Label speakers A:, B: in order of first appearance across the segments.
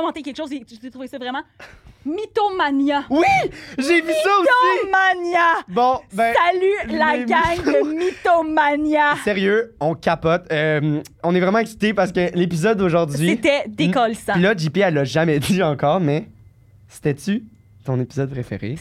A: inventé quelque chose. et J'ai trouvé ça vraiment mythomania.
B: Oui! J'ai vu ça aussi!
A: Mythomania!
B: Bon, ben,
A: Salut la
B: les
A: gang de mythomania!
B: sérieux, on capote. Euh, on est vraiment excités parce que l'épisode d'aujourd'hui.
A: C'était décollissant.
B: Puis là, JP, elle l'a jamais dit encore, mais c'était-tu ton épisode préféré?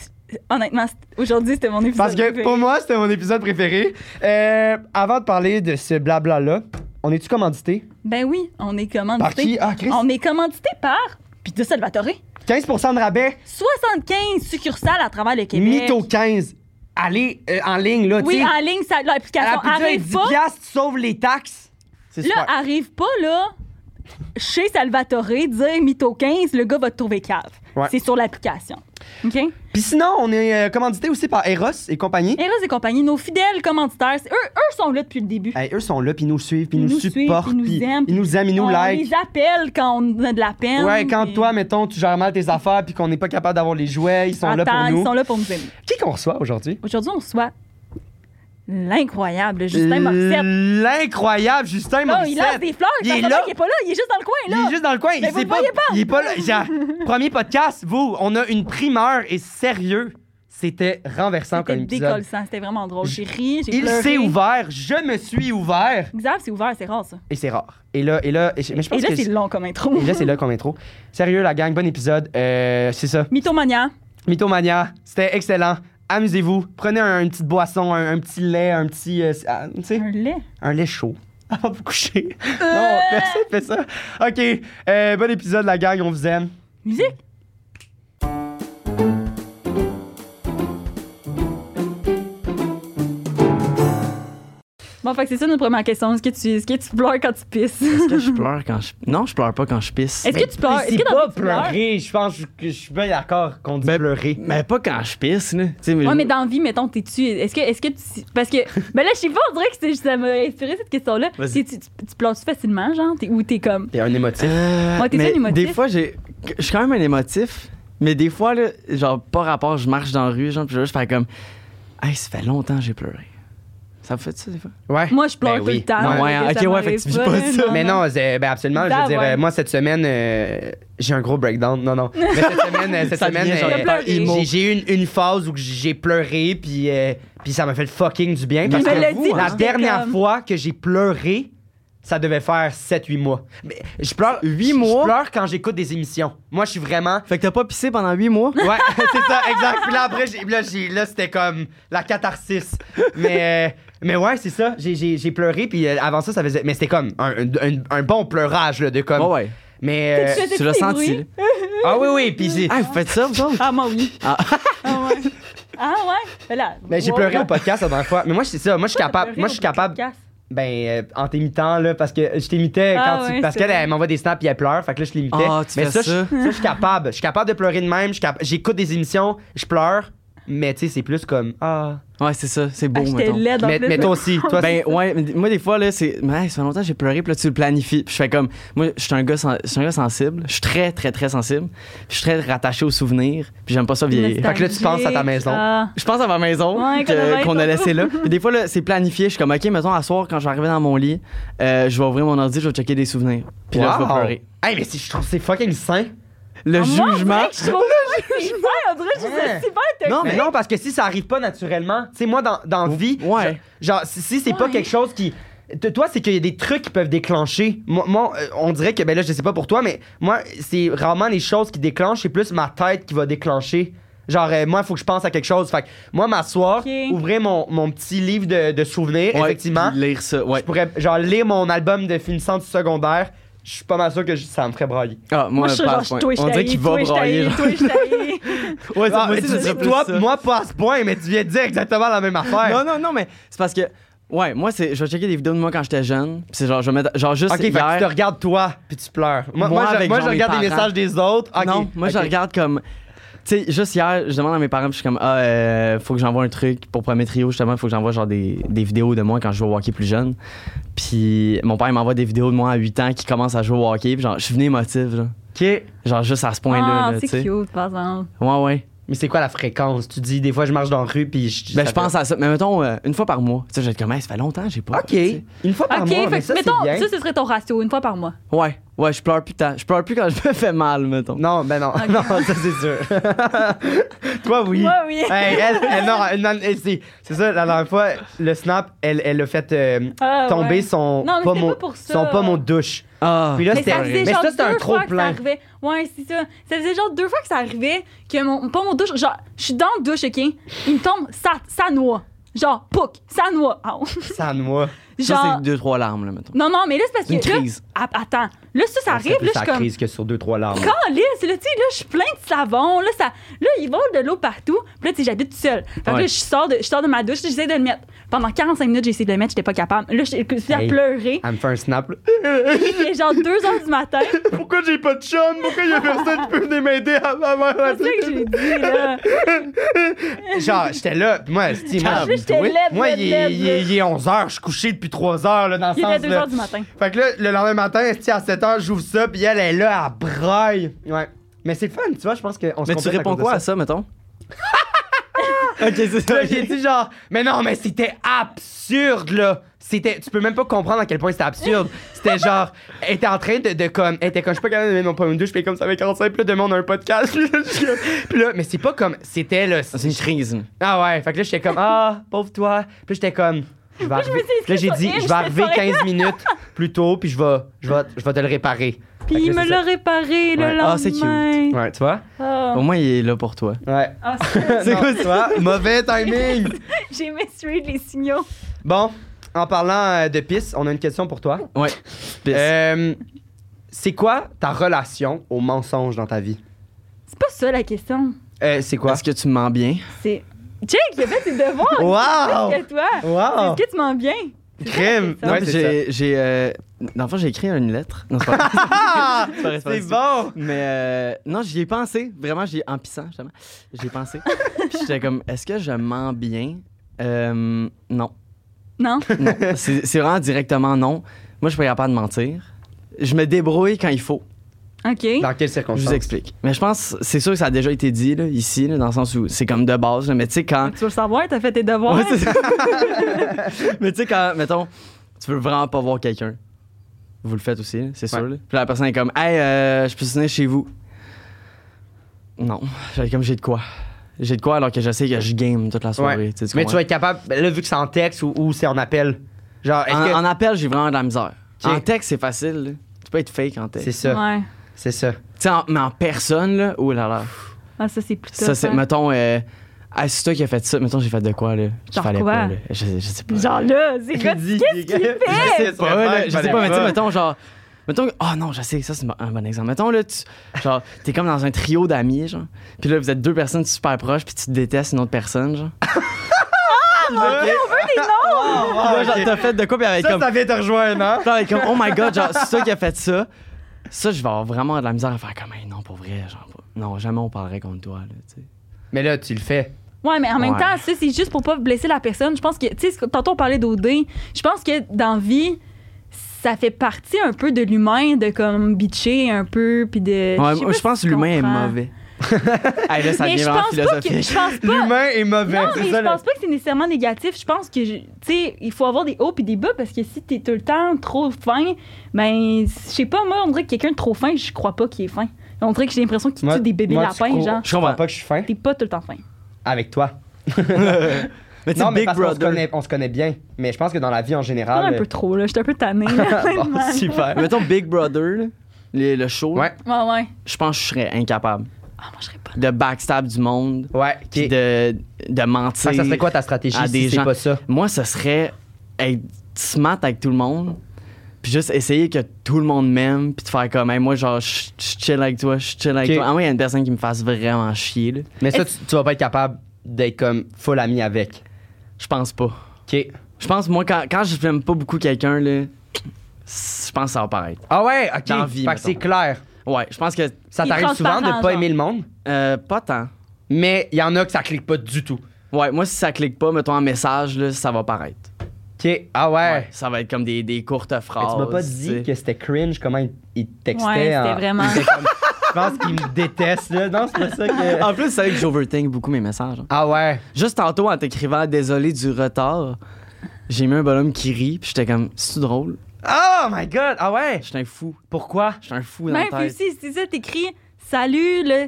A: Honnêtement, c'est- aujourd'hui, c'était mon épisode.
B: Parce que
A: préféré.
B: pour moi, c'était mon épisode préféré. Euh, avant de parler de ce blabla-là, on est-tu commandité?
A: Ben oui, on est commandité.
B: Par qui? Ah, Chris,
A: On est commandité par Pizza Salvatore.
B: 15 de rabais,
A: 75 succursales à travers le Québec.
B: mytho 15. Allez euh, en ligne, là, tu
A: Oui,
B: sais.
A: en ligne, ça-
B: La
A: l'application
B: pizza est
A: arrive
B: 10
A: pas.
B: piastres, tu sauves les taxes. C'est
A: Là,
B: super.
A: arrive pas, là, chez Salvatore, dire Mytho 15, le gars va te trouver cave.
B: Ouais.
A: C'est sur l'application. OK?
B: Puis sinon, on est euh, commandité aussi par Eros et compagnie.
A: Eros et compagnie, nos fidèles commanditaires, c'est- eux, eux sont là depuis le début.
B: Hey, eux sont là, puis ils nous suivent, puis ils
A: Ils
B: nous,
A: nous suivent,
B: supportent,
A: ils nous
B: puis
A: aiment,
B: ils nous aiment, ils nous
A: on
B: like.
A: les appelle quand on a de la peine.
B: Ouais, quand
A: puis-
B: toi, mettons, tu gères mal tes affaires, puis qu'on n'est pas capable d'avoir les jouets, ils sont là
A: Attends,
B: pour nous.
A: Ils sont là pour nous aimer.
B: Qui qu'on reçoit aujourd'hui?
A: Aujourd'hui, on soit l'incroyable Justin Morissette.
B: L'incroyable Justin
A: Là, il lance
B: Morissette.
A: des fleurs,
B: Il
A: ça
B: est
A: semble
B: là.
A: qu'il est pas là, il est juste dans le
B: Il
A: coin, là.
B: est juste dans le coin.
A: Mais
B: il
A: vous
B: sait
A: le
B: pas.
A: voyez pas.
B: Il est pas là. Genre, Premier podcast, vous, on a une primeur et sérieux. C'était renversant comme
A: C'était
B: épisode.
A: décollissant, c'était vraiment drôle. J'ai ri, j'ai
B: Il
A: pleuré.
B: s'est ouvert, je me suis ouvert.
A: Xav, c'est ouvert, c'est rare, ça.
B: Et c'est rare. Et là, et là, et je- mais je pense
A: Et là,
B: que.
A: c'est long comme intro.
B: Et là, c'est là qu'on intro. Sérieux, la gang, bon épisode. Euh, c'est ça.
A: Mythomania,
B: Mythomania, c'était excellent. Amusez-vous. Prenez un, une petite boisson, un, un petit lait, un petit. euh, ah, tu sais,
A: un lait.
B: un lait chaud. Avant de vous coucher.
A: Euh.
B: Non, personne fait ça. OK. euh, bon épisode, la gang, on vous aime.
A: Musique. Bon, fait que c'est ça notre première question. Est-ce que tu, est-ce que tu pleures quand tu pisses?
C: Est-ce que je pleure quand je. Non, je pleure pas quand je pisse.
A: Est-ce que tu pleures? Est-ce
B: C'est
A: que dans
B: pas
A: le- tu pleures?
B: pleurer. Je pense que je suis bien d'accord qu'on dit
C: Ben,
B: pleurer.
C: Mais pas quand je pisse, là. Tu sais,
A: Ouais, mais dans la vie, mettons, t'es-tu. Est-ce que, est-ce que tu. Parce que. Ben là, je sais pas, on dirait que c'est- ça m'a inspiré cette question-là.
C: Vas-y.
A: T'es- Tu, tu, tu pleures-tu facilement, genre? T'es- ou t'es comme.
B: T'es un émotif.
C: Euh,
A: Ouais, t'es
C: mais
A: un émotif.
C: Des fois, j'ai. Je suis quand même un émotif, mais des fois, là, genre, pas rapport, je marche dans la rue, genre, puis je vais juste faire comme. Hey, ça fait longtemps que j'ai pleuré. Ça vous fait ça, des fois?
B: Ouais.
A: Moi, je pleure
B: Ben
A: tout
B: oui.
A: le temps.
C: Ouais,
A: donc
C: ouais,
A: ça
C: ok, ouais,
A: m'arrive
C: fait que tu vis pas ça.
B: Mais non, c'est- ben absolument. Je
A: Ben
B: veux dire,
A: ouais.
B: euh, moi, cette semaine, euh, j'ai un gros breakdown. Non, non. Mais cette semaine, euh, cette
C: Ça
B: semaine
C: devient genre
B: euh,
A: hyper
B: j'ai-
C: emo.
B: j'ai eu une, une phase où j'ai pleuré, puis, euh, puis ça m'a fait le fucking du bien. Parce
A: me l'a
B: que
A: dit,
B: la
A: puis j'étais
B: dernière
A: comme-
B: fois que j'ai pleuré, ça devait faire 7-8 mois. Mais je pleure.
C: Huit
B: je-
C: mois?
B: Je pleure quand j'écoute des émissions. Moi, je suis vraiment.
C: Fait que t'as pas pissé pendant huit mois?
B: Ouais, c'est ça, exact. Puis là, après, j'ai- là, j'ai- là, c'était comme la catharsis. Mais, euh, mais ouais, c'est ça. J'ai- J'ai j'ai pleuré, puis euh, avant ça, ça faisait. Mais c'était comme un, un- un- un bon pleurage, là, de comme.
C: Ouais, ouais.
B: Mais. euh,
A: T'as-tu
C: Tu l'as
A: des
C: senti, là.
A: bruits?
B: ah oui, oui, puis j'ai.
C: Hey, vous faites ça, vous autres?
A: Ah, moi, oui.
C: Ah.
A: Ah, ouais. Ah, ouais. Ben là.
B: Mais j'ai
A: wow.
B: pleuré au podcast la dernière fois. Mais moi, c'est ça. Moi, je suis
A: Pourquoi t'as
B: capable.
A: pleuré
B: Moi, je suis
A: au
B: capable.
A: podcast?
B: Ben, euh, en t'imitant, là, parce que je t'imitais
A: Ah
B: quand tu.
A: ouais,
B: parce
A: c'est
B: qu'elle,
A: vrai.
B: elle m'envoie des snaps, puis elle pleure. Fait que là, je l'imitais.
C: Ah, tu
B: mais
C: fais
B: je-
C: ça.
B: je suis capable. Je suis capable de pleurer de même. je suis capa- J'écoute des émissions, je pleure. Mais tu sais, c'est plus comme. Ah.
C: Ouais, c'est ça, c'est beau,
A: Ah, J'étais
C: mettons.
A: laide en
B: Mais,
A: plus.
B: mais toi aussi. Toi,
C: Ben ouais, mais d- moi des fois là, c'est mais, hey, ça fait longtemps que j'ai pleuré, puis là tu le planifies. Puis je fais comme moi, je suis un gars sen- je suis un gars sensible, je suis très très très sensible. Puis Je suis très rattaché aux souvenirs, puis j'aime pas ça vieillir.
B: Fait que là, tu penses à ta maison.
A: Ah.
C: Je pense à ma maison
A: Ouais,
C: que-
A: qu'on avait
C: qu'on a
A: tantôt.
C: laissée là. Puis des fois là, c'est planifié, je suis comme OK, mettons à soir quand je vais arriver dans mon lit, euh, je vais ouvrir mon ordi, je vais checker des souvenirs. Puis là je vais
B: Wow.
C: pleurer.
B: Hey, mais c'est- je trouve que c'est fucking sain.
C: Le
A: Ah, Moi, on
C: jugement.
A: dirait que je suis au- Ouais, c'est vrai, on dirait que je suis
B: Ouais.
A: super technique.
B: Non, mais non, parce que si ça arrive pas naturellement, tu sais, moi, dans, dans vie,
C: Ouais.
B: je- genre, si, si c'est pas
A: Ouais.
B: quelque chose qui. te- Toi, c'est qu'il y a des trucs qui peuvent déclencher. Moi, moi, euh, on dirait que, ben là, je sais pas pour toi, mais moi, c'est rarement les choses qui déclenchent, c'est plus ma tête qui va déclencher. Genre, euh, moi, il faut que je pense à quelque chose. Fait que moi, m'asseoir,
A: Ok.
B: ouvrir mon, mon petit livre de, de souvenirs,
C: Ouais,
B: effectivement,
C: puis Lire ça, ouais.
B: je pourrais, genre, lire mon album de finissant du secondaire, je suis pas mal sûr que je- ça me ferait brailler.
C: Ah, moi,
A: Moi, je suis genre,
C: passe,
A: je
C: ouais.
A: twitch,
C: On dirait qu'il va brailler. genre. Ouais,
B: Ah,
C: moi
B: mais
C: aussi,
B: tu
C: je
B: dis
C: serais plus
B: toi,
C: ça.
B: moi pas à ce point, mais tu viens de dire exactement la même affaire.
C: Non, non, non, mais c'est parce que. Ouais, moi, c'est, je vais checker des vidéos de moi quand j'étais jeune. Puis c'est genre, je vais mettre. Genre, juste.
B: Ok, fait que
C: hier,
B: tu te regardes toi, puis tu pleures. Moi,
C: Moi,
B: moi, je,
C: avec
B: moi, je
C: genre mes
B: regarde les
C: parents.
B: messages des autres. Ok,
C: Non, moi, je
B: ok.
C: regarde comme. Tu sais, juste hier, je demande à mes parents, puis je suis comme, ah, euh, faut que j'envoie un truc pour Prometrio, justement, faut que j'envoie genre des, des vidéos de moi quand je joue au hockey plus jeune. Puis mon père, il m'envoie des vidéos de moi à 8 ans qui commence à jouer au hockey, puis genre, je suis venu émotif, genre.
B: Ok.
C: Genre, juste à ce point-là,
A: Ah,
C: là, tu
A: c'est
C: sais.
A: cute, par exemple.
C: Ouais, ouais.
B: Mais c'est quoi la fréquence? Tu dis, des fois, je marche dans la rue, puis je.
C: Ben,
B: ça
C: je pense
B: fait-
C: à ça. Mais mettons, euh, une fois par mois, tu sais, je vais être comme, Hey, ça fait longtemps, j'ai pas.
B: Ok,
C: tu sais.
B: une fois par
A: Ok,
B: mois, Ah, mais
A: fait
B: ça,
A: que
B: c'est
A: mettons,
B: bien.
A: ça, ce serait ton ratio, une fois par mois.
C: Ouais, Ouais, je pleure plus tant. Je pleure plus quand je me fais mal, mettons.
B: Non, ben non,
A: Ok.
B: non, ça c'est sûr. Toi, oui.
A: Moi, oui.
B: Hey, elle, elle- non, elle- non, elle- c'est, c'est ça, la dernière fois, le snap, elle, elle a fait euh,
A: Ah,
B: tomber
A: ouais.
B: son,
A: Non, mais
B: pas
A: c'était
B: mon,
A: pas pour ça.
B: son pas mon douche.
C: Ah.
B: Puis là,
A: Mais
B: c'était,
A: ça faisait
B: mais
A: genre
B: ça, c'était un
A: deux
B: trop
A: fois que ça
B: plein.
A: arrivait. Ouais, c'est ça. Ça faisait genre deux fois que ça arrivait que mon, pas mon douche, genre, je suis dans la douche, OK? Il me tombe, ça, ça noie. Genre, pouc, ça noie. Ah,
B: Ça de moi.
C: Ça,
A: genre,
C: c'est deux, trois larmes, là, mettons.
A: non, non, mais là, c'est parce que.
C: C'est une
A: là,
C: crise.
A: a- attends, là, ça, ça
B: C'est
A: arrive, là,
B: Ah, plus
A: je
B: la
A: suis comme.
B: crise que sur deux, trois larmes.
A: Quand là, tu sais, là, je suis plein de savon, là, ça, là, il vole de l'eau partout, puis là, tu sais, j'habite toute seule. Fait que là,
C: Ouais.
A: je sors de, je sors de ma douche, j'essaie de le mettre. Pendant 45 minutes, j'ai essayé de le mettre, j'étais pas capable. Là, je je suis à
B: Hey.
A: pleurer.
B: Elle me fait un snap. là.
A: Il est genre 2 h du matin.
B: Pourquoi j'ai pas de chum? Pourquoi il y a personne qui peut venir m'aider à ma
A: C'est ça que j'ai dit, là.
B: Genre, j'étais là, pis moi, c'est- moi,
A: Là, j'étais
C: oui.
A: laide,
B: moi,
A: laide,
B: il est,
A: laide,
B: il est- il est 11h, je suis couché depuis 3h, là, dans le
A: Il
B: sens.
A: était 2
B: là.
A: h du matin.
B: Fait que là, le lendemain matin, esti, à 7h, j'ouvre ça, puis elle est là, à braille. Ouais. Mais c'est le fun, tu vois, je pense qu'on se
C: Mais tu
B: complète à
C: réponds
B: cause de
C: quoi à
B: ça?
C: ça, mettons? ok, c'est
B: Là,
C: ça.
B: j'ai dit genre, mais non, mais c'était absurde, là. C'était, tu peux même pas comprendre à quel point c'était absurde. C'était genre, elle était en train de, de comme, elle était comme, je suis pas capable de mettre mon pomme douche, puis comme ça avec 45, puis là, demain, on a un podcast. Puis là, je- puis là, mais c'est pas comme, c'était là.
C: C'est une crise.
B: Ah ouais, fait que là, j'étais comme, ah, pauvre toi. Puis j'étais comme, je vais
A: me
B: arriver.
A: suis
B: Là, j'ai
A: inscrite
B: dit,
A: sur
B: je
A: Inch,
B: vais arriver
A: c'est
B: 15 minutes plus tôt, puis je vais, je vais, je vais te le réparer.
A: Puis
B: Fait que là,
A: il me
B: c'est ça.
A: l'a réparé le
C: Ouais.
A: lendemain.
C: Ah, c'est cute.
B: Ouais, tu vois?
A: Ah.
C: Au moins, il est là pour toi.
B: Ouais.
A: Ah, c'est-
B: C'est quoi, tu vois? Mauvais timing!
A: J'ai misread les signaux.
B: Bon, en parlant euh, de pisse, on a une question pour toi.
C: Ouais. Pisse.
B: Euh, c'est quoi ta relation au mensonge dans ta vie?
A: C'est pas ça la question.
B: Euh, c'est quoi?
C: Est-ce que tu me mens bien?
A: C'est. Check, il a fait ses devoirs.
B: Wow!
A: Plus que toi.
C: Ah.
B: Wow!
A: Est-ce que tu mens bien?
B: Crème!
A: Non,
B: Ouais,
C: puis
B: c'est
C: j'ai. j'ai euh... Dans le fond, j'ai écrit une lettre. Non, c'est pas vrai.
B: ça.
C: C'est pas vrai, c'est pas
B: Ah!
C: vrai.
B: c'est bon!
C: Mais euh, non, j'y ai pensé. Vraiment, j'y ai, en pissant, justement. J'y ai pensé. Puis j'étais comme, est-ce que je mens bien? Euh, non.
A: Non.
C: non. C'est c'est vraiment directement non. Moi, je suis pas capable de mentir. Je me débrouille quand il faut.
A: OK.
B: Dans quelles
C: Je
B: circonstances?
C: vous explique. Mais je pense, c'est sûr que ça a déjà été dit là, ici, là, dans le sens où c'est comme de base. là, mais tu sais, quand.
A: Tu veux le savoir, t'as fait tes devoirs.
C: Ouais, c'est ça. mais tu sais, quand, mettons, tu veux vraiment pas voir quelqu'un, vous le faites aussi, là, c'est sûr.
B: Ouais.
C: là. Puis la personne est comme, hey, euh, je peux signer chez vous. Non, j'avais comme, j'ai de quoi. J'ai de quoi alors que je sais que je game toute la soirée.
B: Ouais.
C: tu sais, tu
B: Mais tu vas
C: comprends?
B: être capable, ben là, vu que c'est en texte ou, ou c'est en appel. Genre, est-ce
C: en,
B: que.
C: en appel, j'ai vraiment de la misère.
B: Ok.
C: En texte, c'est facile. là. Tu peux être fake en
B: C'est
C: texte.
B: ça,
A: Ouais.
B: c'est ça.
C: Tu sais, en- mais en personne, là, oh là là.
A: Ah, ça, c'est plutôt.
C: Ça, c'est,
A: hein.
C: mettons, euh, ah, c'est toi qui as fait ça. Mettons, j'ai fait de quoi, là? qu'il
A: Genre
C: fallait
A: quoi?
C: pas, là. Je, je sais pas.
A: Genre là, c'est quoi? Qu'est-ce qu'il fait?
B: Je sais
C: Ouais, là, je sais pas, mais tu sais,
B: mettons.
C: mettons, genre. Mettons que- oh non, je sais, ça c'est un bon exemple. Mettons, là, tu. Genre, t'es comme dans un trio d'amis, genre. Puis là, vous êtes deux personnes super proches, puis tu détestes une autre personne, genre. Là, Ah, genre, t'as fait de quoi, puis avec
B: Oh, Ça,
C: comme.
B: ça vient te rejoindre, hein?
C: Puis elle est comme, oh my god, genre, c'est ça qui a fait ça. Ça, je vais avoir vraiment de la misère à faire comme, Hey, non, pour vrai, genre, pas- non, jamais on parlerait contre toi, là, tu sais.
B: Mais là, tu le fais.
A: Ouais, mais en même
C: Ouais.
A: temps, ça, c'est juste pour pas blesser la personne. Je pense que, tu sais, ce que- tantôt on parlait d'OD. Je pense que dans vie, ça fait partie un peu de l'humain de comme bitcher un peu, puis de.
C: Ouais,
A: sais
C: moi,
A: pas
C: je
A: si
C: pense que
A: tu
C: l'humain est
A: comprends.
C: mauvais. hey, là, ça
A: mais
C: devient
A: je
C: vraiment
A: pense pas que.
C: philosophique.
A: Je pense pas.
B: L'humain est mauvais.
A: Non, mais
B: c'est
A: je
B: ça, le-
A: pense pas que c'est nécessairement négatif. Je pense que, je- tu sais, il faut avoir des hauts puis des bas parce que si t'es tout le temps trop fin, ben, je sais pas, moi, on dirait que quelqu'un de trop fin, je crois pas qu'il est fin. On dirait que j'ai l'impression que tu
B: Moi-
A: tues des bébés
B: moi, tu
A: lapins,
B: crois-
A: genre.
B: Je comprends pas que je suis fin.
A: T'es pas tout le temps fin.
B: Avec toi.
C: Mais tu
B: Non,
C: sais,
B: mais
C: Big
B: parce qu'on se,
C: Brother.
B: connaît, on se connaît bien. Mais je pense que dans la vie en
C: Ah,
A: Pas
B: général.
A: un peu trop, là. J'étais un peu tannée. là,
B: euh, bon,
A: honnêtement.
B: super.
C: Mais Mettons Big Brother, là, le, le show,
B: Ouais,
A: Ouais, ouais.
C: je pense que je serais incapable
A: Ah, moi, je serais pas.
C: de backstab du monde,
B: ouais. ok.
C: puis de, de mentir.
B: Fait que Ça serait quoi ta stratégie
C: à
B: si
C: des
B: c'est
C: gens.
B: pas ça?
C: Moi, ce serait être smart avec tout le monde, puis juste essayer que tout le monde m'aime, puis de faire comme, Hey, moi, genre, je je chill avec toi, je chill avec
B: Ok.
C: toi. Ah, moi, il y a une personne qui me fasse vraiment chier, là.
B: Mais ça, tu, tu vas pas être capable d'être comme full ami avec.
C: Je pense pas.
B: Ok.
C: Je pense, moi, quand, quand je n'aime pas beaucoup quelqu'un, là, je pense que ça va paraître.
B: Ah ouais, ok.
C: Dans la vie,
B: fait que c'est
C: mettons.
B: clair.
C: Ouais, je pense que.
B: Ça
A: Il est
B: t'arrive souvent de
A: transparent,
B: pas
A: genre.
B: aimer le monde,
C: euh, pas tant.
B: mais il y en a que ça clique pas du tout.
C: Ouais, moi, si ça clique pas, mettons en message, là, ça va paraître.
B: Ok. Ah ouais. Oh,
C: Ouais, ça va être comme des, des courtes
B: Mais
C: phrases.
B: tu m'as pas
C: tu
B: dit
C: sais.
B: que c'était cringe comment il, il te textait.
A: Ouais,
B: en-
A: c'était vraiment.
B: il était comme- Je pense qu'il me déteste, là. Non, c'est pas ça que.
C: En plus, c'est vrai que j'overthink beaucoup mes messages. hein.
B: Ah ouais.
C: Juste tantôt, en t'écrivant « Désolé du retard », j'ai mis un bonhomme qui rit, puis j'étais comme « C'est-tu drôle? »
B: Oh my god! Ah ouais!
C: J'étais un fou.
B: Pourquoi?
C: J'étais un fou dans
A: Même
C: la
A: puis
C: tête.
A: si c'est ça, t'écris salut, le.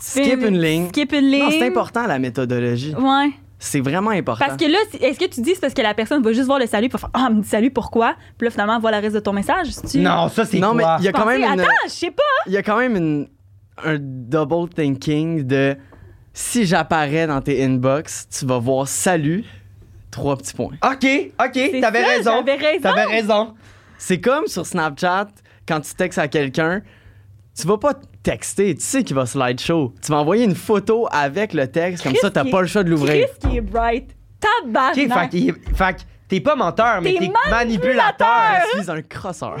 C: Skip une ligne.
A: Skip une ligne.
C: Non, c'est important la méthodologie.
A: Ouais.
C: C'est vraiment important.
A: Parce que là, c'est- est-ce que tu dis c'est parce que la personne va juste voir le salut pour faire Ah, elle me dit salut, pourquoi Puis là, finalement, elle voit le reste de ton message. c'est-tu-
B: Non, ça c'est
C: non, mais
B: toi.
C: il y a quand
A: Pensez-
C: même une.
A: Attends, je sais pas. hein,
C: il y a quand même une- un double thinking de si j'apparais dans tes inbox, tu vas voir salut, trois petits points.
B: Ok, ok,
A: C'est
B: t'avais
A: ça,
B: raison.
A: J'avais raison.
B: T'avais raison.
C: C'est comme sur Snapchat, quand tu textes à quelqu'un, tu vas pas texter, tu sais qu'il va slideshow. Tu vas envoyer une photo avec le texte, comme
A: Chris
C: ça t'as
A: qui-
C: pas le choix de l'ouvrir.
A: Chris qui est bright.
B: Ok, fait
A: Tabarnak.
B: que- fait que t'es pas menteur, mais
A: T'es
B: t'es manipulateur.
A: manipulateur.
C: Je suis un crosseur.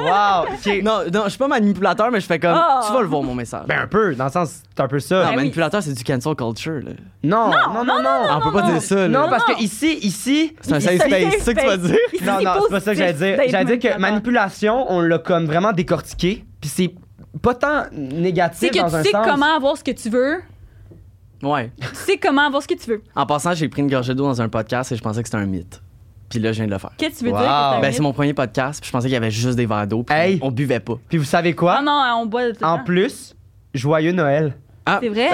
B: wow, ok.
C: non, non, je suis pas manipulateur, mais je fais comme
A: Oh.
C: tu vas le voir mon message.
B: Ben un peu, dans le sens, c'est un peu ça.
C: non,
A: Ben oui.
C: manipulateur, c'est du cancel culture. Là.
B: Non, non, non, non.
C: On peut pas
A: non.
C: dire ça. là.
B: Non, parce
A: non.
B: que ici, ici.
C: c'est un
A: Il-
C: safe
A: c'est un
C: space,
A: safe
C: c'est ça que tu vas
A: space.
C: dire.
A: Il-
B: Non, non, c'est pas ça que j'allais dire.
A: positif
B: J'allais dire
A: d'être
B: que
A: manipulateur.
B: manipulation, on l'a comme vraiment décortiqué, puis c'est pas tant
A: C'est
B: négatif
A: que
B: dans
A: tu
B: un
A: sais
B: sens.
A: comment avoir ce que tu veux.
C: Ouais.
A: Tu sais comment avoir ce que tu veux.
C: En passant, j'ai pris une gorgée d'eau dans un podcast et je pensais que c'était un mythe. Puis là, je viens de le faire.
A: Qu'est-ce que tu veux
B: Wow.
A: dire? que
C: Ben,
A: un
C: c'est mon premier podcast, puis je pensais qu'il y avait juste des verres d'eau, puis
B: Hey.
C: on buvait pas.
B: Puis vous savez
A: Ah
B: quoi?
A: non, on boit tout le
B: en
A: temps.
B: plus, joyeux Noël.
C: Ah,
A: C'est vrai?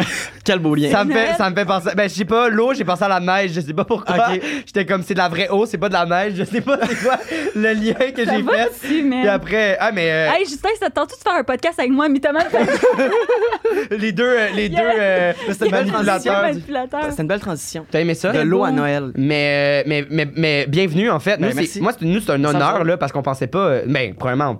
C: quel beau lien.
B: Ça me, fait,
A: Noël.
B: ça me fait penser. Ben, je sais pas, l'eau, j'ai pensé à la neige, je sais pas pourquoi.
C: Ok.
B: J'étais comme, c'est de la vraie eau, c'est pas de la neige, je sais pas c'est quoi le lien que
A: Ça
B: j'ai
A: va
B: fait.
A: dessus,
B: Puis
A: man.
B: après, ah, mais euh,
A: Hey, Justin, ça te tente-tu de faire un podcast avec moi, mythomane?
B: les deux, euh, les
A: Yeah.
B: deux, euh,
C: une belle
B: manipulateurs.
C: transition.
A: manipulateur.
C: C'était une belle transition.
B: T'as aimé ça?
C: De l'eau à
A: beau.
C: Noël.
B: Mais, euh, mais, mais, mais bienvenue, en fait. Nous,
C: Ben,
B: c'est-
C: merci.
B: Moi, c'est, nous, c'est un
C: Sans
B: honneur,
C: faute.
B: là, parce qu'on pensait pas. euh, Ben, premièrement, on-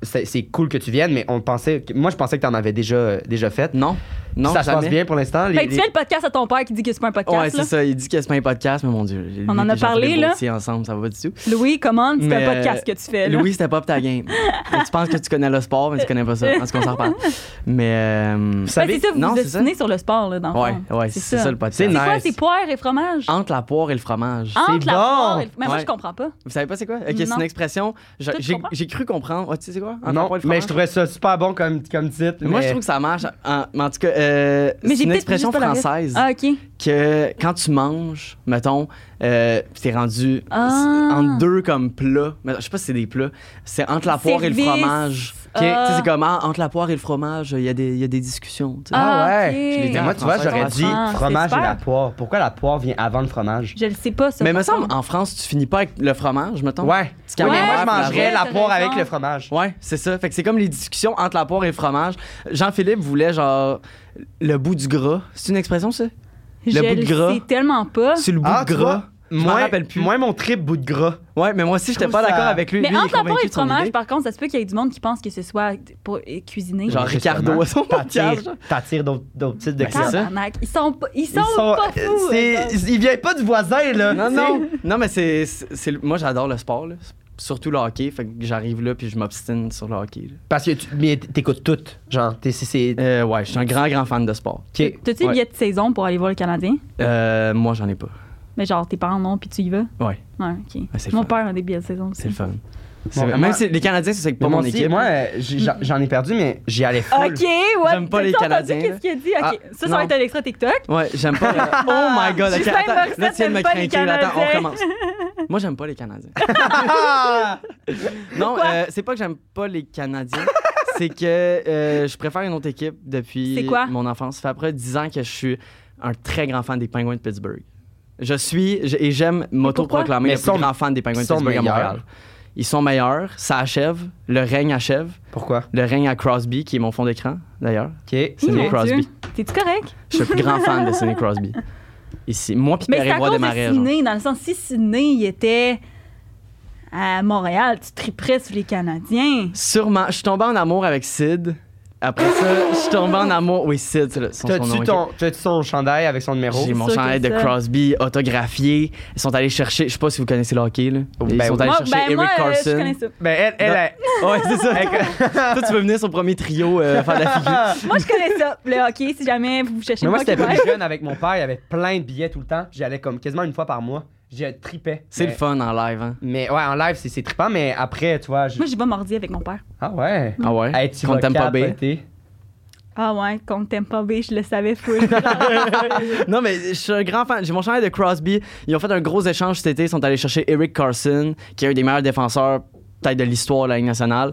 B: c'est, c'est cool que tu viennes, mais on pensait. que- moi, je pensais que t'en avais déjà, euh, déjà fait.
C: Non, non,
B: ça se
C: jamais.
B: passe bien pour l'instant. les-
A: Fait que
B: les-
A: Ben, tu fais le podcast à ton père qui dit que c'est pas un podcast.
C: Ouais,
A: là.
C: c'est ça. Il dit que c'est pas un podcast, mais mon Dieu. lui
A: On en
C: puis
A: a
C: Jean-Philippe
A: parlé, là.
C: Gaultier ensemble, ça va pas du tout.
A: Louis, commande, c'est
C: Mais,
A: un podcast que tu fais. Là.
C: Louis, c'était pas up ta game. Et tu penses que tu connais le sport, mais tu connais pas ça. En tout cas, on s'en reparle. Mais. euh,
B: Vous
A: Ben,
B: savez-
A: c'est ça, vous
C: non,
A: vous
C: c'est ça.
A: dessinez sur le sport, là, dans le
C: Ouais,
A: fond.
C: ouais, c'est ça. le podcast.
B: C'est
A: C'est quoi,
B: Nice.
A: c'est poire et fromage?
C: Entre la poire et le fromage.
A: Entre la
B: bon.
A: poire et le- Mais moi,
C: Ah, Ouais.
A: je comprends pas.
C: Vous savez pas c'est quoi? Ok, c'est
A: Ah. Non.
C: une expression. Je-
A: Toi, tu
C: J'ai
A: comprends?
C: j'ai cru comprendre. Ouais, tu sais c'est quoi? Entre la
B: non,
C: poire et le
B: mais
C: fromage.
B: je trouvais ça super bon comme, comme titre.
C: Moi,
B: mais-
C: je trouve que ça marche. En, mais en tout cas, euh,
A: Mais
C: c'est
A: j'ai
C: une
A: peut-être
C: expression
A: juste pas la ref.
C: française
A: Ah, OK.
C: que quand tu manges, mettons, euh, pis t'es rendu
A: Ah.
C: c'est entre deux comme plats. Mais je sais pas si c'est des plats. C'est entre la poire et le
A: Service.
C: fromage.
A: Ah.
C: Tu sais, C'est comme ah, entre la poire et le fromage, il y, a des- il y a des discussions. tu sais.
B: Ah ouais.
A: ok.
C: Je l'ai
B: Mais
C: dit
B: moi,
C: en
B: tu vois,
C: français,
B: j'aurais
C: en
B: dit
A: France,
B: fromage
A: c'est
B: et
A: super.
B: la poire. Pourquoi la poire vient avant le fromage?
A: Je le sais pas, ça.
C: Mais me
A: par
C: semble,
A: contre.
C: en France, tu finis pas avec le fromage, mettons.
B: Ouais.
C: Tu
B: Oui,
C: cambies
B: mais
C: la
B: moi, je
C: poire, la
B: mangerais la
A: t'as
B: poire avec
A: raison.
B: le fromage.
C: Ouais, c'est ça. Fait que c'est comme les discussions entre la poire et le fromage. Jean-Philippe voulait genre le bout du gras. C'est une expression ça le
A: Je
C: bout de gras.
A: sais tellement pas.
C: C'est le bout
B: Ah,
C: de
B: tu
C: gras.
B: vois,
C: Je m'en
B: Moins-
C: rappelle plus.
B: Moins mon trip bout de gras.
C: Ouais, mais moi aussi j'étais
B: trouve
C: pas
B: ça-
C: d'accord avec lui.
A: Mais
C: Lui, il est
A: entre la poire
C: convaincu
A: et le
C: de son
A: fromage,
C: idée.
A: par contre, ça se peut qu'il y ait du monde qui pense que ce soit pour euh, cuisiner.
C: Genre Ricardo à son podcast.
B: T'attires, t'attires d'autres, d'autres types de
C: Ben, c'est
B: clients.
C: ça. euh,
A: Tabarnak. Ils sont pas, ils sont
B: Ils sont- euh,
A: pas fous.
B: c'est-
A: eux autres.
B: il vient pas du voisin, là.
C: Non,
B: tu
C: non. non, mais c'est. c'est- c'est le- Moi, j'adore le sport, là. surtout le hockey. Fait que j'arrive là puis je m'obstine sur le hockey.
B: sais. Parce que tu, mais t'écoutes tout. Genre, t'es, c'est, c'est-
C: là. Euh, ouais, je suis un grand, grand fan de sport.
B: ok.
A: euh. T'as-tu
C: Ouais.
A: le billet de saison pour aller voir le Canadien?
C: Euh, moi, j'en ai pas.
A: Mais genre, tes parents non, puis tu y vas?
C: Ouais,
A: Ouais, OK.
C: Ah, c'est le
A: Mon
C: fun.
A: père a des billets de saison. aussi.
C: c'est le fun. C'est
B: Bon,
C: vrai.
B: moi-
C: Même si les Canadiens, c'est
B: Mais
C: pas mon
B: moi aussi,
C: équipe.
B: Moi, euh, j'ai- j'en, j'en ai perdu, mais j'y allais full.
A: OK, ouais.
C: J'aime pas les Canadiens,
A: Qu'est-ce qu'il a dit?
C: Ah,
A: OK, ça, ça
C: non.
A: va être un extra TikTok.
C: Ouais, j'aime pas. le- Oh my god, ok,
A: Justin
C: attends, là,
A: Morissette
C: tu viens de me
A: aime pas les
C: craquer. Attends, on
A: Canadiens.
C: recommence. Moi, j'aime pas les Canadiens.
B: Ah!
C: Non, euh, c'est pas que j'aime pas les Canadiens. c'est que euh, je préfère une autre équipe
A: C'est
C: depuis
A: quoi?
C: mon enfance. Ça fait après 10 ans que je suis un très grand fan des Penguins de Pittsburgh. Je suis je- et j'aime
B: Mais
C: m'auto-proclamer le
B: sont-
C: plus grand fan des Penguins de
B: sont
C: Pittsburgh à Montréal.
B: meilleurs.
C: Ils sont meilleurs, ça achève, le règne achève,
B: Pourquoi?
C: le règne à Crosby, qui est mon fond d'écran d'ailleurs.
B: Ok.
C: C'est
A: Mon
C: Sidney Crosby.
A: Dieu. T'es-tu correct?
C: Je suis le plus grand fan de Sidney Crosby. Ici. Moi, puis
A: Mais c'est à
C: Pierre-Évoix
A: cause de
C: Desmarais. genre.
A: Sydney, dans le sens, si Sydney il était à Montréal, tu triperais sur les Canadiens.
C: Sûrement. Je suis tombé en amour avec Sid. Après ça, je suis tombé en amour. Oui, Sid, c'est le- son, son nom,
B: T'as-tu
C: ok.
B: ton, t'as-tu son chandail avec son numéro?
C: J'ai mon
A: Sûr que
C: chandail de
A: ça.
C: Crosby autographié. Ils sont allés chercher, je sais pas si vous connaissez le hockey, là. Ils
B: Ben
C: sont
B: oui.
C: allés
A: Moi,
C: chercher
A: ben,
C: Eric
A: moi, euh,
C: Carson.
A: je connais ça.
B: Ben, elle, elle,
C: Non.
B: elle- Ah.
C: Ouais, c'est ça. Toi, tu veux venir sur le premier trio euh, faire de la figure.
A: Moi, je connais ça, le hockey, si jamais vous cherchez
B: Mais moi,
A: pas
B: c'était
A: qui
B: plus
A: va.
B: jeune avec mon père. Il y avait plein de billets tout le temps. J'y allais comme quasiment une fois par mois. J'y tripais.
C: C'est
B: Mais-
C: le fun en live, hein.
B: Mais ouais, en live, c'est, c'est trippant, mais après, tu vois. je-
A: Moi, j'y vais mardi avec mon père.
B: Ah ouais.
C: Ah ouais?
B: Hey, tu
C: Qu'on
B: vas
C: t'aime pas bien.
B: capoter.
A: Ah ouais, contre Tampa Bay, je le savais full.
C: Non, mais je suis un grand fan. J'ai mon chandail de Crosby. Ils ont fait un gros échange cet été. Ils sont allés chercher Eric Carson, qui est un des meilleurs défenseurs peut-être de l'histoire de la Ligue nationale.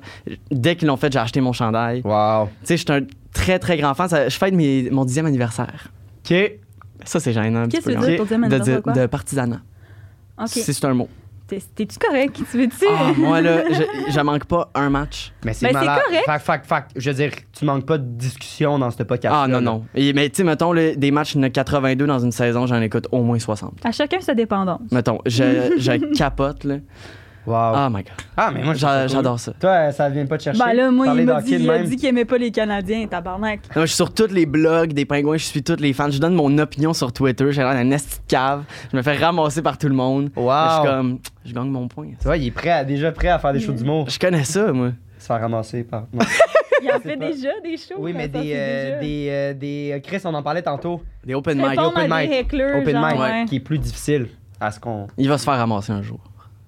C: Dès qu'ils l'ont fait, j'ai acheté mon chandail.
B: Wow.
C: Tu sais, je suis un très, très grand fan. Ça- je fête mes- mon dixième anniversaire.
B: OK.
C: Ça, c'est gênant. un petit
A: Qu'est-ce que
C: peu,
A: tu veux
C: là.
A: dire pour dire
C: de,
A: maintenant?
C: dire-
A: quoi?
C: de partisanat. Si
A: Ok.
C: c'est un mot.
A: T'es- T'es-tu correct? Tu veux-tu?
C: Ah, moi, là, je, je manque pas un match.
B: Mais c'est
A: Ben, c'est
B: malade.
A: correct.
B: Fac, fac, fac. Je veux dire, tu manques pas de discussion dans ce podcast.
C: Ah, non, non. Et- mais tu sais, mettons, là, des matchs, il y en a 82 dans une saison, j'en écoute au moins 60.
A: À chacun sa dépendance.
C: Mettons, je, je capote, là.
B: Wow.
C: Oh my God.
B: Ah, mais moi, je trouve
C: J'a-
B: ça cool.
C: J'adore ça.
B: Toi, ça vient pas te chercher.
A: Ben là, moi,
B: Parler
A: il m'a
B: d'hockey
A: dit,
B: de
A: il a
B: même.
A: dit qu'il aimait pas les Canadiens, tabarnak.
C: Non, je suis sur tous les blogs des pingouins, je suis tous les fans. Je donne mon opinion sur Twitter. J'ai l'air d'un esti de cave. Je me fais ramasser par tout le monde.
B: Wow.
C: Mais Je suis comme, je gagne mon point.
B: Tu vois, il est prêt à- déjà prêt à faire des shows d'humour.
C: Je connais ça, moi.
B: Se faire ramasser par. non.
A: Il en
B: C'est
A: fait
B: pas-
A: déjà des shows. hein,
B: oui, mais
A: ça,
B: des,
A: c'est
B: euh,
A: déjà.
B: des, euh, des. euh, Chris, on en parlait tantôt.
C: Des open mic.
A: Répondre
B: open
A: à des
B: mic.
A: hecklers,
B: Open
A: genre,
B: mic,
A: ouais.
B: qui est plus difficile à ce qu'on.
C: Il va se faire ramasser un jour.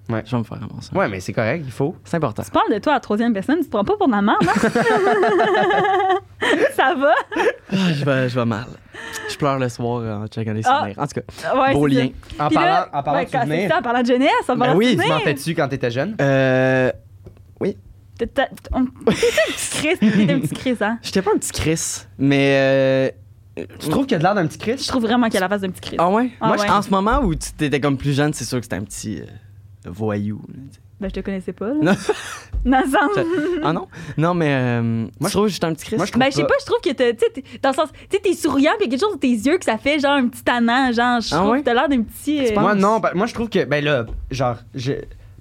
B: Ouais.
C: Je vais me faire ramasser.
B: Ouais, mais c'est correct, il faut.
C: C'est important.
A: Tu parles de toi à la troisième personne, tu te prends pas pour de la merde, hein? Ça va?
C: Ah, je, vais, je vais mal. Je pleure le soir en checkant les
A: Ah.
C: souvenirs. En tout cas,
A: Ouais,
C: beau
A: c'est ça.
C: lien.
B: En
A: Puis
B: parlant,
A: là,
B: en parlant
A: ben,
B: de
A: quand- c'est
B: souvenirs.
A: ça, en parlant de jeunesse, en
C: Ben
A: parlant
C: oui,
A: de
B: Tu m'en
A: souvenirs.
B: fais-tu quand t'étais jeune?
C: Euh,
A: T'es t'es- on- t'es un petit Chris, t'es un petit Chris, hein?
C: J'étais pas un petit Chris, mais. euh,
B: Tu trouves qu'il y a de l'air d'un petit
A: Je
B: Chris?
A: trouve vraiment qu'il a la face d'un petit Chris.
C: Ah ouais?
A: Ah
C: Moi, je-
A: ouais.
C: en ce moment où tu t'étais comme plus jeune, c'est sûr que c'était un petit euh, voyou. là, tu sais.
A: Ben, je te connaissais pas,
C: Non.
A: là. Dans le sens-
C: ah non? Non, mais. euh,
B: Moi,
C: tu trouves que j'étais un petit Chris?
B: moi, je trouve
A: Ben, je sais
B: pas.
A: pas, je trouve que t'as, tu sais, t'es- dans le sens, tu sais, t'es souriant, puis il y a quelque chose dans tes yeux que ça fait genre un petit tannant, genre, je
C: Ah
A: trouve
C: ouais?
A: que t'as l'air d'un petit. euh,
B: Moi, non. ben, Moi, je trouve que. Ben là, genre, je.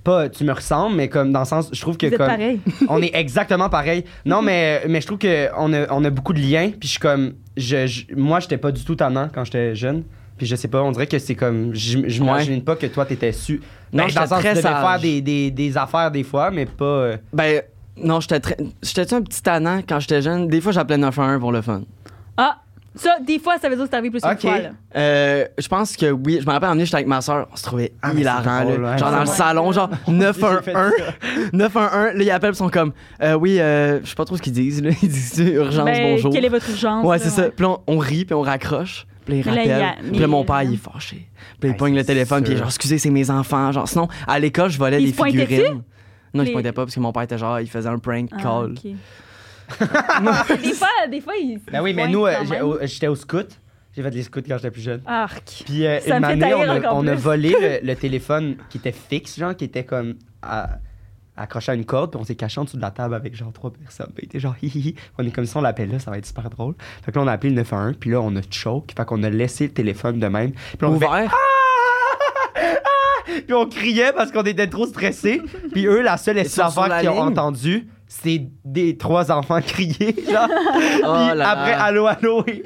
B: Pas tu me ressembles, mais comme dans le sens, je trouve que
A: vous êtes
B: comme.
A: pareil.
B: on est exactement pareil. Non, mais, mais je trouve qu'on a, on a beaucoup de liens. Puis je suis comme. Je, je- moi, j'étais pas du tout tannant quand j'étais jeune. Puis je sais pas, on dirait que c'est comme. Je je m'imagine pas que toi, t'étais su.
C: Non,
B: Ben, dans le
C: j'étais
B: sens, tu
C: très
B: devais
C: sage.
B: faire des, des, des affaires des fois, mais pas. euh,
C: Ben, non, j'étais très... J'étais-tu un petit tannant quand j'étais jeune? Des fois, j'appelais 911 pour le fun.
A: Ah, ça, des fois, ça veut dire que c'est arrivé plus
B: Ok.
A: une fois, là.
C: Euh, je pense que oui. Je me rappelle, en j'étais avec ma soeur, on se trouvait
B: Ah, mais
C: hilarant,
B: c'est drôle,
C: là.
B: ouais.
C: Genre dans le
A: Ouais.
C: salon, genre
B: J'ai
C: 911.
B: fait ça.
C: 911, là, ils appellent, ils sont comme, euh, oui, euh, je sais pas trop ce qu'ils disent, là. Ils disent urgence,
A: Ben,
C: bonjour.
A: Quelle est votre urgence?
C: Ouais,
A: là,
C: c'est ça. Puis là, on, on rit, puis on raccroche. Puis là,
A: Mais
C: il
A: là,
C: rappelle.
A: il y a-
C: Puis là, mon
A: mais-
C: père, il est fâché. Puis là,
B: Ben,
C: il pogne le
B: c'est
C: téléphone, puis il est
B: sûr.
C: genre, excusez, c'est mes enfants. Genre, sinon, à l'école, je volais
A: Puis
C: des
A: il se pointait
C: figurines. Non, je
A: Les-
C: pointais pas parce que mon père était genre, il faisait un prank
A: Ah,
C: call.
A: ok. Ah, des fois, des fois, ils.
B: Ben oui,
A: ils
B: mais
A: pointent
B: nous, euh,
A: quand
B: j'ai-
A: même.
B: au- j'étais au scout. J'ai fait des scouts quand j'étais plus jeune.
A: Arc.
B: Puis euh,
A: Ça
B: une
A: me fait
B: année, on
A: taire
B: a,
A: encore
B: on a
A: plus.
B: volé le, le téléphone qui était fixe, genre, qui était comme à- accroché à une corde, puis on s'est caché en dessous de la table avec genre trois personnes. Puis il était genre, hi, hi, hi. on est comme ça, on l'appelle là, ça va être super drôle. Fait que là, on a appelé le 911, puis là, on a choke, fait qu'on a laissé le téléphone de même. Puis on fait, Ah!
C: Ouvert.
B: puis on criait parce qu'on était trop stressés. Puis eux, la seule
C: Ils sont sur
B: affaire
C: la
B: qu'ils ont
C: ligne.
B: entendu, c'est des trois enfants crier, genre.
C: Oh là
B: puis
C: là.
B: après, allô, allô, et,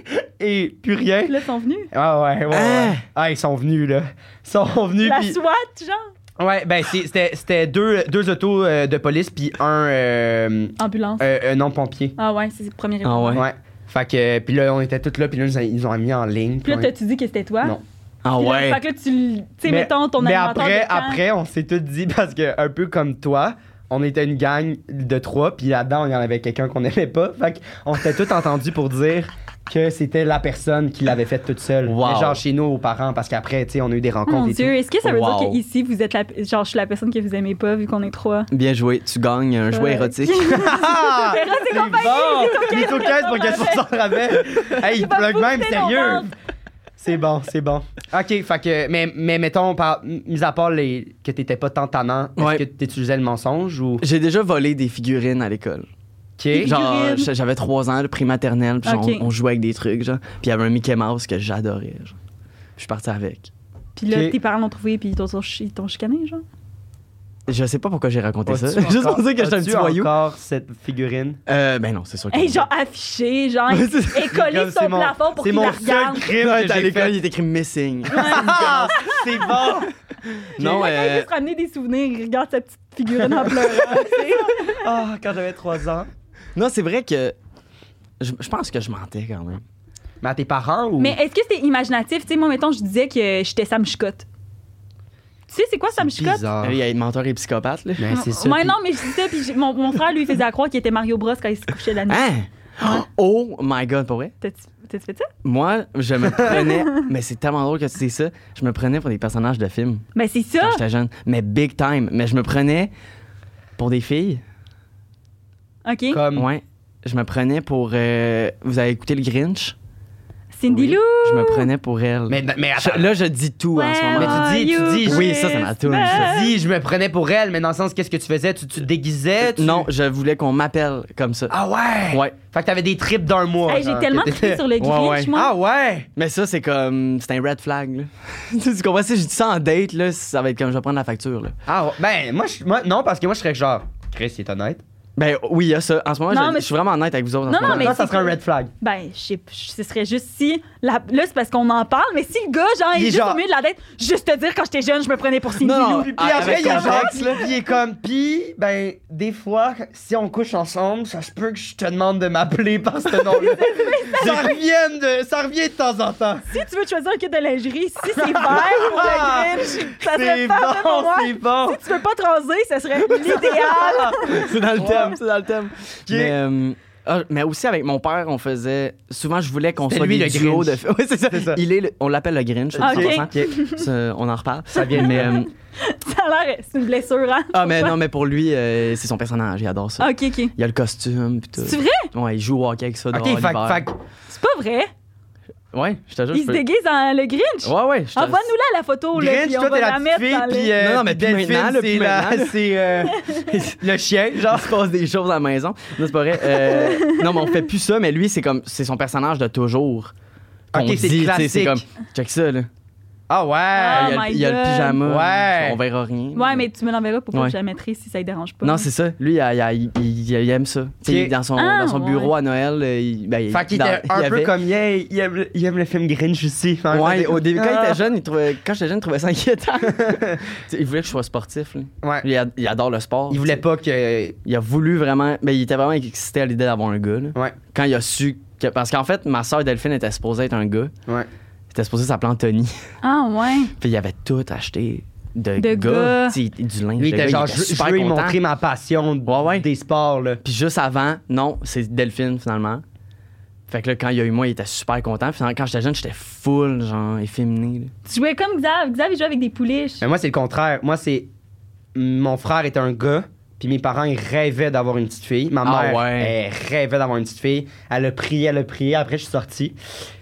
B: et plus rien.
A: Puis là, ils sont venus.
B: Ah ouais, ouais, ouais.
C: Hein?
B: Ah, ils sont venus, là. Ils sont venus,
A: La
B: puis...
A: SWAT, genre.
B: Ouais, ben c'est- c'était c'était deux, deux autos euh, de police puis un euh,
A: Ambulance.
B: euh, euh, non pompier.
A: Ah ouais, c'est le premier
C: Ah
A: épisode.
C: ouais.
B: Ouais. Fait que puis là on était toutes là puis là ils nous ont- ils nous ont mis en ligne.
A: Puis là,
B: on-
A: t'as-tu dit que c'était toi?
B: Non.
C: Ah
A: Puis là,
C: ouais.
A: Fait que là, tu. l- Tu sais,
B: Mais-
A: mettons ton
B: Mais
A: animateur
B: après
A: de camp.
B: après on s'est tout dit parce que un peu comme toi, on était une gang de trois puis là-dedans il y en avait quelqu'un qu'on aimait pas. Fait qu'on s'était tout entendu pour dire que c'était la personne qui l'avait faite toute seule.
C: Wow.
B: Mais genre chez nous aux parents parce qu'après tu sais on a eu des rencontres
A: Mon
B: et
A: Dieu, est-ce que ça veut
C: Wow.
A: dire qu'ici, vous êtes la. Genre, je suis la personne que vous aimez pas, vu qu'on est trois?
C: Bien joué. Tu gagnes un jouet érotique.
B: tout. Ah!
A: Mais Rosie
B: C'est
A: Compagnie,
B: bon!
A: les
B: Lito
A: taux
B: 15 pour
A: 15
B: 15% de rabais. Hey,
A: Il
B: il
A: va
B: plug même,
A: booster nos
B: sérieux.
A: ventes.
B: C'est bon, c'est bon. OK, fait que, mais, mais mettons, par, mis à part les, que t'étais pas tant tannant, est-ce
C: Ouais.
B: que t'utilisais le mensonge ou...
C: J'ai déjà volé des figurines à l'école.
B: OK.
C: Genre,
A: Figurines?
C: j'a- j'avais 3 ans, le pré-maternelle, puis genre,
A: Ok.
C: on, on jouait avec des trucs, genre. Puis il y avait un Mickey Mouse que j'adorais, genre. Puis Je suis parti avec.
A: Puis là,
B: Ok.
A: tes parents l'ont trouvé, puis ils t'ont ils t'ont chicané, genre.
C: Je sais pas pourquoi j'ai raconté ça.
B: As-tu
C: Juste pour
B: encore-
C: dire que j'étais un
B: as-tu
C: petit voyou.
B: encore cette figurine?
C: Euh, ben non, c'est sûr que.
A: Hey, genre affiché, genre écolé
B: Comme
A: sur
B: c'est
A: son
B: mon-
A: plafond pour
B: C'est
A: qu'il
B: mon
A: la
B: seul
A: regarde. Oh
B: crime
C: Non,
B: que
C: à
B: j'ai
C: l'école,
B: fait.
C: il est écrit missing.
B: Ah, c'est bon!
C: non,
A: Il a
C: euh,
A: juste ramené des souvenirs, il regarde sa petite figurine en pleurant. tu sais.
B: Ah, quand j'avais 3 ans.
C: non, c'est vrai que. Je, je pense que je mentais quand même.
B: Mais à tes parents ou...
A: Mais est-ce que c'était imaginatif? Tu sais, moi, mettons, je disais que j'étais Sam Chicotte. Tu sais, c'est quoi Sam Chicotte?
B: Bizarre.
C: Il y a des menteurs et psychopathes, là.
B: Mais c'est ça.
A: Ouais,
B: puis-
A: non, mais je disais, puis j'ai- mon, mon frère, lui, faisait à croire qu'il était Mario Bros quand il se couchait la nuit.
C: Hein? Oh my god, pour vrai?
A: T'as-tu t'as-tu fait ça?
C: Moi, je me prenais. mais c'est tellement drôle que tu dis ça. Je me prenais pour des personnages de films
A: Mais Ben, c'est ça!
C: quand j'étais jeune. Mais big time. Mais je me prenais pour des filles.
A: OK.
B: Comme.
C: Ouais. Je me prenais pour. euh, Vous avez écouté le Grinch?
A: Cindy
C: Oui.
A: Lou!
C: Je me prenais pour elle.
B: Mais, mais
C: Je-
B: attends.
C: là, je dis tout en ce moment.
B: Mais tu dis- tu dis-
C: Oui, ça, ça m'a tourné,
B: Je dis, je me prenais pour elle, mais dans le sens, qu'est-ce que tu faisais? Tu, tu te déguisais? tu-
C: Euh, Non, je voulais qu'on m'appelle comme ça.
B: Ah ouais?
C: Ouais.
B: Fait que t'avais des tripes d'un mois.
A: Hey, J'ai
B: genre,
A: tellement
B: que
A: trippé
B: t'étais-
A: sur le Grinch,
C: ouais.
A: moi.
B: Ah ouais?
C: Mais ça, c'est comme. C'est un red flag, là. tu comprends? Si je dis ça en date, là, ça va être comme je vais prendre la facture, là.
B: Ah ouais. Ben, moi, je- moi, non, parce que moi, je serais genre, Chris, il est honnête.
C: Ben oui, il y a ça. En ce moment,
A: Non,
C: je,
A: mais
C: je suis vraiment honnête avec vous autres. en ce
A: Non,
C: moment.
A: mais
B: Toi, ça
A: c'est
B: serait un
A: que-
B: red flag.
A: Ben, je sais p- ce serait juste si. la- Là, c'est parce qu'on en parle, mais si le gars, genre, il
B: Il
A: est
B: est
A: juste
B: genre-
A: au milieu de la dette, juste te dire quand j'étais jeune, je me prenais pour Cindy
C: Non, non,
A: Lou.
B: Puis, puis
C: Ah,
B: après,
C: avec
B: il y a
C: contact.
B: Jax, là, puis il est comme, pis, ben, des fois, si on couche ensemble, ça se peut que je te demande de m'appeler par ce nom-là. ça, revient de, ça revient de temps en temps.
A: Si tu veux choisir un kit de lingerie, si c'est vert ou le Grinch, ça
B: Ah,
A: serait
B: C'est
A: parfait pour
B: bon,
A: moi.
B: c'est bon.
A: Si tu veux pas transer, ça serait l'idéal.
C: c'est dans le
B: Ouais.
C: thème, c'est dans le thème. Mais, euh, ah, mais aussi avec mon père, on faisait. Souvent, je voulais qu'on
B: C'était
C: soit
B: lui,
C: des
B: le
C: duos
B: Grinch.
C: de. Oui, c'est ça.
B: C'est ça.
C: Il est le- On l'appelle le Grinch.
A: Ah, ok.
C: 100%.
B: Ok.
C: Ça, on en reparle.
B: Ça vient de
C: Mais, euh,
A: ça a l'air. C'est une blessure, hein?
C: ah, mais non, mais pour lui, euh, c'est son personnage. Il adore ça.
A: Ok, ok.
C: Il a le costume. Pis tout.
A: C'est vrai?
C: Ouais, il joue au hockey avec ça.
B: Ok,
C: dehors
B: fait,
C: l'hiver.
B: fait,
A: C'est pas vrai.
C: Ouais, je te jure.
A: Il
C: je
A: se
C: peux-
A: déguise en le Grinch.
C: Ouais, ouais. je te-
A: Envoie-nous là la photo, là,
B: Grinch,
A: puis on
B: toi,
A: va
B: t'es
A: la
B: la
A: mettre
B: petite fille,
A: dans le-
B: puis euh,
C: Non, non, mais
B: puis
C: plus maintenant, là,
B: Delphine,
C: plus
B: c'est la-
C: maintenant, là.
B: c'est euh, le chien, genre.
C: Genre, il se passe des choses à la maison. Non, c'est pas vrai. Euh, non, mais on fait plus ça, mais lui, c'est comme. C'est son personnage de toujours. qu'on
B: Ok, c'est
C: dit, tu sais,
B: classique.
C: C'est comme. Check ça, là.
B: Ah ouais.
A: Ah,
C: il y a,
A: my
C: il y a le
A: God.
C: pyjama.
B: Ouais.
C: On verra rien.
A: Ouais, mais tu me l'enverras pour que
C: Ouais.
A: je la mettrai si ça ne dérange pas.
C: Non, c'est ça. Lui, il, a- il a- il- il- il aime ça. Tu sais,
B: Ok.
C: Dans son,
A: Ah,
C: dans son bureau
A: ouais.
C: à Noël, euh, il, ben, il-
B: Fait qu'il
C: dans-
B: était un
C: il
B: peu
C: avait-
B: comme, yeah, il aime, le- il aime le film Grinch aussi. Fait que
C: Ouais,
B: c'était-
C: au début, quand il
B: Ah.
C: était jeune, il trouvait, quand j'étais jeune, il trouvait ça inquiétant. Tu sais, il voulait que je sois sportif. là.
B: Ouais.
C: Il, ad- il adore le sport.
B: Il voulait
C: tu
B: pas que.
C: sais. Il a voulu vraiment. Mais il était vraiment excité à l'idée d'avoir un gars. là.
B: Ouais.
C: Quand il a su. que- parce qu'en fait, ma soeur Delphine était supposée être un gars.
B: Ouais.
C: Il était supposé s'appeler Anthony.
A: Ah, ouais.
C: Puis il avait tout acheté de,
A: De gars.
C: Tu sais, Du linge.
B: Lui, il
C: de
B: était genre,
C: gars, il
B: je
C: était
B: je
C: super
B: veux lui
C: content.
B: montrer ma passion
C: Ouais, ouais.
B: des sports, là.
C: Puis juste avant, non, c'est Delphine finalement. Fait que là, quand il y a eu moi, il était super content. Finalement, quand j'étais jeune, j'étais full, genre, efféminé. là.
A: Tu jouais comme Xav. Xav, il jouait avec des pouliches.
B: Mais moi, c'est le contraire. Moi, c'est. Mon frère était un gars, puis mes parents, ils rêvaient d'avoir une petite fille. Ma
C: Ah
B: mère,
C: ouais.
B: elle rêvait d'avoir une petite fille. Elle a prié, elle a prié. Après, je suis sorti.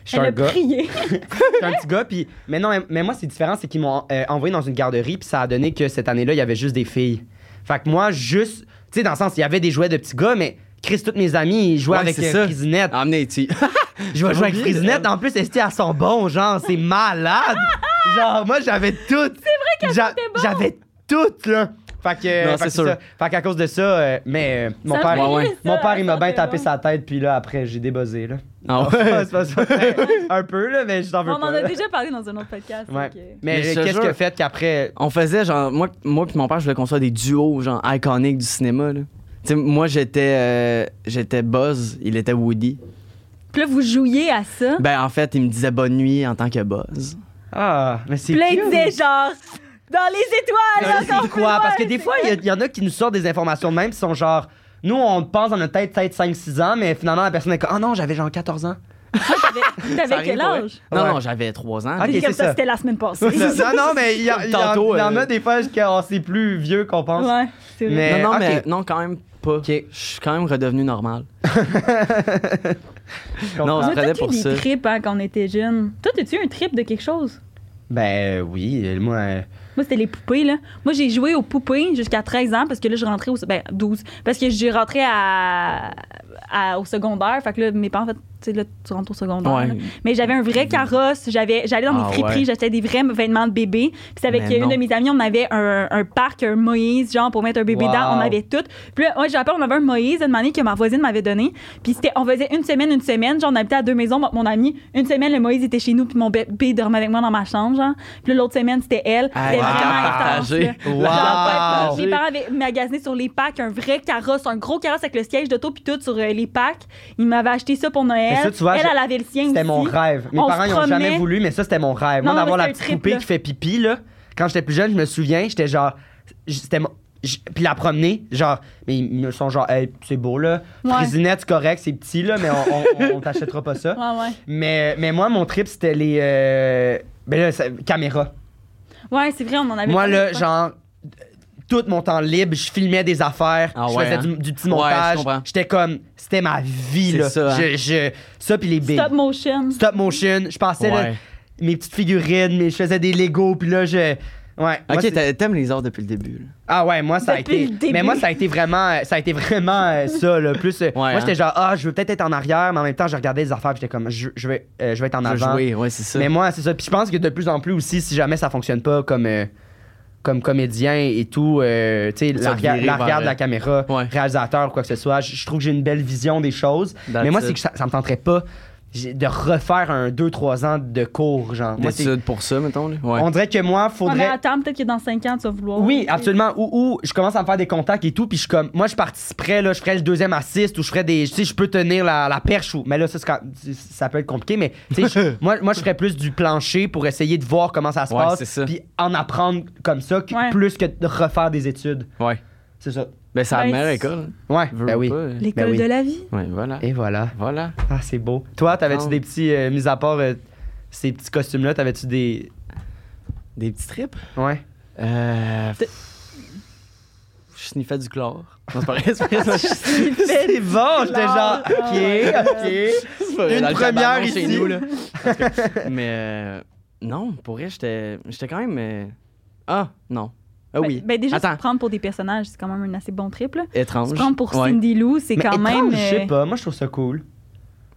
B: Je suis
A: Elle
B: un
A: a
B: gars.
A: prié.
B: Je suis un petit gars, puis. Mais non, mais, mais moi, c'est différent. C'est qu'ils m'ont euh, envoyé dans une garderie, puis ça a donné que cette année-là, il y avait juste des filles. Fait que moi, juste. Tu sais, dans le sens, il y avait des jouets de petits gars, mais. Chris, tous mes amis, ils jouaient
C: Ouais,
B: avec
C: c'est
B: euh,
C: ça.
B: Frisinette.
C: Emmené, Ah, tu
B: Je vais jouer avec
C: Oublié, euh.
B: Frisinette.
C: elle.
B: En plus, est à son bon, genre, c'est malade. genre, moi, j'avais tout. C'est vrai
A: était bon.
B: J'avais tout, là. Fait que,
C: Non,
B: fait
C: c'est
B: que
C: sûr.
B: ça. Fait qu'à cause de ça, euh, mais euh, mon
A: Ça
B: père,
A: brille,
C: ouais.
A: ça,
B: mon père, il m'a
A: ça
B: bien
A: fait
B: tapé
A: bon.
B: sa tête, puis là, après, j'ai débuzzé, là.
C: Ah ouais?
B: C'est pas ça. un peu, là, mais je t'en veux
A: On
B: pas.
A: en a
B: là.
A: déjà parlé dans un autre podcast.
B: Ouais.
A: donc, euh,
B: Mais,
C: Mais je te
B: qu'est-ce que
C: jure.
B: fait qu'après.
C: On faisait, genre, moi, moi puis mon père, je voulais qu'on soit des duos, genre, iconiques du cinéma, là. Tu sais, moi, j'étais euh, j'étais Buzz, il était Woody.
A: Puis là, vous jouiez à ça.
C: Ben, en fait, il me disait bonne nuit en tant que Buzz.
B: Ah, mais c'est.
A: Puis là, il
B: cute.
A: disait genre dans les
B: Mais
A: étoiles. encore
B: C'est
A: plus
B: quoi? Parce que
A: loin,
B: des
A: c'est
B: fois, il y a- il y, en a qui nous sortent des informations de même, qui sont genre. Nous, on pense dans notre tête, peut-être 5-6 ans, mais finalement, la personne est comme. Ah non, j'avais genre 14 ans.
A: T'avais-
C: Ça
A: T'avais
C: arrive,
A: quel
C: pour vrai.
A: âge?
C: Non,
B: Ouais.
C: non, j'avais 3 ans.
B: Ok,
A: T'es comme
B: c'est ça.
A: ça, c'était la semaine passée.
B: non, non, mais il y, a- il y a-
C: Tantôt,
B: il y en a
C: euh,
B: des fois qu'on sait Ah, plus vieux qu'on pense.
A: Ouais, c'est vrai.
B: Mais-
C: non, non,
B: ok.
C: mais non, quand même pas.
B: Ok.
C: Je suis quand même redevenu normal.
B: Qu'on
C: Non,
B: pense.
A: on a
C: on prenait
A: tous eu
C: pour
A: des
C: ça.
A: trips hein, quand on était jeunes. Toi, t'as-tu eu un trip de quelque chose?
B: Ben euh, oui, euh, moi. euh,
A: Moi, c'était les poupées, là. Moi, j'ai joué aux poupées jusqu'à 13 ans parce que là, je rentrais au. Ben, 12. Parce que j'ai rentré à, à- au secondaire. Fait que là, mes parents, en fait, tu sais, là, tu rentres au secondaire.
C: Ouais.
A: là. Mais j'avais un vrai carrosse. J'avais, j'allais dans
C: Mm. Ah,
A: mes friperies,
C: ouais.
A: j'achetais des vrais vêtements de bébé. Puis c'est avec
C: Mais
A: une
C: non.
A: de mes amies, on avait un, un parc, un Moïse, genre, pour mettre un bébé
B: Wow.
A: dedans. On avait tout. Puis là, ouais, je me rappelle, on avait un Moïse, une année que ma voisine m'avait donné. Puis c'était, on faisait une semaine, une semaine. Genre, on habitait à deux maisons, mon, mon ami. Une semaine, le Moïse était chez nous, puis mon bébé dormait avec moi dans ma chambre, genre. Puis là, l'autre semaine, c'était elle.
C: Ah,
A: C'était
C: wow.
A: vraiment intense,
C: Partagé.
A: là.
B: Wow.
A: Genre, ouais,
C: Partagé.
A: Mes parents avaient magasiné sur les packs un vrai carrosse, un gros carrosse avec le siège d'auto puis tout sur euh, les packs. Ils m'avaient acheté ça pour Noël.
B: Mais ça, tu vois,
A: elle,
B: je-
A: elle avait le sien
B: C'était
A: aussi.
B: mon rêve. Mes
A: On
B: parents,
A: se
B: ils ont
A: promenait.
B: jamais voulu, mais ça, c'était mon rêve. Moi,
A: Non, non,
B: d'avoir
A: mais
B: la
A: c'était un
B: petite
A: trip,
B: poupée
A: là.
B: qui fait pipi, là. Quand j'étais plus jeune, je me souviens, j'étais genre. j- C'était mon- j- puis la promener, genre, mais ils sont genre, hey, c'est beau là.
A: Ouais.
B: Frisinette, c'est correct, c'est petit là, mais on, on- on t'achètera pas ça.
A: Ouais, ouais.
B: Mais, mais moi, mon trip, c'était les. euh, ben là, ça- caméra.
A: Ouais, c'est vrai, on en avait
B: Moi,
A: parlé
B: là,
A: une fois.
B: genre, tout mon temps libre, je filmais des affaires,
C: Ah
B: je
C: ouais,
B: faisais
C: hein?
B: du, du petit
C: Ouais, je
B: montage.
C: comprends.
B: J'étais comme, c'était ma vie,
C: C'est
B: là.
C: ça, hein?
B: Je, je- ça, puis les bigs.
A: Stop
B: Stop,
A: motion.
B: motion. Je passais, là,
C: Ouais.
B: mes petites figurines, mais je faisais des Lego, puis là, je. Ouais. moi,
C: Ok,
B: c'est-
C: t'a- t'aimes les arts depuis le début. là.
B: ah ouais, moi ça a
A: Depuis
B: été
A: le début.
B: mais moi ça a été vraiment euh, ça a été vraiment euh, ça là, plus euh, moi
C: hein.
B: j'étais genre ah, je veux peut-être être en arrière, mais en même temps, je regardais les affaires, puis j'étais comme je, je vais euh, je vais être en
C: Tu veux
B: avant.
C: jouer, ouais, c'est ça.
B: Mais moi, c'est ça. Puis je pense que de plus en plus aussi, si jamais ça fonctionne pas comme, euh, comme comédien et tout, euh, tu sais,
C: Ça
B: l'arrière
C: virer
B: l'arrière
C: vers-
B: de la caméra,
C: Ouais.
B: réalisateur ou quoi que ce soit, je je trouve que j'ai une belle vision des choses.
C: That's
B: mais moi,
C: it.
B: c'est que ça, ça me tenterait pas j'ai- de refaire un 2-3 ans de cours, genre. Moi, c'est-
C: D'études pour ça, mettons. Là. Ouais.
B: on dirait que moi,
A: Ouais, mais
B: faudrait.
A: attends, peut-être que dans 5 ans, tu vas vouloir.
B: Oui, absolument. Ou, ou je commence à me faire des contacts et tout, puis je suis comme, moi je participerais là, je ferais le deuxième assist ou je ferais des, tu sais, je peux tenir la, la perche ou, mais là ça c'est quand- ça peut être compliqué, mais tu sais, je- moi moi je ferais plus du plancher pour essayer de voir comment ça se
C: Ouais, c'est
B: passe,
C: ça.
B: puis en apprendre comme ça que-
A: Ouais.
B: plus que de refaire des études.
C: Ouais.
B: C'est ça.
C: Ben, c'est la
A: Ben,
C: meilleure
A: c'est-
C: école.
B: Ouais.
C: hein. Veux
B: Ben oui.
C: pas, euh.
A: L'école
B: Ben oui.
A: de la vie.
C: Ouais, voilà.
B: Et voilà.
C: Voilà.
B: Ah c'est beau. Toi, t'avais-tu
C: Oh.
B: des petits, euh, mis à part euh, ces petits costumes là, t'avais-tu des,
C: Des petits trips.
B: ouais.
C: Euh.
A: T'es-
C: Je sniffais du chlore. Non, c'est pas vrai, c'est pas vrai.
B: C'est bon, j'étais genre,
A: Ah ouais.
B: ok, ok.
C: C'est pas vrai,
B: Une
C: dans le
B: première
C: cabanon
B: ici.
C: chez nous, là. En tout cas, Mais euh, non, pour vrai, j'étais j'étais quand même. euh, Ah, non. Ah oui.
A: Ben, ben déjà, se
C: Attends,
A: prendre pour des personnages, c'est quand même un assez bon triple.
C: étrange.
A: Se prendre pour
C: Ouais.
A: Cindy Lou, c'est
B: Mais
A: quand
B: étrange,
A: même.
B: je sais
A: euh,
B: pas, moi je trouve ça cool.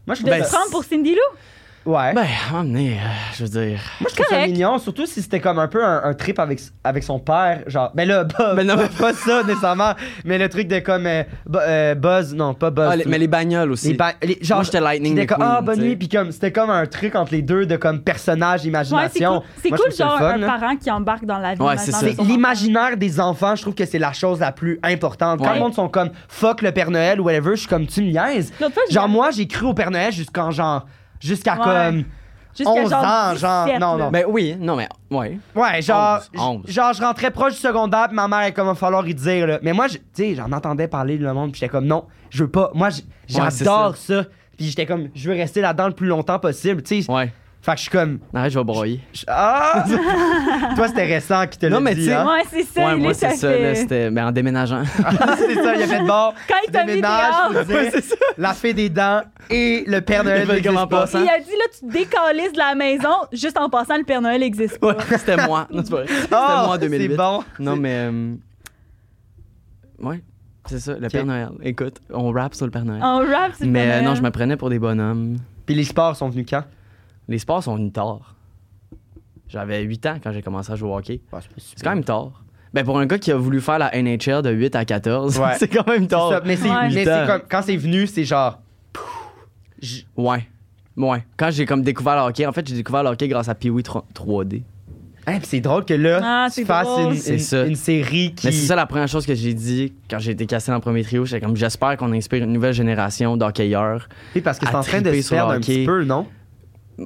B: Moi je
A: De
B: trouve
C: Ben,
A: se
B: ça-
A: prendre pour Cindy Lou?
B: Ouais.
C: Ben, à un moment donné, euh, je veux dire.
B: Moi, je trouve ça
A: Correct.
B: mignon, surtout si c'était comme un peu un, un trip avec, avec son père. Genre, ben là, pas,
C: Ben non,
B: pas,
C: mais-
B: pas ça nécessairement, mais le truc de comme euh, bu- euh, Buzz, non, pas Buzz.
C: Ah, les-
B: tout.
C: mais les bagnoles aussi.
B: Les ba- les- genre,
C: Moi, j'étais Lightning
B: c'était comme,
C: McQueen,
B: ah, bonne
C: tu sais.
B: nuit, puis comme, c'était comme un truc entre les deux de comme personnage,
A: Ouais, c'est cool.
B: imagination.
A: C'est
B: Moi,
A: cool,
B: je trouve ça
A: genre,
B: le fun,
A: un
B: là.
A: parent qui embarque dans la vie.
C: Ouais, c'est
A: maintenant
C: ça.
A: de
B: C'est
A: son enfant.
B: l'imaginaire des enfants, je trouve que c'est la chose la plus importante. Quand
C: Ouais.
B: le monde sont comme fuck le Père Noël ou whatever, je suis comme tu me niaises.
A: L'autre fois, j'ai-
B: Genre, moi, j'ai cru au Père Noël jusqu'en genre, jusqu'à
A: Ouais.
B: comme.
A: jusqu'à
B: 11 ans, genre,
A: 17,
B: non,
A: là.
B: non.
C: Ben oui, non, mais. Ouais.
B: Ouais, genre,
C: Onze, onze.
B: j- genre je rentrais proche du secondaire, puis ma mère elle comme va falloir y dire là. Mais moi, je- tu sais, j'en entendais parler le monde, puis j'étais comme non, je veux pas. Moi, j-
C: Ouais, c'est
B: j'adore ça. Puis j'étais comme je veux rester là-dedans le plus longtemps possible, tu sais.
C: Ouais.
B: Fait que je suis comme
C: Arrête, je vais broyer.
B: je- ah Toi, c'était récent qui te l'a
C: Non, mais tu
B: dit.
C: sais,
B: hein?
A: Ouais, c'est ça.
C: ouais,
A: il
C: moi,
A: est
C: c'est ça,
A: fait-
C: là, C'était. Ben, en déménageant.
B: c'est ça, il a fait de bord.
A: Quand il t'a mis
B: déménage,
A: dehors.
B: faut le dire,
C: Ouais, c'est ça.
B: la fée des dents et le père Noël
C: Il fait
B: n'existe
C: comme en
B: pas.
C: passant.
A: Il a dit, là, tu te décalises de la maison, juste en passant, le Père Noël existe pas.
C: Ouais, c'était moi. Non, c'est pas vrai. C'était
B: Ah,
C: moi en 2008.
B: C'est bon.
C: Non, mais. euh, Ouais, c'est ça, le Père Noël. Écoute, on rappe sur le Père Noël.
A: En rap, c'est le hein?
C: mais
A: Père
C: euh, non,
A: Noël.
C: je me prenais pour des bonhommes.
B: Puis les sports sont venus quand
C: Les sports sont venus tard. J'avais 8 ans quand j'ai commencé à jouer au hockey. C'est quand même tard. Ben, pour un gars qui a voulu faire la NHL de 8 à 14,
B: Ouais.
C: c'est quand même
B: C'est
C: tard.
B: ça, mais c'est
A: Ouais.
B: mais
C: Huit ans.
B: c'est comme quand c'est venu, c'est genre pouf, j-
C: Ouais. Ouais. Quand j'ai comme découvert le hockey, en fait, j'ai découvert le hockey grâce à Pee-Wee 3- 3D.
B: Hey, Hein, puis c'est drôle que là,
A: Ah,
B: tu
A: c'est
B: fasses
A: drôle.
B: une,
C: C'est
B: une-
C: ça.
B: une série qui.
C: Mais c'est ça la première chose que j'ai dit quand j'ai été cassé dans le premier trio. J'étais comme, j'espère qu'on inspire une nouvelle génération d'hockeyeurs.
B: Oui, parce que c'est
C: à
B: en train de
C: triper
B: se
C: sur le
B: perdre un
C: hockey.
B: petit peu, non?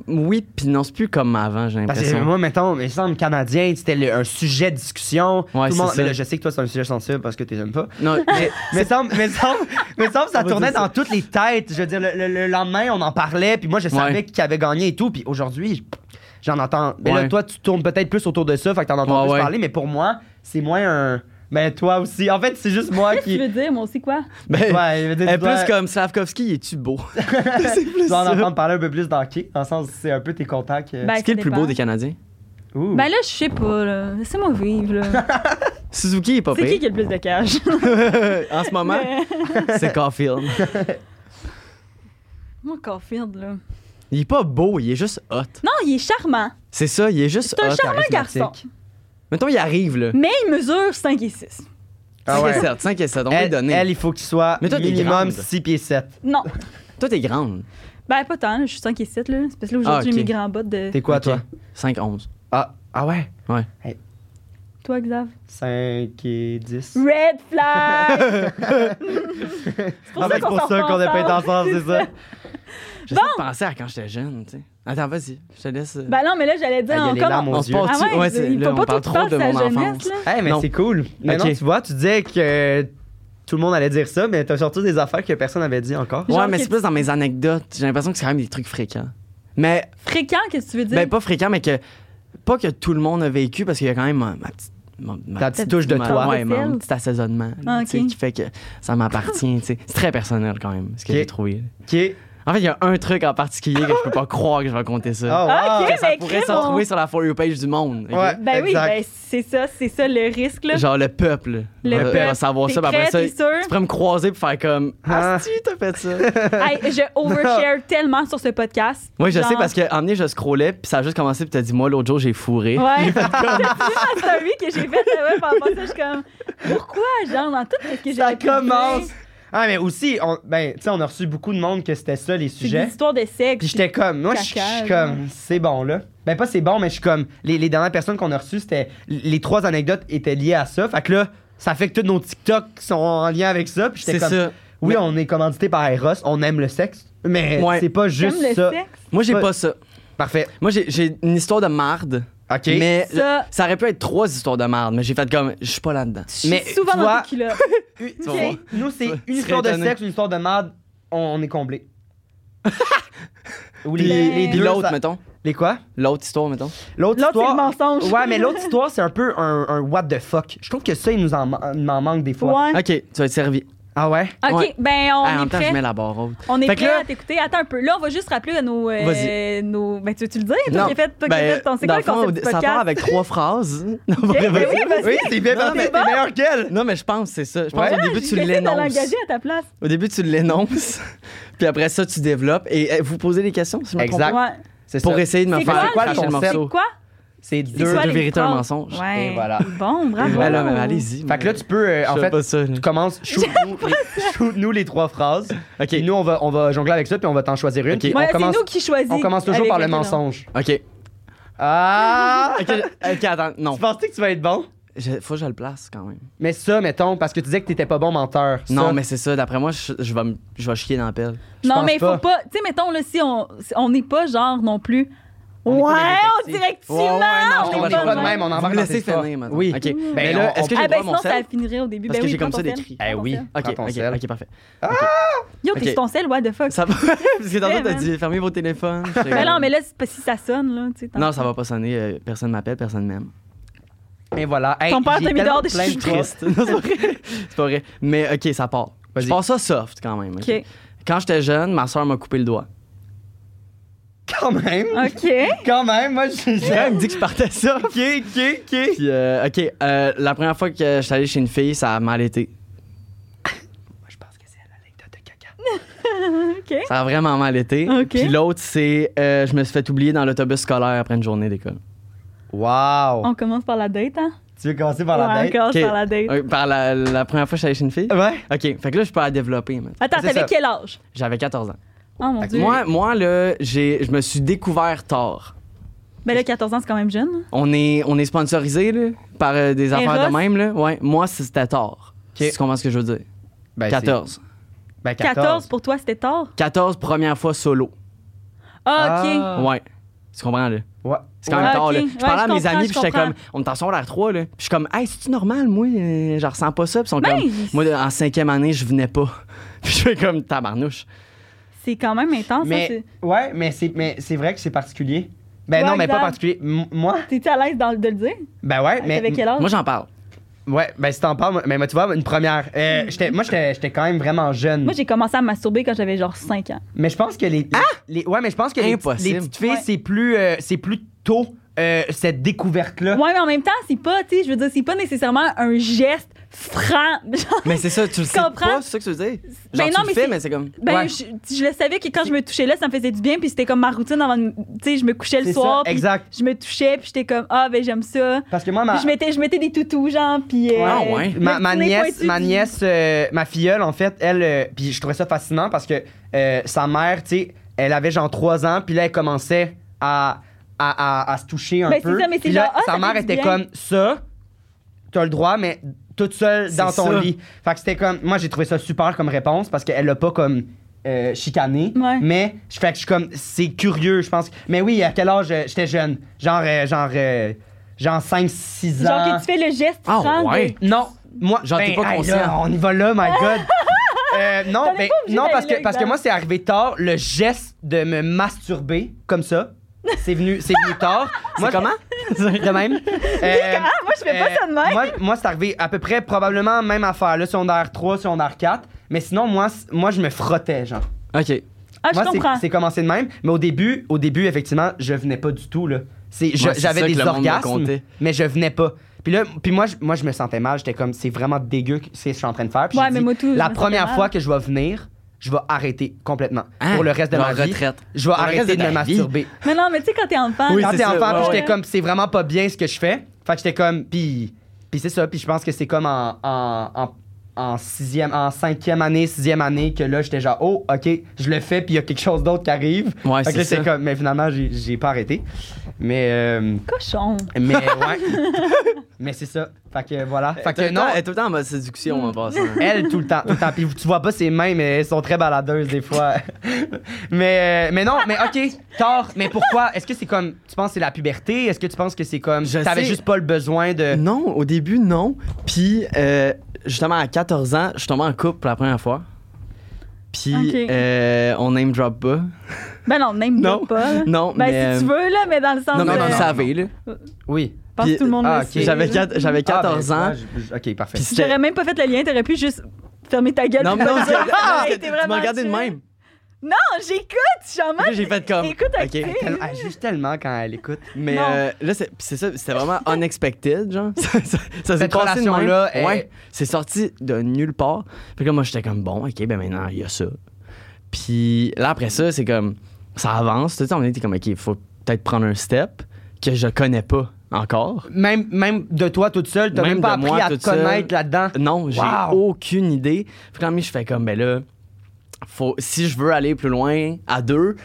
C: Oui, puis non, c'est plus comme avant, j'ai
B: Parce que
C: l'impression.
B: moi, mettons, il semble canadien, c'était le- un sujet de discussion.
C: Ouais,
B: Tout le
C: c'est
B: monde,
C: ça.
B: mais là, je sais que toi, c'est un sujet sensible parce que tu les aimes pas.
C: Non,
B: Mais, mais semble, mais semble, mais semble, ça
C: On va
B: tournait
C: dire ça.
B: dans toutes les têtes. Je veux dire, le, le- le lendemain, on en parlait, puis moi, je savais
C: Ouais.
B: qui avait gagné et tout. Puis aujourd'hui, je- j'en entends. Mais là,
C: Ouais.
B: toi, tu tournes peut-être plus autour de ça, fait que t'en entends
C: Ouais,
B: plus
C: ouais.
B: parler, mais pour moi, c'est moins un. Mais toi aussi. En fait, c'est juste moi
A: Tu
B: qui.
A: veux dire, moi aussi, quoi?
C: ben,
B: Ouais, je veux dire,
C: elle est
B: tu dois-
C: plus comme Slavkovski, es-tu beau? c'est plus
B: Tu vas en
C: ça.
B: entendre parler un peu plus dans Key, dans le sens c'est un peu tes contacts. euh.
A: Ben,
C: Ce qui est
A: ça
C: le plus
A: dépend.
C: beau des Canadiens?
B: Ouh.
A: Ben là, je sais pas, là. Laissez-moi vivre, là.
C: Suzuki est pas
A: C'est qui
C: pire.
A: qui a le plus de cash?
C: en ce moment,
A: Mais-
C: c'est Caulfield.
A: Moi, Caulfield, là.
C: Il est pas beau, il est juste hot.
A: Non, il est charmant.
C: C'est ça, il est juste
A: C'est un
C: hot.
A: charmant
B: charismatique.
A: garçon.
C: Mettons, il arrive, là.
A: Mais il mesure 5 et 6.
B: Ah
C: 5
B: ouais.
C: et 7, 5 et 7, on va lui
B: elle,
C: donner.
B: elle, il faut qu'il soit
C: Mais toi, t'es
B: minimum
C: grande.
B: 6 pieds 7.
A: Non.
C: Toi, t'es grande.
A: Ben, pas tant, là. Je suis 5 et 7, là. C'est parce que là,
C: Ah,
A: aujourd'hui,
C: ok.
A: j'ai mes grands bottes de.
B: T'es quoi,
C: Ok.
B: toi
C: 5, 11.
B: ah, ah ouais
C: Ouais.
B: Hey.
A: Toi, Xav?
B: 5 et 10.
A: Red flag! c'est
B: En fait, Ah, ben, c'est pour
A: s'en
B: ça qu'on
A: repense
B: n'a pas été ensemble, c'est ça.
C: J'essaie de penser à quand j'étais jeune, tu sais. Attends, vas-y, je te laisse. euh,
A: Ben non, mais là, j'allais dire,
B: Ah, il y a
A: on
B: les
A: commence-
B: larmes aux
C: on se
B: yeux.
C: part
A: Ah ouais,
C: c'est-
A: il
C: là,
A: faut
C: on
A: pas
C: parle
A: tout
C: trop de
A: faire
C: mon
A: sa jeunesse,
C: enfance.
A: là.
B: Hey, mais
C: Non.
B: c'est cool. Mais
C: Ok.
B: non, tu vois, tu disais que euh, tout le monde allait dire ça, mais t'as sorti des affaires que personne n'avait dit encore.
A: Genre
C: Ouais, mais
A: que
C: c'est plus dans mes anecdotes. J'ai l'impression que c'est quand même des trucs fréquents. Mais
A: Fréquent, qu'est-ce que tu veux dire?
C: Ben, pas fréquent, mais que. Pas que tout le monde a vécu, parce qu'il y a quand même ma, ma petite. ma- ma-
B: Ta petite touche de
C: ma-
B: toi.
C: Ouais, mon
A: Vaisselle.
C: petit assaisonnement.
A: Ah,
C: là, tu sais,
A: ok.
C: Qui fait que ça m'appartient, tu sais. C'est très personnel quand même, ce que
B: Ok.
C: j'ai trouvé.
B: Ok.
C: En fait, il y a un truc en particulier que je peux pas croire que je vais raconter ça.
B: Oh,
A: Ah, ok,
B: wow.
C: ça
A: ben,
C: pourrait
A: crime,
C: s'en
A: on-
C: trouver sur la For You page du monde. ok?
B: Ouais.
A: Ben oui,
B: Exact.
A: ben c'est ça, c'est ça le risque, là.
C: Genre le peuple.
A: Le
C: va-
A: peuple.
C: va savoir
A: T'es
C: ça, puis après
A: prêt,
C: ça,
A: t'es sûr?
C: tu pourrais me croiser pour faire comme.
B: Ah.
C: Ah, si, t'as fait ça.
A: Hey, je overshare tellement sur ce podcast.
C: Oui, je
A: Genre-
C: sais, parce que, en donné, je scrollais, puis ça a juste commencé, puis t'as dit, moi, l'autre jour, j'ai fourré.
A: Ouais. C'est la story que j'ai faite, ouais, par rapport à ça, je suis comme, pourquoi, genre, dans tout ce que j'ai
B: Ça commence. Ah, mais aussi, on, ben, tu sais, on a reçu beaucoup de monde que c'était ça, les
A: C'est des
B: sujets.
A: histoires de sexe.
B: Puis j'étais comme, moi, je je suis
A: Caca, genre.
B: comme, c'est bon, là. Ben, pas c'est bon, mais je suis comme, les, les dernières personnes qu'on a reçues, c'était, les trois anecdotes étaient liées à ça. Fait que là, ça fait que tous nos TikTok sont en lien avec ça. Puis j'étais
C: C'est
B: comme,
C: ça.
B: oui,
C: Mais-
B: on est commandité par Eros, on aime le sexe, mais
C: Ouais.
B: c'est pas
A: J'aime
B: juste
A: le
B: ça.
A: sexe.
C: Moi, j'ai
B: Ouais.
C: pas ça.
B: Parfait.
C: Moi, j'ai- j'ai une histoire de marde.
B: OK.
C: Mais
A: Ça-
C: le- ça aurait pu être trois histoires de marde, mais j'ai fait comme, je suis pas là-dedans.
A: Je
B: Mais
A: suis souvent
B: tu
A: dans
B: vois-
A: tes culottes.
B: U-
C: vas
B: ok,
C: voir.
B: Nous, c'est
C: vas- tu
B: une
C: serais
B: histoire de
C: étonné.
B: sexe, une histoire de merde, on, on est comblé. Ou
C: Puis,
A: les
C: puis
A: deux,
C: l'autre,
B: ça-
C: mettons.
B: Les quoi?
C: L'autre histoire, mettons.
B: L'autre
A: Ben, L'autre, c'est le
B: histoire.
A: mensonge.
B: Ouais, mais l'autre histoire, c'est un peu un, un what the fuck. Je trouve que ça, il nous en, ma- il m'en manque des fois.
A: Ouais.
C: Ok, tu vas être servi.
B: Ah ouais?
A: OK,
C: Ouais.
A: ben on
C: Ah, en
A: est
C: même temps, je mets
A: prêt.
C: la barre haute.
A: On est
C: Fait que
A: prêt
C: là-
A: à t'écouter. Attends un peu. Là, on va juste rappeler à nos... euh,
C: Vas-y.
A: nos... Ben, tu veux-tu le dire? Toi
C: Non.
A: qui as fait, toi qui as
C: Ben,
A: fait ton... C'est quoi
C: dans
A: le
C: le fond,
A: concept du
C: Ça
A: podcast?
C: part avec trois phrases. Non,
A: Ok,
C: mais-
A: ben oui, vas-y.
B: Oui, c'est bien
C: Non,
B: parti,
C: mais-
B: t'es meilleur qu'elle!
C: Non, mais je pense, que c'est ça. Je pense
B: Ouais.
C: au début,
A: J'ai
C: tu
A: essayé de
C: l'énonces.
A: l'engager à ta place.
C: Au début, tu l'énonces. puis après ça, tu développes. Et eh, vous posez des questions, si je me trompe
B: Exact.
C: pas.
A: Ouais.
B: C'est
C: Pour
B: ça.
C: essayer de me
A: C'est
C: faire
A: quoi,
B: le
C: cracher le
B: concept?
C: morceau.
A: C'est quoi?
B: C'est
C: C'est
B: deux.
A: quoi
C: deux
A: les
C: vérités, un
A: phrases?
C: mensonge.
A: Ouais.
B: Et voilà.
A: Bon, bravo.
C: Ben là, mais allez-y.
B: Ah. Fait que là, tu peux, euh, en
C: Je sais
B: fait,
C: pas ça, là.
B: tu commences, shoot-nous les, shoot-nous les trois phrases.
C: Ok.
B: Puis nous, on va, on va jongler avec ça, puis on va t'en choisir une.
C: Ok.
B: Puis
A: Ouais,
B: on,
A: c'est
B: commence,
A: nous qui choisissons.
B: on commence toujours
A: avec
B: par le
A: lequel on-
B: mensonge.
C: Ok.
B: Ah!
C: Ok, ok, attends, non.
B: Tu pensais que tu vas être bon?
C: Je- Faut que je le place quand même.
B: Mais ça, mettons, parce que tu disais que t'étais pas bon menteur. Ça,
A: Ah,
C: Non, mais c'est ça. D'après moi, je, je vais, me- je vais chier dans la pelle.
B: Je
A: Non,
B: pense
A: mais il faut
B: pas.
A: pas. Tu sais, mettons, là, si on si on n'est pas genre non plus.
B: On est
A: ouais,
B: pas
A: on
B: des
A: dirait que tu
C: Ouais, ouais, non,
A: mens.
C: je
B: On
C: comprends
B: n'est pas
C: pas.
B: de même, on
C: Vous
B: embarque
C: me
B: dans
C: laissez
B: cette histoire.
C: finir, maintenant.
B: Oui.
C: Ok.
B: Ben,
C: Mais
B: on-
C: là, est-ce que j'ai
A: Ah, ben
C: le droit à mon
A: sinon, ça
C: sel?
A: finirait au début.
C: Parce
A: ben
C: que
A: oui,
C: j'ai comme
A: prends
C: ça
A: ton
C: des
A: sel.
C: cris.
B: Eh
A: Prends ton
B: oui.
A: sel.
C: Ok,
B: Prends ton
C: ok,
B: sel.
C: ok, parfait.
A: Yo, t'es
C: Ok.
A: sur ton sel, what the fuck.
C: Ça va. Parce que tantôt,
A: Yeah,
C: t'as
A: man.
C: dit fermez vos téléphones.
A: Mais non, mais là, c'est pas si ça sonne, là. tu sais, t'en-
C: Non, ça va pas sonner. euh, Personne m'appelle, personne m'aime.
B: Et voilà. Hey,
A: Ton père
B: j'ai
A: t'a mis
B: tellement
A: dehors de
B: plein
A: chez
C: Je suis
B: trucs.
C: triste. Non, c'est pas vrai. C'est pas vrai. Mais ok, ça part.
B: Vas-y.
C: Je pars ça soft quand même. ok.
A: Ok.
C: Quand j'étais jeune, ma soeur m'a coupé le doigt.
B: Quand même.
A: OK.
B: Quand même, moi, je
C: Elle
B: j'aime.
C: me dit que je partais ça.
B: Ok, ok, ok.
C: Puis, euh, ok, euh, la première fois que je suis allé chez une fille, ça a mal été.
B: Moi, je pense que c'est l'anecdote de caca.
A: OK.
C: Ça a vraiment mal été.
A: Ok.
C: Puis l'autre, c'est euh, je me suis fait oublier dans l'autobus scolaire après une journée d'école.
B: Wow.
A: On commence par la date, hein?
B: Tu veux commencer par la
A: Ouais, on
B: date?
A: commence
C: Ok.
A: Ah, par la date. Ah,
C: Euh, par la, la première fois que je suis allé chez une fille.
B: Ouais.
C: Ok, fait que là, je peux la développer. maintenant.
A: Attends,
B: c'est
A: t'avais
B: ça.
A: quel âge?
C: J'avais 14 ans.
A: Oh mon dieu.
C: Moi, moi là, j'ai- je me suis découvert tard.
A: Ben là, 14 ans, c'est quand même jeune.
C: On est, on est sponsorisé là, par euh, des affaires
A: Eros?
C: de même. Là. Ouais, moi, c'était tard.
B: Ok.
C: Tu comprends ce que je veux dire?
B: Ben, c'est-
C: 14.
B: Ben,
A: 14,
B: 14.
A: pour toi, c'était tard?
C: 14, première fois solo.
A: Ah, OK.
B: Ah.
C: Ouais. Tu comprends, là?
B: Ouais.
C: C'est quand
A: Ouais.
C: même
A: Ah,
C: tard,
A: ok.
C: là.
A: Ouais,
C: Je
A: je
C: parlais à mes
A: comprends,
C: amis,
A: je
C: puis j'étais
A: comprends.
C: comme, on est en secondaire 3, là. Puis je suis comme, hey, c'est-tu normal, moi? euh, je ressens pas ça. Puis ils sont
A: Ben,
C: comme,
A: il-
C: moi, de- en cinquième année, je venais pas. Puis je fais comme, tabarnouche.
A: C'est quand même intense. hein,
B: Mais,
A: c'est-
B: ouais, mais c'est, mais c'est vrai que c'est particulier. Ben
A: Ouais,
B: non, mais pas
A: exact.
B: particulier. M- moi?
A: T'es-tu à l'aise dans le- de le dire?
B: Ben ouais, mais.
A: T'avais quel âge?
C: Moi, j'en parle.
B: Ouais, ben si t'en parles, moi- mais moi, tu vois, une première. Euh, j'étais, moi, j'étais, j'étais quand même vraiment jeune.
A: Mm. Moi, j'ai commencé à me masturber quand j'avais genre 5 ans.
B: Mais je pense que les, les- ouais, mais je pense que les,
C: Impossible.
B: les petites filles,
A: Ouais.
B: c'est plus, euh, c'est plus tôt euh, cette découverte là.
A: Ouais, mais en même temps, c'est pas, tu sais, je veux dire, c'est pas nécessairement un geste franc. Genre,
C: Mais c'est ça, tu le sais
A: comprends?
C: pas, c'est ça que tu veux dire? Genre,
A: Ben non, mais
C: tu le fais,
A: c'est-
C: mais c'est comme...
A: ben,
B: Ouais.
A: je, je le savais que quand je me touchais là, ça me faisait du bien, puis c'était comme ma routine avant de- Tu sais, je me couchais le
B: C'est
A: soir,
B: ça,
A: puis
B: exact.
A: je me touchais, puis j'étais comme, ah, ben j'aime ça.
B: Parce que moi, Ah, ma,
A: Puis je mettais, je mettais des toutous, genre, puis. euh,
C: Ah ouais.
A: le
B: ma, ma
A: petit nez
B: nièce,
A: pointu
B: ma
A: du-
B: nièce, euh, ma filleule en fait, elle, euh, puis je trouvais ça fascinant parce que euh, sa mère, tu sais, elle avait genre 3 ans, puis là elle commençait à à, à, à se toucher un
A: Ben, c'est
B: peu.
A: ça, mais c'est
B: Puis là,
A: genre, ah,
B: sa
A: ça
B: mère
A: fait du
B: était
A: bien.
B: comme ça. t'as le droit, mais toute seule dans
C: C'est
B: ton
C: ça.
B: lit. Fait que c'était comme. Moi, j'ai trouvé ça super comme réponse parce qu'elle l'a pas comme. euh, chicané,
A: Ouais.
B: mais je fait que je suis comme c'est curieux, je pense. Mais oui, à quel âge euh, j'étais jeune Genre euh, genre euh, genre 5 6 ans.
A: Genre que tu fais le geste, tu
C: Ah,
A: sens
C: ouais.
A: de-
B: Non, moi,
C: Genre, t'es
B: ben,
C: pas
B: hey,
C: conscient.
B: là, on y va là, my God. Euh, non, ben,
A: T'allais pas obligé
B: non parce,
A: d'aller
B: que,
A: là,
B: parce que
A: Xav.
B: moi, c'est arrivé tard. Le geste de me masturber comme ça, c'est venu, c'est venu tard. Moi,
C: comment?
B: De même. Euh,
A: Ah, moi, je fais pas
B: euh,
A: ça de même.
B: Moi, moi, c'est arrivé à peu près, probablement, même affaire, là, secondaire 3, secondaire 4. Mais sinon, moi, c- moi je me frottais, genre.
C: Ok.
A: ah, je
B: moi, c'est-
A: comprends.
B: c'est commencé de même. Mais au début, au début, effectivement, je venais pas du tout, là. C'est- je-
C: Ouais, c'est
B: J'avais
C: ça que
B: des
C: le monde me
B: orgasmes,
C: contait.
B: mais je venais pas. Puis là, puis moi, je, moi, je me sentais mal. J'étais comme, c'est vraiment dégueu que- c'est ce que je suis en train de faire. Puis
A: Ouais,
B: j'ai
A: mais
B: dit,
A: moi, tout, je
B: la
A: me
B: première
A: sentais
B: fois
A: mal.
B: que je vais venir, je vais arrêter complètement.
C: Hein?
B: Pour le reste de
C: Genre
B: ma vie,
C: retraite.
B: je vais
C: Pour le reste
B: arrêter de
C: de
B: me
C: ta vie.
B: masturber.
A: Mais non, mais tu sais, quand t'es enfant,
C: Oui,
A: là,
B: Quand
C: c'est
B: t'es
C: ça,
B: enfant,
C: ouais,
B: puis j'étais
A: ouais.
B: comme, c'est vraiment pas bien ce que je fais. Fait que j'étais comme, puis puis c'est ça. Puis je pense que c'est comme en, en, en, en sixième, en cinquième année, sixième année, que là, j'étais genre, oh, OK, je le fais, puis il y a quelque chose d'autre qui arrive.
C: Ouais,
B: Fait que là,
C: c'est
B: c'est
C: ça.
B: comme, mais finalement, j'ai- j'ai pas arrêté. Mais, euh,
A: cochon.
B: mais ouais. mais c'est ça. Fait que voilà. Fait que non,
C: Elle est tout le temps en mode séduction en passant.
B: elle, tout le temps. Tout le temps. Puis tu vois pas ses mains, mais elles sont très baladeuses des fois. mais, euh, mais non, mais OK, tort. Mais pourquoi? Est-ce que c'est comme. Tu penses que c'est la puberté? Est-ce que tu penses que c'est comme.
C: Je
B: T'avais
C: sais.
B: juste pas le besoin de.
C: Non, au début, non. Puis, euh, justement, à 14 ans, je suis tombé en couple pour la première fois. Puis,
A: Ok.
C: euh, on name drop pas.
A: Ben non, même
C: Non.
A: pas. là.
C: Non,
A: Ben,
C: mais.
A: si tu
C: euh,
A: veux, là, mais dans le sens.
C: Non, mais
A: de-
C: vous
B: non,
C: le
B: non.
C: savez, là.
B: Oui.
A: Je pense que tout le monde
B: Ah,
A: le
B: ok.
A: sait,
C: J'avais
A: là.
C: quatre- j'avais
B: Ah,
C: 14
B: ben,
C: ans.
B: ouais, je- je- OK, parfait.
C: Puis c'était-
A: J'aurais même pas fait le lien, t'aurais pu juste fermer ta gueule.
C: Non,
A: puis
C: mais non,
A: pas
C: non,
A: dire, Ah,
C: parce que
A: t'es
C: tu
A: vraiment
C: m'as regardé de
A: chill.
C: même.
A: Non, j'écoute, Chaman.
C: Puis là, j'ai fait comme.
A: Écoute,
C: Ok.
A: active.
B: Elle, elle juge tellement quand elle écoute.
C: Mais
A: Non.
C: euh, là, c'est puis c'est ça, c'était vraiment unexpected, genre. ça ça- ça s'est
B: Cette
C: passé de même.
B: relation-là, elle-
C: Ouais, c'est sorti de nulle part. Puis là, moi, j'étais comme, bon, OK, ben maintenant, il y a ça. Puis là, après ça, c'est comme, ça avance. Tu sais, on était comme, OK, il faut peut-être prendre un step que je connais pas encore.
B: Même, même de toi toute seule, t'as
C: Même
B: même, pas appris
C: de moi
B: à te
C: toute seule.
B: connaître là-dedans.
C: Non, j'ai
B: Wow.
C: aucune idée. Puis quand même, je fais comme, ben là, faut, si je veux aller plus loin à deux,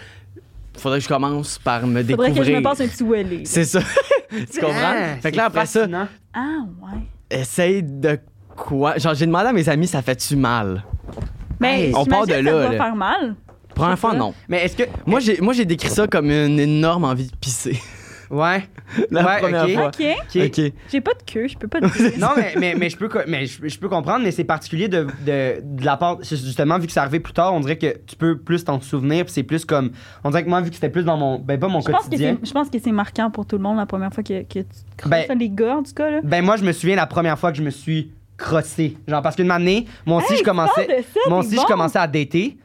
C: faudrait que je commence par me
A: Faudrait
C: découvrir.
A: que je me passe un petit welly.
C: C'est ça. tu comprends?
B: Ah,
C: fait
B: c'est
C: que là, après ça,
B: fascinant.
A: Ah, ouais.
C: essaye de quoi. Genre, j'ai demandé à mes amis, ça fait-tu mal?
A: Mais
C: Hey, on part de
A: j'imagine que
C: là,
A: Ça doit
C: là.
A: faire mal.
C: Première fois,
A: ça.
C: non.
B: Mais est-ce que.
C: Moi, j'ai, moi, j'ai décrit ça comme une énorme envie de pisser.
B: Ouais.
C: La
B: Ouais,
C: première
B: ok.
C: fois.
A: Ok.
B: Ok.
C: OK.
A: J'ai pas de queue, je peux pas. te
B: Non, mais, mais, mais je, peux, co- mais je, je peux comprendre, mais c'est particulier de, de, de la part. c'est Justement, vu que c'est arrivé plus tard, on dirait que tu peux plus t'en souvenir, puis c'est plus comme. On dirait que moi, vu que c'était plus dans mon. Ben, pas mon
A: Je pense, que
B: quotidien.
A: c'est- je pense que c'est marquant pour tout le monde la première fois que, que tu crosses
B: Ben-
A: ça, les gars, en tout cas. Là.
B: Ben, moi, je me souviens la première fois que je me suis crossé. Genre, parce qu'une année, moi aussi,
A: Hey,
B: je commençais.
A: parle de ça,
B: moi
A: t'es
B: aussi,
A: bon.
B: je commençais à dater.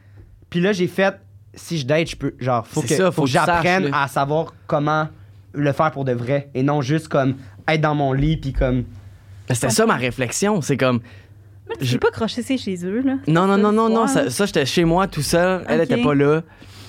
B: Puis là, j'ai fait. Si je date, je peux. Genre, faut que,
C: C'est ça,
B: faut
C: faut
B: que
C: que tu saches,
B: j'apprenne
C: là.
B: à savoir comment le faire pour de vrai. Et non juste comme être dans mon lit, puis comme.
C: Mais Ben, C'était ça ma réflexion. C'est comme,
A: Mais tu
C: je-
A: peux pas crocher c'est chez eux. Là.
C: non, non,
A: Ça,
C: non, non, non,
A: l'histoire,
C: ça,
A: là.
C: ça, j'étais chez moi tout seul. Elle
A: Ok.
C: était pas là.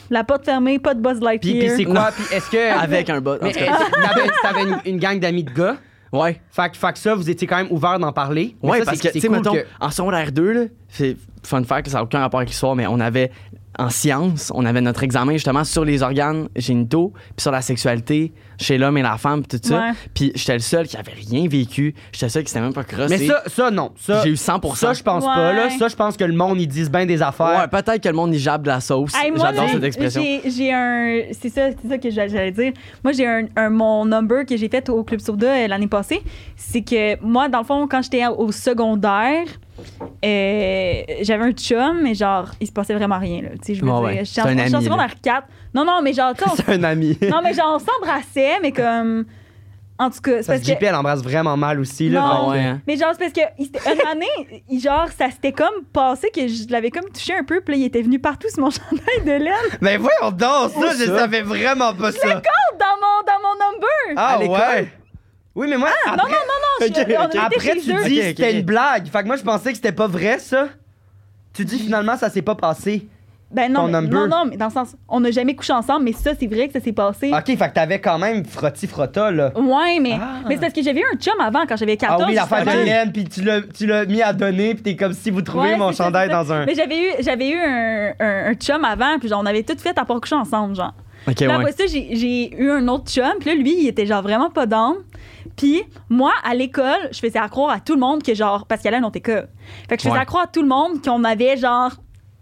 A: La porte fermée, pas de buzz light
B: Puis, puis c'est
A: here.
B: quoi? Puis est-ce que.
C: Avec un bot. en
B: Mais
C: tout
B: est-ce
C: cas.
B: que t'avais- t'avais une- une gang d'amis de gars.
C: Ouais.
B: Fait, que- fait que ça, vous étiez quand même ouvert d'en parler. Mais
C: Ouais,
B: ça,
C: parce
B: c'est-
C: que,
B: c'est
C: tu sais,
B: cool
C: mettons,
B: que-
C: en secondaire 2, là, c'est fun fact, ça n'a aucun rapport avec l'histoire, mais on avait, en sciences, on avait notre examen justement sur les organes génitaux, puis sur la sexualité chez l'homme et la femme, puis tout ça.
A: Ouais.
C: Puis j'étais le seul qui avait rien vécu, j'étais le seul qui s'était même pas crossé.
B: Mais ça, ça, non. Ça,
C: J'ai eu 100%.
B: ça je pense pas. Là.
A: Ouais.
B: Ça, je pense que le monde, ils disent bien des affaires.
C: Ouais, peut-être que le monde y jappe de la sauce.
A: Hey, moi,
C: J'adore
A: j'ai-
C: cette expression.
A: j'ai- J'ai un. C'est ça, c'est ça que j'a- j'allais dire. Moi, j'ai un, un- mon number que j'ai fait au Club Soda euh, l'année passée. C'est que moi, dans le fond, quand j'étais au secondaire, euh, j'avais un chum, mais genre, il se passait vraiment rien. là. Tu sais, je veux
C: Ouais,
A: dire,
C: ouais.
A: j'étais
C: C'est
A: en-
C: un
A: j'étais en
C: ami,
A: secondaire 4. Non, non, mais genre, tu sais, on-
B: C'est un ami.
A: non, mais genre, on s'embrassait, mais comme. En tout cas, c'est
B: Parce
A: parce
B: que
A: que.
B: JP, elle embrasse vraiment mal aussi. Là,
A: Non.
C: Ah ouais, hein.
A: Mais genre, c'est parce que il s'était- une année, il- genre, ça s'était comme passé que je l'avais comme touché un peu, puis là, il était venu partout sur mon chandail de laine.
B: Mais voyons donc, ça, je
C: ça?
B: savais vraiment pas ça.
A: dans mon, dans mon number.
B: Ah
C: À l'école?
B: ouais? Oui, mais moi,
A: Ah, non,
B: après,
A: non, non, non, je-
C: Ah, Ok,
A: on
C: ok.
A: était
B: après,
A: chez
B: tu dis
A: eux.
C: Ok, ok,
B: c'était
C: ok.
B: une blague. Fait que moi, je pensais que c'était pas vrai, ça. Tu dis finalement, ça s'est pas passé.
A: Ben non,
B: ton
A: mais,
B: number.
A: non, non, mais dans le sens, on n'a jamais couché ensemble, mais ça, c'est vrai que ça s'est passé.
B: Ok, fait que t'avais quand même frotti-frotta, là.
A: Ouais, mais,
B: Ah.
A: mais c'est parce que j'avais eu un chum avant quand j'avais 14.
B: Ah oui, l'affaire
A: justement.
B: de Hélène, puis tu l'as- tu l'as mis à donner, puis t'es comme si vous trouvez
A: Ouais,
B: mon
A: c'est ça,
B: chandail
A: c'est ça.
B: dans un.
A: Mais j'avais eu, j'avais eu un, un- un chum avant, puis genre, on avait tout fait à part coucher ensemble, genre.
C: Ok,
A: Puis
C: ouais.
A: après ça, j'ai- j'ai eu un autre chum. Puis là, lui, il était genre vraiment pas down. Puis moi, à l'école, je faisais accroire à tout le monde que genre, parce qu'il allait à notre école. Fait que je faisais
C: Ouais.
A: accroire à tout le monde qu'on avait genre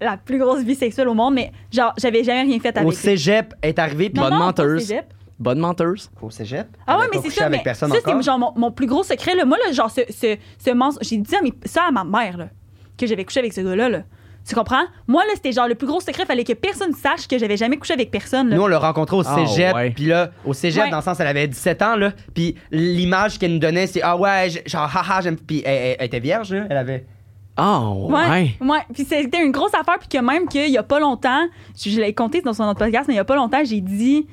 A: la plus grosse vie sexuelle au monde, mais genre, j'avais jamais rien fait avec
B: Au
A: lui.
B: cégep, est arrivé. Puis
A: Non,
C: Bonne
A: non, pas au
C: menteuse.
A: cégep.
C: Bonne menteuse.
B: au cégep.
A: Ah ouais,
B: elle a
A: mais
B: pas
A: c'est
B: couché
A: ça.
B: avec
A: mais
B: personne
A: ça,
B: encore.
A: c'est genre mon, mon plus gros secret. Là. Moi, là, genre, ce, ce, ce mensonge. J'ai dit à mes- ça à ma mère, là, que j'avais couché avec ce gars-là. là. Tu comprends? Moi, là, c'était genre le plus gros secret. Fallait que personne sache que j'avais jamais couché avec personne. là.
B: Nous, on l'a rencontré au
C: Ah,
B: cégep.
C: ouais.
B: Puis là, au cégep,
A: Ouais.
B: dans le sens, elle avait 17 ans, là. Puis l'image qu'elle nous donnait, c'est Ah ouais, j- genre, haha, j'aime. Puis elle, elle- elle était vierge, là. Elle avait.
C: Ah, ouais.
A: ouais. Puis c'était une grosse affaire. Puis que même qu'il y a pas longtemps, je, je l'ai compté dans son autre podcast, mais il y a pas longtemps, j'ai dit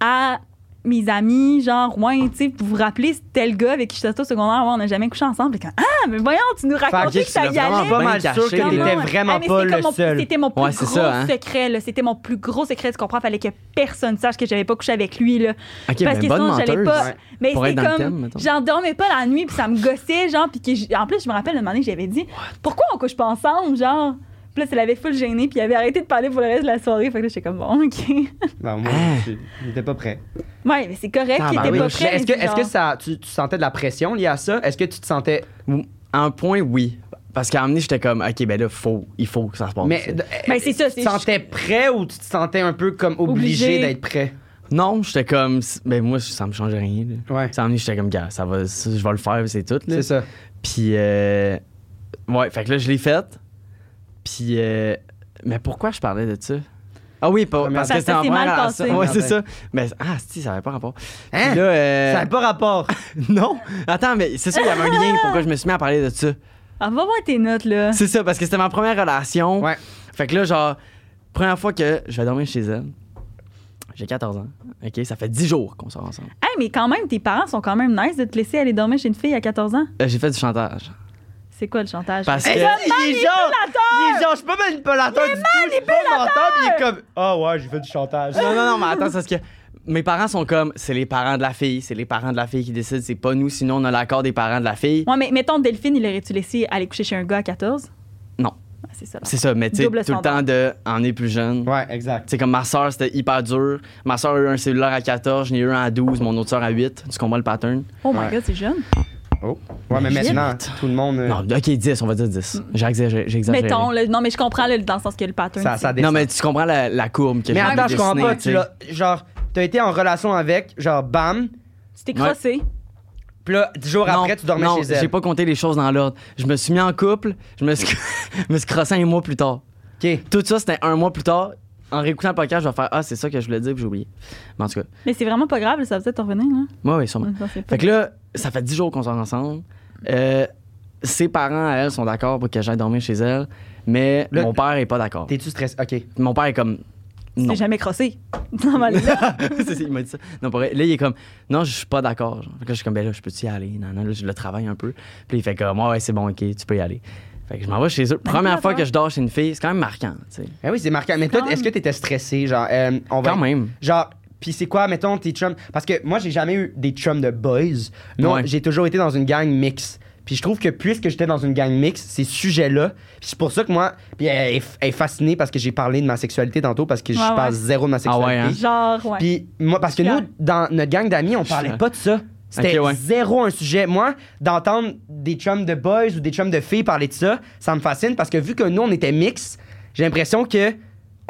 A: à mes amis, genre, ouais, tu sais, vous vous rappelez, c'était le gars avec qui j'étais au secondaire, ouais, on n'a jamais couché ensemble. Et quand, ah, mais voyons, tu nous racontais
B: Fait
A: que ça
B: tu
A: y
B: l'as vraiment
A: allait.
B: pas
C: Bien
B: mal sûr que
C: caché,
A: Non,
C: là.
B: t'étais
A: non,
B: vraiment
A: ah, mais
B: pas
A: c'était
B: le
A: comme mon-
B: seul.
A: C'était mon plus
C: Ouais, c'est
A: gros
C: ça, hein.
A: secret. là. C'était mon plus gros secret, tu comprends? Fallait que personne sache que j'avais pas couché avec lui. Là.
C: Ok,
A: Parce
C: ben,
A: que
C: bonne
A: sinon, j'allais
C: menteuse.
A: pas.
B: Ouais.
A: Mais
C: Pour
A: c'était
C: être dans le thème,
A: comme.
C: mettons.
A: J'en dormais pas la nuit, puis ça me gossait, genre. Puis que j'- en plus, je me rappelle une année, j'avais dit Pourquoi on couche pas ensemble, genre? Puis là, ça l'avait full gêné, puis il avait arrêté de parler pour le reste de la soirée. Fait que là, j'étais comme Bon, OK.
B: Non, moi,
C: Ah.
B: je- j'étais pas prêt. Ah
A: ouais, mais c'est correct qu'il était pas
B: Hein? Mais
A: prêt.
B: Est-ce que,
A: mais
B: est-ce que
A: genre-
B: ça, tu, tu sentais de la pression liée à ça? Est-ce que tu te sentais.
C: À un point, oui. Parce qu'à un moment donné, j'étais comme, ok, ben là, faut, il faut que ça se passe.
B: Mais,
A: Ben, c'est ça,
B: Tu te
A: c'est-
B: sentais prêt ou tu te sentais un peu comme obligé,
A: Obligé.
B: d'être prêt?
C: Non, j'étais comme, ben moi, ça me changeait rien. là.
B: Ouais.
C: Ça m'a j'étais comme, gars, ça va, ça, je vais le faire, c'est tout. Là.
B: C'est ça.
C: Puis, euh, ouais, fait que là, je l'ai faite. Puis, euh, mais pourquoi je parlais de ça? Ah oui, pas,
B: Première
C: parce
A: fois.
C: que
A: Ça- ça
C: c'était
A: s'est
C: en
A: mal
C: mal
A: passé.
C: Ouais, c'est
B: Ouais.
C: ça. Mais, ah, si, ça avait pas rapport. Puis
B: ben. Hein?
C: là, euh,
B: Ça n'a pas rapport.
C: non, attends, mais c'est ça, il y avait un lien pourquoi je me suis mis à parler de ça.
A: Ah, va voir tes notes, là.
C: C'est ça, parce que c'était ma première relation.
B: Ouais.
C: Fait que là, genre, première fois que je vais dormir chez elle, j'ai 14 ans. OK, ça fait 10 jours qu'on sort ensemble.
A: Hey, mais quand même, tes parents sont quand même nice de te laisser aller dormir chez une fille à 14 ans.
C: Euh, j'ai fait du chantage.
A: C'est quoi le chantage?
C: Parce que.
B: Hey, il est genre, il est genre, je suis pas manipulateur du tout, je suis pas menteur, pis il est comme, ah ouais, j'ai fait du chantage.
C: Non, non, non, mais attends, c'est parce que mes parents sont comme, c'est les parents de la fille, c'est les parents de la fille qui décident, c'est pas nous, sinon on a l'accord des parents de la fille.
A: Ouais, mais mettons, Delphine, il aurait-tu laissé aller coucher chez un gars à 14?
C: Non.
A: Ouais, c'est ça.
C: C'est ça, mais tu sais,
A: Double
C: tout le
A: standard.
C: temps de, on est plus jeune.
B: Ouais, exact.
C: C'est comme ma soeur, c'était hyper dur. Ma soeur a eu un cellulaire à 14, j'en ai eu un à 12, mon autre soeur à 8. Tu comprends le pattern?
A: Oh my
B: Ouais.
A: god, c'est jeune.
B: Oh. Ouais, mais maintenant, tout le monde, euh,
C: Non, ok, 10, on va dire 10. J'exagère. j'exagère.
A: Mettons, là, non, mais je comprends là, dans le sens que le pattern.
B: ça,
A: c'est-
B: ça
C: Non,
B: descend.
C: mais tu comprends la, la courbe que
B: Mais
C: j'ai
B: attends, je comprends
C: dessinée,
B: pas,
C: tu
B: tu
C: sais.
B: l'as, genre, t'as été en relation avec, genre, bam,
A: Tu t'es
C: Ouais.
A: crossé.
B: pis là, dix jours après, tu dormais
C: non,
B: chez elle.
C: j'ai pas compté les choses dans l'ordre. Je me suis mis en couple, je me suis, je me suis crossé un mois plus tard.
B: Ok.
C: Tout ça, c'était un mois plus tard. En réécoutant le podcast, je vais faire Ah, c'est ça que je voulais dire, puis j'ai oublié. Mais en tout cas,
A: Mais c'est vraiment pas grave, ça va peut-être te revenir, là.
C: moi, oui, sûrement.
A: Non, c'est pas-
C: Fait que là, ça fait 10 jours qu'on sort ensemble. Euh, ses parents, à elle, sont d'accord pour que j'aille dormir chez elle, mais
B: Le-
C: mon père est pas d'accord.
B: T'es-tu stressé? Ok. Eh
C: Mon père est comme
A: Tu
C: Non.
A: t'es jamais crossé. Non, mais là,
C: C'est- c'est- il m'a dit ça. Non, pour vrai. Là, il est comme, non, je suis pas d'accord. genre. Fait que là, je suis comme, ben là, je peux-tu y aller? Non, non, là, je le travaille un peu. Puis il fait comme, ouais, ouais, c'est bon, ok, tu peux y aller. Fait que je m'en vais chez eux. Première fois
A: d'accord.
C: que je dors chez une fille, c'est quand même marquant, tu sais.
B: Ah oui, c'est marquant. Mais toi,
A: Quand
B: est-ce que t'étais stressé? Genre, euh, on va.
C: Quand même.
B: Genre, pis c'est quoi, mettons, tes chums? Parce que moi, j'ai jamais eu des chums de boys. Non,
C: Ouais.
B: j'ai toujours été dans une gang mixte. Puis je trouve que puisque j'étais dans une gang mixte, ces sujets-là, pis c'est pour ça que moi, puis elle est, elle est fascinée parce que j'ai parlé de ma sexualité tantôt, parce que je
A: Ouais, ouais.
B: passe zéro de ma sexualité.
C: ouais, hein?
A: genre, ouais.
B: Puis moi, parce que
A: Ouais.
B: nous, dans notre gang d'amis, on
C: Ouais.
B: parlait pas de ça. C'était
C: Ok, ouais.
B: zéro un sujet. Moi, d'entendre des chums de boys ou des chums de filles parler de ça, ça me fascine parce que vu que nous, on était mix, j'ai l'impression que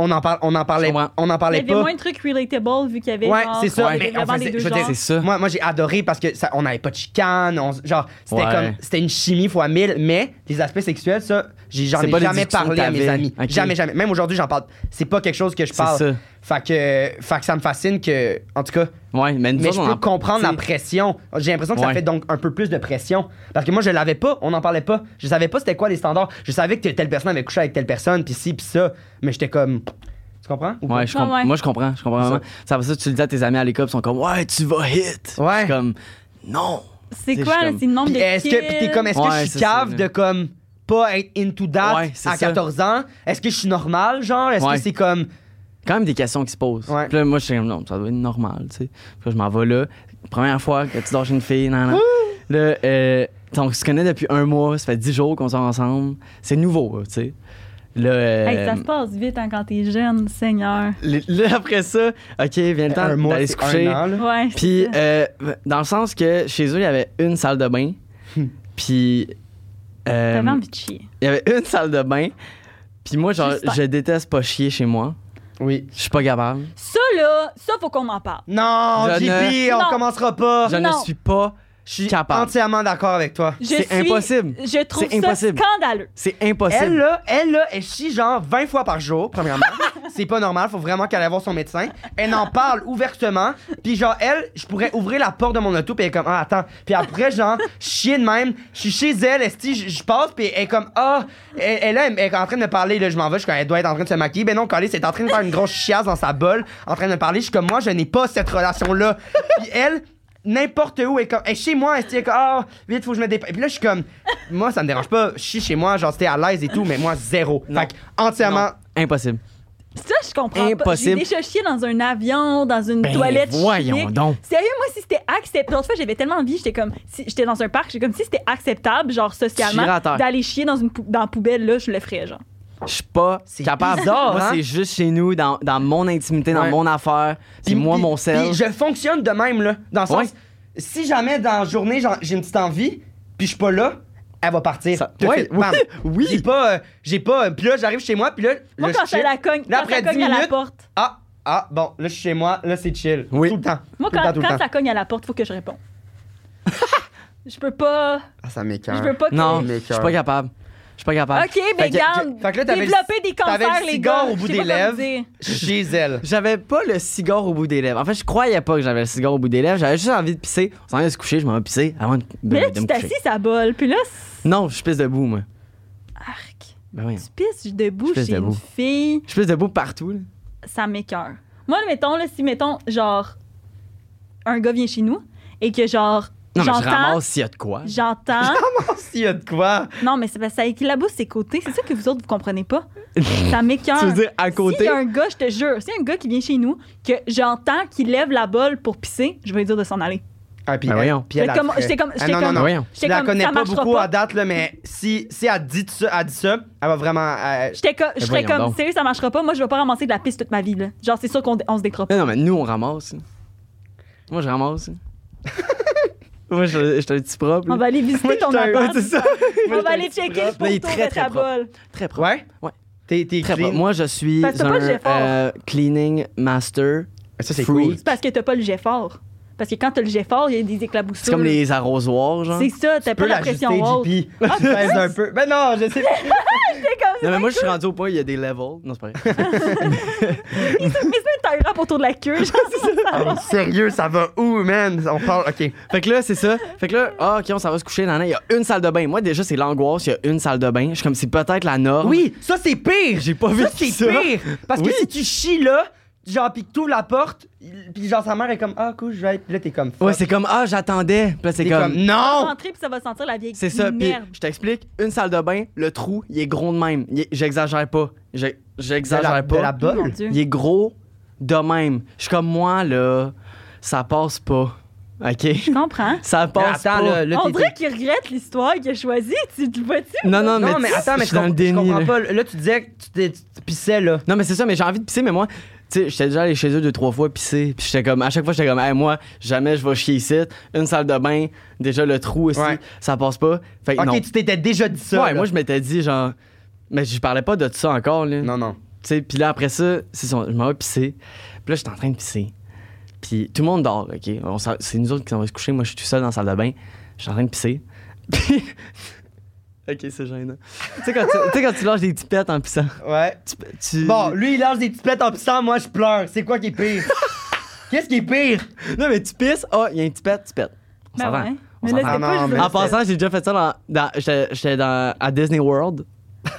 B: on en, parle, on en
C: Je
B: parlait,
C: comprends.
B: on en
A: il y
B: parlait
A: avait
B: pas.
A: moins de trucs relatable vu qu'il y avait.
B: Ouais,
A: genre,
B: c'est ça.
A: il y avait
B: Mais on
A: vraiment
B: faisait-
A: des deux
B: je veux dire,
A: genres.
C: C'est ça.
B: Moi, moi j'ai adoré parce que ça, on n'avait pas de chicane. on s- genre, c'était
C: Ouais.
B: comme c'était une chimie fois mille. Mais les aspects sexuels, ça, j'ai- j'en
C: C'est
B: ai
C: pas des
B: jamais
C: discussions
B: parlé
C: que
B: à mes
C: t'avais.
B: amis.
C: Ok.
B: Jamais, jamais. Même aujourd'hui, j'en parle. C'est pas quelque chose que je
C: C'est
B: parle.
C: ça.
B: Fait que, fait que ça me fascine que, en tout cas,
C: Ouais, mais, nous
B: mais
C: autres,
B: je
C: on
B: peux
C: en-
B: comprendre la
C: tu sais,
B: pression. J'ai l'impression que ça
C: Ouais.
B: fait donc un peu plus de pression. Parce que moi, je l'avais pas, on n'en parlait pas. Je savais pas c'était quoi les standards. Je savais que telle personne avait couché avec telle personne, puis ci, puis ça. Mais j'étais comme. Tu comprends? Ou
C: Ouais, je
A: Ah,
C: comp-
A: ouais.
C: Moi, je comprends. Je comprends
B: C'est
C: vraiment. Ça va ça, tu le dis à tes amis à l'école, ils sont comme, ouais, tu vas hit.
B: Ouais.
C: Je suis comme, non.
A: C'est
C: C'est
A: quoi,
C: juste
A: là,
C: comme-
A: c'est le
B: pas?
A: nombre
B: Puis
A: de.
B: est-ce que. puis t'es comme, est-ce que
C: Ouais,
B: je suis
C: c'est ça,
B: cave
C: là.
B: de comme. Pas être into that
C: Ouais, c'est
B: à
C: ça.
B: 14 ans? Est-ce que je suis normal, genre? Est-ce
C: Ouais.
B: que c'est comme.
C: Quand même des questions qui se posent.
B: Ouais.
C: Puis là, moi, je suis comme, non, ça doit être normal, tu sais. Puis là, je m'en vais là. Première fois que tu dors chez une fille, nan, nan. Là, euh, on se connaît depuis un mois, ça fait dix jours qu'on sort ensemble. C'est nouveau, tu sais. Là, euh,
A: Hey, ça se passe vite hein, quand t'es jeune, Seigneur.
C: les- là, après ça, OK, vient le temps
B: un mois,
C: d'aller se
B: c'est un
C: coucher.
B: an, là.
A: Ouais. c'est
C: Puis,
A: ça.
C: euh, dans le sens que chez eux, il y avait une salle de bain.
B: Hmm.
C: Puis. euh,
A: T'avais envie de chier.
C: il y avait une salle de bain. Puis moi, genre,
A: Juste un.
C: je déteste pas chier chez moi.
B: Oui.
C: Je suis pas capable.
A: Ça, là, ça, faut qu'on en parle.
B: Non,
C: Je
B: JP, on
A: Non.
B: commencera pas.
C: Je ne
A: Non.
C: suis pas
B: Je suis
C: capable.
B: entièrement d'accord avec toi.
A: Je
C: C'est
A: suis-
C: impossible.
A: Je trouve
C: C'est
A: ça
C: impossible.
A: scandaleux.
C: C'est impossible.
B: Elle là, elle là, elle chie genre 20 fois par jour, premièrement. c'est pas normal, faut vraiment qu'elle aille voir son médecin. Elle en parle ouvertement, puis genre elle, je pourrais ouvrir la porte de mon auto puis elle est comme ah attends, puis après genre chier de même, je suis chez elle, esti, je je passe puis elle est comme ah, elle, elle, là, elle est en train de me parler là, je m'en vais, je suis comme, elle doit être en train de se maquiller. Ben non, Calais, c'est en train de faire une grosse chiasse dans sa bolle, en train de me parler, je suis comme moi, je n'ai pas cette relation là. Puis elle n'importe où et comme et chez moi est comme ah vite faut que je me dépasse puis là je suis comme moi ça me dérange pas je suis chez moi genre c'était à l'aise et tout mais moi zéro
C: Non.
B: fait que entièrement
C: Non, impossible.
A: Ça, je comprends
C: Impossible.
A: pas. J'ai déjà chié dans un avion, dans une
C: Ben,
A: toilette
C: voyons
A: chimique.
C: donc.
A: Sérieux, moi, si c'était acceptable... L'autre fois, j'avais tellement envie, j'étais comme... si- j'étais dans un parc, j'étais comme si c'était acceptable, genre,
C: Tirer
A: socialement,
C: à terre.
A: d'aller chier dans, une pou- dans la poubelle, là, je le ferais, genre.
C: Je suis pas
B: C'est
C: capable.
B: bizarre,
C: moi,
B: hein?
C: c'est juste chez nous, dans, dans mon intimité, dans
B: Ouais.
C: mon affaire. C'est
B: Puis-
C: moi,
B: puis-
C: mon sel.
B: puis je fonctionne de même là dans le sens
C: Ouais.
B: si jamais dans la journée genre, j'ai une petite envie puis je suis pas là elle va partir
C: Ça-
B: Tout de
C: ouais,
B: suite,
C: oui,
B: bam.
C: oui.
B: j'ai pas euh, j'ai pas euh, puis là j'arrive chez moi puis là
A: Moi,
B: là,
A: quand
B: je chill.
A: ça la cogne,
B: Là,
A: quand ça
B: après
A: cogne
B: 10
A: à la
B: minutes,
A: porte...
B: ah ah bon là je suis chez moi là c'est chill
C: Oui.
B: tout le temps
A: Moi,
B: Tout le
A: quand,
B: temps, tout le
A: quand
B: temps.
A: ça cogne à la porte, faut que je réponde. je peux pas...
B: Ah, ça m'écoeure.
A: Je peux pas... que-
C: Non, je
B: Mais
C: suis
B: cœur.
C: pas capable. Je suis pas capable.
A: OK, mais
C: Fait que-
A: garde.
B: fait que là, t'avais le-
A: Développer des
B: t'avais
A: cancers,
B: le
A: les
B: cigare
A: gars.
B: au bout
A: Je sais
B: des
A: pas
B: lèvres.
A: comment dire.
B: chez elle
C: J'avais pas le cigare au bout des lèvres. En fait, je croyais pas que j'avais le cigare au bout des lèvres. J'avais juste envie de pisser. On s'en allait se coucher, je m'en vais pisser avant de, de-
A: Mais là,
C: de
A: tu
C: me coucher.
A: t'assis, ça bol. Puis là, c'est-
C: Non, je pisse debout, moi.
A: arc.
C: Ben oui.
A: Tu pisses debout
C: Je pisse
A: chez
C: debout.
A: une fille,
C: Je pisse debout partout. là.
A: ça m'écœure. Moi, mettons, là, si, mettons, genre, un gars vient chez nous et que, genre,
C: Non, mais je
A: j'entends.
C: ramasse s'il y a de quoi.
A: J'entends.
B: s'il y a de quoi
A: non, mais c'est parce que ça éclabousse ses côtés. C'est ça que vous autres, vous comprenez pas. Ça m'écœure.
C: Tu veux dire à
A: S'il
C: côté?
A: y a un gars, je te jure, s'il y a un gars qui vient chez nous, que j'entends qu'il lève la bolle pour pisser, je vais lui dire de s'en aller.
B: Ah, puis
C: Ben
B: elle-
C: voyons.
B: puis elle,
A: J'étais
B: elle
A: comme-
B: le ferait.
A: j'étais comme-
B: Ah,
A: j'étais
B: non, non,
A: comme-
B: non.
C: Ben Voyons.
A: J'étais
B: Je la
A: comme,
B: connais
A: ça
B: pas
A: marchera
B: beaucoup
A: pas.
B: à date, là, mais si, si elle dit ça, elle dit ça, elle va vraiment. euh,
A: J'étais co- je serais
C: voyons
A: comme,
C: donc.
A: sérieux, ça marchera pas. Moi, je vais pas ramasser de la piste toute ma vie. Là. Genre, c'est sûr qu'on on se décroche.
C: Non, non, mais nous, on ramasse. là. Moi, je ramasse. là. Moi, je je suis un petit propre. là.
A: On va aller visiter ton
B: j'étais un-
A: appart.
C: C'est ça.
A: On va aller
B: j'étais un petit
A: checker le
B: propre.
C: Mais il est
A: poteau
C: très,
A: de
C: très
A: ta
C: propre.
A: bolle.
C: Très propre.
B: Ouais?
C: Ouais.
B: T'es, t'es
C: Très
B: clean.
C: propre. Moi, je suis
A: Parce que t'as pas le
C: un
A: jet fort.
C: euh, cleaning master.
B: Ça, c'est
C: Free.
B: cool.
A: C'est parce que t'as pas le jet fort. Parce que quand t'as le jet fort, il y a des éclaboussures.
C: C'est comme les arrosoirs, genre.
A: C'est ça, t'as pas la pression haute.
B: JP. Tu pèses un peu. Ben non, je sais pas.
A: C'est comme ça.
C: Non, mais moi, je suis rendu au point, il y a des levels. Non, c'est pas vrai.
A: Mais c'est un grave autour de la queue. genre, ça va.
B: sérieux, ça va où, man? On parle, ok.
C: fait que là, c'est ça. Fait que là, ah, OK, on s'en va se coucher. Nan, nan, il y a une salle de bain. Moi, déjà, c'est l'angoisse, il y a une salle de bain. Je suis comme, c'est peut-être la norme.
B: Oui, ça, c'est pire.
C: J'ai pas vu
B: Ça,
C: ça.
B: c'est pire. Parce
C: Oui.
B: que si tu chies là, genre, pis que t'ouvres la porte, il- pis genre, sa mère est comme, ah, cool, je vais être. Puis là, t'es comme, fuck.
C: Ouais, c'est comme, ah, j'attendais. Puis là, c'est
B: T'es
C: comme, hmm,
B: comme, non!
A: Rentrer, puis ça va sentir la vieille
C: C'est ça. Puis
A: merde.
C: je t'explique, une salle de bain, le trou, il est gros de même. Il est- J'exagère pas. Je-
B: De la,
C: J'exagère
B: de la
C: pas.
A: Oh Mon
B: bolle.
A: Dieu.
C: Il est gros de même. Je suis comme moi, là, ça passe pas. OK?
A: Je comprends.
C: Ça passe
B: Attends,
C: pas.
B: là, là,
A: On
B: t'es-
A: dirait qu'il regrette l'histoire qu'il a choisie. Tu le vois-tu?
C: Non, non, mais,
B: Non, mais
C: tu-
B: attends,
C: je
B: mais
C: suis
B: je
C: dans le
B: com- je
C: déni.
B: comprends
C: là.
B: pas. Là, tu disais que tu t'es- tu pissais, là.
C: Non, mais c'est ça, mais j'ai envie de pisser, mais moi, tu sais, j'étais déjà allé chez eux deux, trois fois pisser. Puis j'étais comme, à chaque fois, j'étais comme, hey, moi, jamais je vais chier ici. Une salle de bain, déjà le trou ici,
B: Ouais.
C: ça passe pas. Fait que
B: Ok,
C: non.
B: tu t'étais déjà dit ça.
C: ouais,
B: là.
C: moi, je m'étais dit, genre, mais je parlais pas de ça encore, là.
B: Non, non.
C: Tu sais, puis là, après ça, c'est ça, je m'en vais pisser. Puis là, j'étais en train de pisser. Puis tout le monde dort, OK? On s'en- C'est nous autres qui s'en va se coucher. Moi, je suis tout seul dans la salle de bain. Je suis en train de pisser. Puis... OK, c'est gênant. tu sais, quand, tu- tu sais, quand tu lâches des tipettes en pissant,
B: Ouais.
C: tu... tu-
B: Bon, lui, il lance des petites pètes en pissant, moi, je pleure. C'est quoi qui est pire? Qu'est-ce qui est pire?
C: Non, mais tu pisses. Ah, il y a un tipette, tu pètes. On
A: Ben
C: s'entend.
A: ouais.
C: On
A: Mais là, c'était
C: s'entend.
B: Ah non,
A: pas
B: mais-
A: juste.
C: En passant, j'ai déjà fait ça dans... dans- J'étais j'étais dans- à Disney World.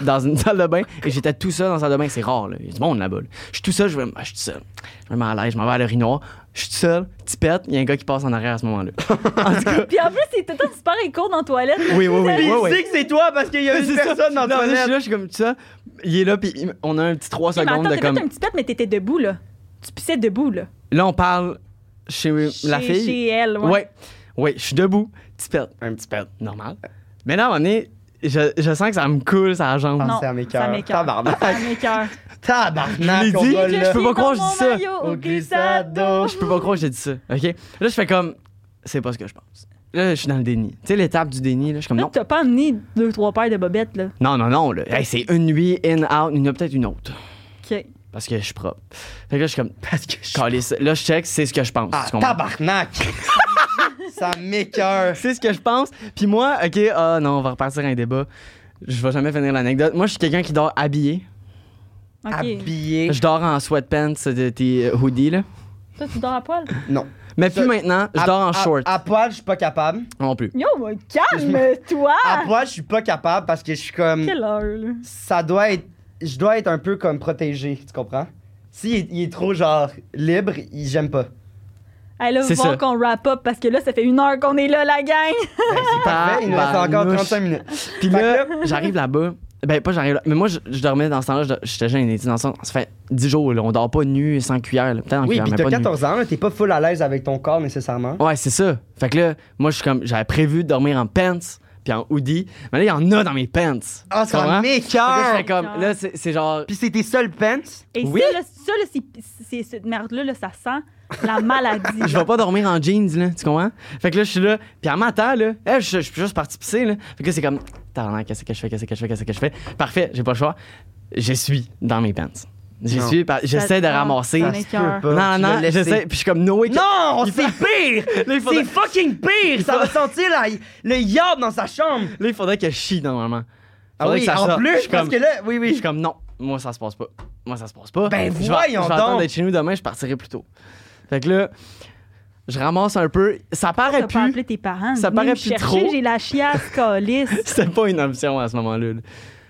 C: Dans une salle de bain, et j'étais tout seul dans la salle de bain, c'est rare, là. Il y a du monde là-bas. là. Je suis tout seul, je vais. Je suis tout seul. Je me mets à l'aise, je m'en vais à l'urinoir. Je suis tout seul, petit pète, il y a un gars qui passe en arrière à ce moment-là. En tout cas,
A: Puis en plus, c'est tout le temps super écho dans la toilette.
C: oui, oui, oui.
B: Puis
C: oui,
B: il
C: oui.
B: sait que c'est toi parce qu'il y a
C: C'est
B: une
C: ça.
B: personne dans
C: Non,
B: ton
C: là, Je suis
B: net.
C: là, je suis comme ça. Il est là, puis il- on a un petit 3
A: Mais
C: secondes
A: attends,
C: de
A: t'as
C: comme.
A: fait un petit pet, mais t'étais debout, là. Tu pissais debout, là.
C: Là, on parle chez, Euh, la
A: Chez-
C: fille.
A: Chez elle,
C: Ouais. Ouais, je suis debout. Petit pet. Un petit pet. Normal. Ben, Mais là, on est. je, je sens que ça me coule sur la jambe.
A: Non,
B: Pensez à mes
A: ça
B: cœurs.
A: m'écoeure.
B: Tabarnak.
A: Ça m'écoeure.
B: Tabarnak.
C: Je l'ai
B: on
C: dit.
B: va
C: Je
B: le-
C: peux pas croire que je dis ça.
B: Au glissado.
C: Je peux pas croire que j'ai dit ça, OK? Là, je fais comme, c'est pas ce que je pense. Là, je suis dans le déni. Tu sais, l'étape du déni, là, je suis comme,
A: Là,
C: non,
A: t'as pas amené deux, trois paires de bobettes, là.
C: non, non, non, là. Hey, c'est une nuit, in, out, il y en a peut-être une autre.
A: OK.
C: Parce que je suis propre. Fait que là, je suis comme,
B: Parce que je.
C: calisse. Là, je check, c'est ce que je pense.
B: Ah,
C: tu comprends?
B: tabarnak. ça m'écoeure.
C: C'est ce que je pense. Puis moi, OK, ah non, on va repartir un débat. Je vais jamais finir l'anecdote. Moi, je suis quelqu'un qui dort habillé.
A: OK.
B: Habillé.
C: Je dors en sweatpants de tes euh, hoodies, là.
A: Toi, tu dors à poil?
B: Non.
C: Mais puis
B: Ça- Ah,
C: maintenant, je
B: À-
C: dors en
B: à-
C: short.
B: À poil, je suis pas capable.
C: Non plus.
A: Yo, mais calme-toi!
B: À poil, je suis pas capable parce que je suis comme.
A: Quelle heure, là?
B: ça doit être. Je dois être un peu comme protégé, tu comprends? S'il est, il est trop genre libre, il- j'aime pas.
A: Hey, là,
C: C'est
A: voir
C: ça.
A: qu'on wrap up parce que là, ça fait une heure qu'on est là, la gang!
B: Ben, c'est parfait, il nous reste encore
C: Tabarnouche.
B: 35 minutes.
C: Puis
B: Fait
C: là, j'arrive là-bas. Ben, pas j'arrive là. Mais moi, je, je dormais dans ce temps-là, je- j'étais jeune, tu sais, dans le sens. Ça fait 10 jours, là, on dort pas nu, sans cuillère, là. Peut-être en
B: Oui,
C: cuillère,
B: pis
C: mais
B: t'as
C: pas nu.
B: 14 ans, là, t'es pas full à l'aise avec ton corps nécessairement.
C: Ouais, c'est ça. Fait que là, moi, je suis comme, j'avais prévu de dormir en pants, puis en hoodie. Mais là, il y en a dans mes pants.
B: Ah,
C: Tu
B: ça
C: comprends? Fait que là, je fais
B: m'écœure!
C: comme, là, c'est c'est genre.
B: Pis c'est tes seuls pants?
A: Et
C: Oui.
A: ça, là, ça, là, c'est- c'est- cette merde-là, là, ça sent la maladie.
C: Je vais pas dormir en jeans, là, tu comprends? Fait que là, je suis là, puis en matin, là, eh, je, je suis juste parti pisser, là. Fait que là, c'est comme, tabarnak, qu'est-ce que je fais, qu'est-ce que je fais, qu'est-ce que je fais? Parfait, j'ai pas le choix. J'essuie dans mes pants. J'essuie, par- j'essaie de
A: Ah,
C: ramasser.
B: Ça
A: ça
B: se
A: m'écoeure.
B: peut pas,
C: Non,
B: tu
C: non,
B: l'as laissé.
C: j'essaie, puis je suis comme, no way. que-
B: Non,
C: Il
B: c'est pire!
C: Là, il faudrait-
B: C'est fucking pire! Ça va sentir la- le yard dans sa chambre!
C: Là, il faudrait que je chie, normalement.
B: Ah
C: Faudrait
B: oui,
C: que ça
B: en
C: sorte. Je
B: plus,
C: suis
B: parce
C: comme-
B: que là, oui,
C: Puis je
B: oui.
C: suis comme non, moi ça se passe pas. Moi ça se passe pas.
B: Ben,
C: Je vais-
B: voyons
C: Je vais attendre
B: donc.
C: d'être chez nous demain, je partirai plus tôt. Fait que là, je ramasse un peu. Ça paraît
A: T'as pas
C: plus.
A: appelé tes parents.
C: Ça
A: Venez
C: paraît
A: me
C: plus
A: chercher,
C: trop. Hein?
A: J'ai la chiasse, calice.
C: C'était pas une option à ce moment-là. là.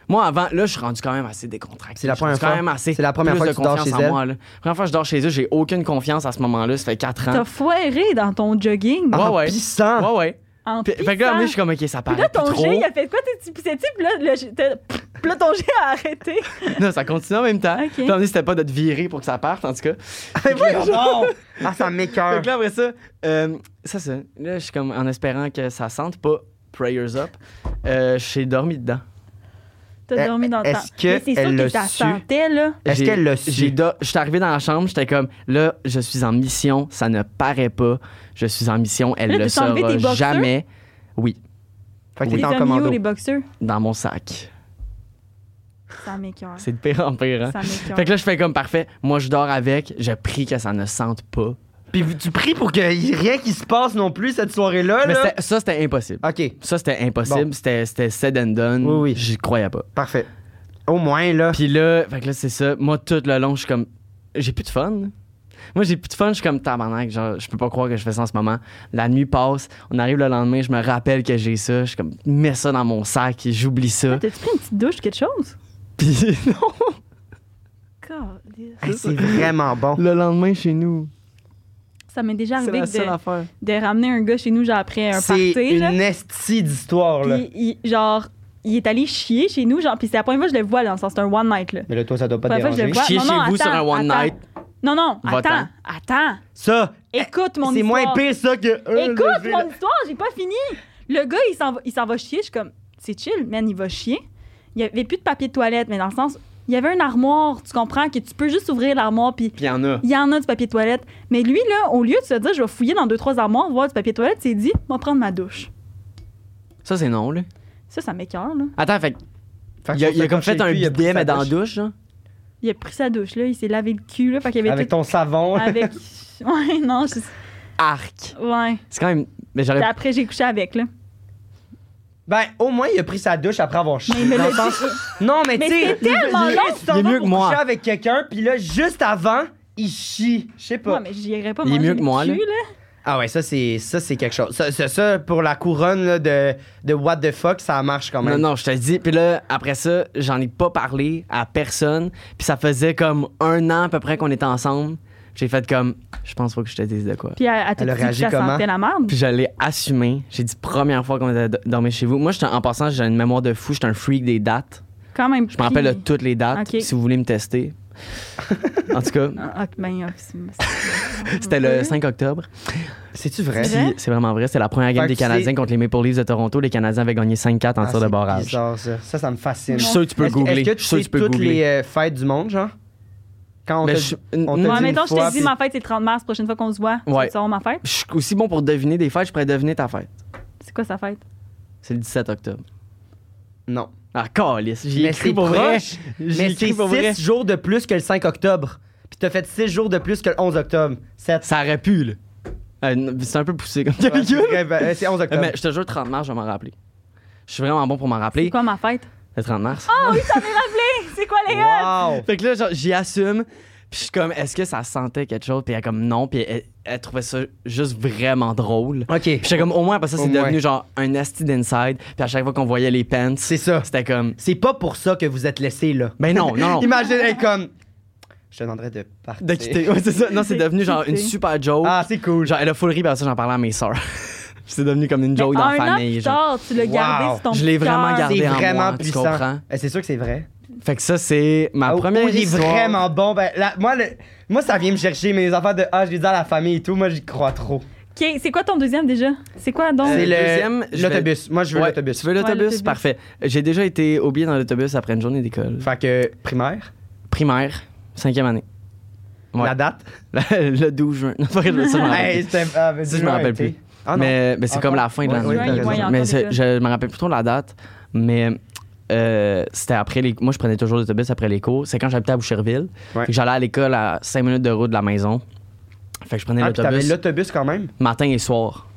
C: Moi avant, là je suis rendu quand même assez décontracté.
B: C'est la
C: Je suis rendu
B: première fois-
C: quand même assez.
B: c'est la première
C: plus
B: fois
C: de
B: que tu dors
C: confiance
B: chez
C: en
B: elle.
C: moi, là. Première fois que je dors chez eux, j'ai aucune confiance à ce moment-là. Ça fait 4 ans.
A: T'as foiré dans ton jogging.
C: Ah.
B: En
C: ouais.
B: pissant.
C: Ouais ouais.
A: En
C: Puis- fait que là,
A: pissant.
C: moi, je suis comme ok, ça
A: Puis
C: paraît
A: là,
C: plus
A: ton
C: trop.
A: jet, il a fait quoi? T'es pissé Puis là, le jet- t'as- puis là, ton jet a arrêté.
C: Non, ça continue en même temps.
A: Ok.
C: Puis à un moment donné, c'était pas de te virer pour que ça parte en tout cas.
B: Mais voyons donc! Ah, ça m'écœure.
C: Donc là, après ça, euh, ça, ça. Là, je suis comme en espérant que ça sente pas Prayers Up. Euh, j'ai dormi dedans.
A: T'as
B: Eh,
A: dormi dans ta...
B: est-ce que
A: Mais c'est sûr
B: elle
A: que
B: l'a
A: ça
B: su?
A: sentait, là.
B: Est-ce
C: J'ai-
B: qu'elle l'a su?
C: j'ai do- Je suis arrivé dans la chambre, j'étais comme, là, je suis en mission, ça ne paraît pas, je suis en mission, elle
A: Là,
C: le
A: t'as enlevé tes
C: saura
A: boxers?
C: jamais. Oui,
B: Fait que
C: Oui.
B: t'es
A: T'es
B: en
A: mis où,
B: commando.
A: les boxeurs?
C: dans mon sac.
A: Ça m'écoeure.
C: C'est de pire en pire. hein.
A: Ah. Ça m'écoeure.
C: Fait que là, je fais comme parfait. Moi, je dors avec. Je prie que ça ne sente pas.
B: Puis vous- tu pries pour que y- rien qui se passe non plus cette soirée-là.
C: Mais
B: là.
C: c'était- ça, c'était impossible.
B: Ok,
C: Ça, c'était impossible.
B: Bon.
C: C'était c'était said and done.
B: Oui, oui.
C: J'y croyais pas.
B: parfait. Au moins, là.
C: Puis là, fait que là, c'est ça. Moi, tout le long, je suis comme, j'ai plus de fun. Moi, j'ai plus de fun. Je suis comme tabarnak. Genre, je peux pas croire que je fais ça en ce moment. La nuit passe. On arrive le lendemain. Je me rappelle que j'ai ça. Je suis comme, mets ça dans mon sac et j'oublie ça.
A: Ah, T'as-tu pris une petite douche, quelque chose?
C: Puis non.
A: Calice.
B: Hey, c'est vraiment bon.
C: Le lendemain, chez nous.
A: Ça m'est déjà
C: C'est
A: arrivé
C: la
A: de,
C: seule affaire.
A: de ramener un gars chez nous, genre, après un
B: C'est
A: party,
B: une
A: là.
B: estie d'histoire, là.
A: Puis, il- genre, il est allé chier chez nous, genre, puis c'est la première fois que je le vois, dans le sens, c'est un one night, là.
B: Mais là, toi, ça doit pas
A: Ouais,
B: te
A: faut que je
B: déranger.
A: le voie. Ouais,
C: Chier
A: non,
C: chez
A: non,
C: vous sur un
A: attends,
C: one
A: attends.
C: night.
A: Non, non,
C: Va-t'en.
A: attends, attends.
B: Ça,
A: Écoute mon
B: Eh, c'est
A: histoire.
B: moins pire ça que. euh, là,
A: Écoute
B: je vais
A: mon
B: là-
A: histoire, j'ai pas fini. Le gars, il s'en va, il s'en va chier. Je suis comme, c'est chill, man, il va chier. Il y avait plus de papier de toilette, mais dans le sens, il y avait un armoire, tu comprends, que tu peux juste ouvrir l'armoire, puis
C: Puis il y en a.
A: il y en a du papier de toilette. Mais lui, là, au lieu de se dire, je vais fouiller dans deux, trois armoires, voir du papier de toilette, il s'est dit, va prendre ma douche.
C: Ça, c'est non, là.
A: Ça, ça m'écœure, là.
C: Attends, fait que
B: Fait que
C: il a,
B: je
C: il a comme
B: pense que
C: fait un
B: chez lui, il a pris
C: bidet,
B: sa
C: mais dans la
B: douche.
C: douche, genre.
A: Il a pris sa douche, là, il s'est lavé le cul, là, fait qu'il y avait
B: Avec
A: tout.
B: ton savon.
A: Avec. Ouais, non, je...
C: Arc.
A: Ouais.
C: C'est quand même. Mais
A: Puis
C: j'aurais.
A: après, j'ai couché avec, là.
B: Ben, au moins, il a pris sa douche après avoir chié.
A: Mais il me
B: Dans
A: l'a
B: le sens- Non, mais tu
A: Mais
B: sais.
A: c'est tellement long.
B: il s'en
C: Il est
B: va
C: mieux
B: pour
C: que moi.
B: coucher avec quelqu'un, puis là, juste avant, il chie. Je sais pas.
A: Ouais, mais j'irais pas
C: Il est
A: manger
C: mieux
A: le
C: que moi,
A: cul,
C: là.
B: Ah ouais, ça, c'est ça c'est quelque chose. Ça, ça, ça, pour la couronne là, de, de What the fuck, ça marche quand même.
C: Non, non, je te le dis. Puis là, après ça, j'en ai pas parlé à personne. Puis ça faisait comme un an à peu près qu'on était ensemble. J'ai fait comme, je pense pas que je te dise de quoi.
A: Puis elle, elle t'a
B: Elle a
A: dit que
B: réagi
A: ça
B: comment?
A: sentait la merde.
C: Puis j'allais assumer. J'ai dit première fois qu'on était d- dormi chez vous. Moi, j'étais- en passant, j'ai une mémoire de fou. J'étais un freak des dates.
A: Quand même.
C: Je me rappelle de toutes les dates.
A: Ok.
C: Si vous voulez me tester. En tout cas,
A: Ah, ben, ah, c'est- c'est-
C: c'était le 5 octobre.
B: C'est-tu vrai?
A: C'est vrai?
C: Puis, C'est vraiment vrai. C'est la première game
B: Fait que
C: des Canadiens
B: c'est-
C: contre les Maple Leafs de Toronto. Les Canadiens avaient gagné 5-4 en
B: Ah,
C: tir de
B: c'est
C: barrage.
B: bizarre, ça. ça, ça me fascine.
C: Je suis sûr que tu peux
B: Est-ce que- Est-ce
C: googler.
B: que
C: Je
B: tu
C: suis sûr que
B: sais
C: tu peux
B: toutes les
C: googler.
B: euh, fêtes du monde, genre? Quand on
C: Mais
B: te-
C: je-
B: on te
C: Ouais,
B: dit
A: Ouais,
B: une
A: mettons, je
B: fois,
A: te dis
B: puis-
A: ma fête, c'est le 30 mars. Prochaine fois qu'on se voit,
C: Ouais.
A: c'est ma fête.
C: Je suis aussi bon pour deviner des fêtes, je pourrais deviner ta fête.
A: C'est quoi sa fête?
C: C'est le 17 octobre.
B: Non.
C: Ah, calice, j'y ai
B: Mais
C: écrit
B: c'est
C: pour vrai.
B: proche.
C: J'y ai
B: Mais
C: écrit pour vrai.
B: c'est 6 jours de plus que le 5 octobre. Puis t'as fait 6 jours de plus que le 11 octobre. 7.
C: Ça aurait pu, là. Euh, non, c'est un peu poussé comme calcul. Euh,
B: C'est 11 octobre.
C: Mais je te jure, 30 mars, je vais m'en rappeler. Je suis vraiment bon pour m'en
A: C'est
C: rappeler.
A: quoi ma fête?
C: Le 30 mars.
B: Ah!
A: C'est quoi, les gars?
B: Wow!
C: Fait que là, genre, j'y assume. Puis je suis comme, est-ce que ça sentait quelque chose? Puis elle est comme, non. Puis elle, elle trouvait ça juste vraiment drôle. Puis
B: OK.
C: j'étais comme, au moins, parce que ça,
B: Au
C: c'est
B: moins.
C: devenu genre un asti d'inside. Puis à chaque fois qu'on voyait les pants,
B: C'est ça.
C: c'était comme,
B: C'est pas pour ça que vous êtes laissé là.
C: ben non, non, non.
B: Imagine, elle est comme. Je te demanderais de partir.
C: De quitter. Ouais, c'est ça. Non, c'est
A: De
C: devenu genre une
A: quitter.
C: super joke.
B: Ah, c'est cool.
C: Genre, elle a full ri, parce ça, j'en parlais à mes sœurs. c'est devenu comme une joke
A: Mais
C: dans
A: un
C: la
A: an
C: famille.
A: plus
C: genre.
A: tard, tu l'as gardé
B: Wow.
A: sur ton
C: Je l'ai
A: petit
C: vraiment
A: cœur.
C: gardé.
B: c'est
C: en
B: vraiment
C: moi, tu
B: puissant.
C: comprends?
B: Eh, C'est sûr que c'est vrai.
C: Fait que ça, c'est ma
B: Oh,
C: première
B: il est
C: histoire.
B: vraiment bon. Ben, la- moi, le- moi, ça vient me chercher. Mes affaires de ah, je les dis à la famille et tout. Moi, j'y crois trop.
A: OK, c'est quoi ton deuxième déjà? C'est quoi donc?
B: c'est
C: le Euh, deuxième,
B: le
C: je vais-
B: l'autobus. Moi, je veux
C: Ouais,
B: l'autobus.
C: Tu veux
A: Ouais,
C: l'autobus?
A: l'autobus.
C: Parfait. J'ai déjà été oublié dans l'autobus après une journée d'école.
B: Fait que primaire,
C: Primaire, cinquième année. Ouais.
B: la date.
C: le 12 juin. Non, pas vrai, ça, je m'en rappelle.
B: Hey, c'était- ah, ben,
C: Ça, je
B: dis-moi,
C: m'en rappelle
B: t'es-
C: plus.
B: Ah, non.
C: mais mais c'est
B: Encore?
C: comme la fin de
B: Ouais,
C: l'année.
B: ouais, t'as
C: par
B: raison.
C: exemple.
A: Ouais,
C: mais
A: encore
C: c'est-
A: des
C: je me rappelle plutôt la date, mais euh, c'était après les. Moi, je prenais toujours l'autobus après les cours. C'est quand j'habitais à Boucherville.
B: Ouais.
C: Fait que J'allais à l'école à 5 minutes de route de la maison. Fait que je prenais
B: Ah, puis t'avais
C: l'autobus
B: l'autobus quand même.
C: matin et soir.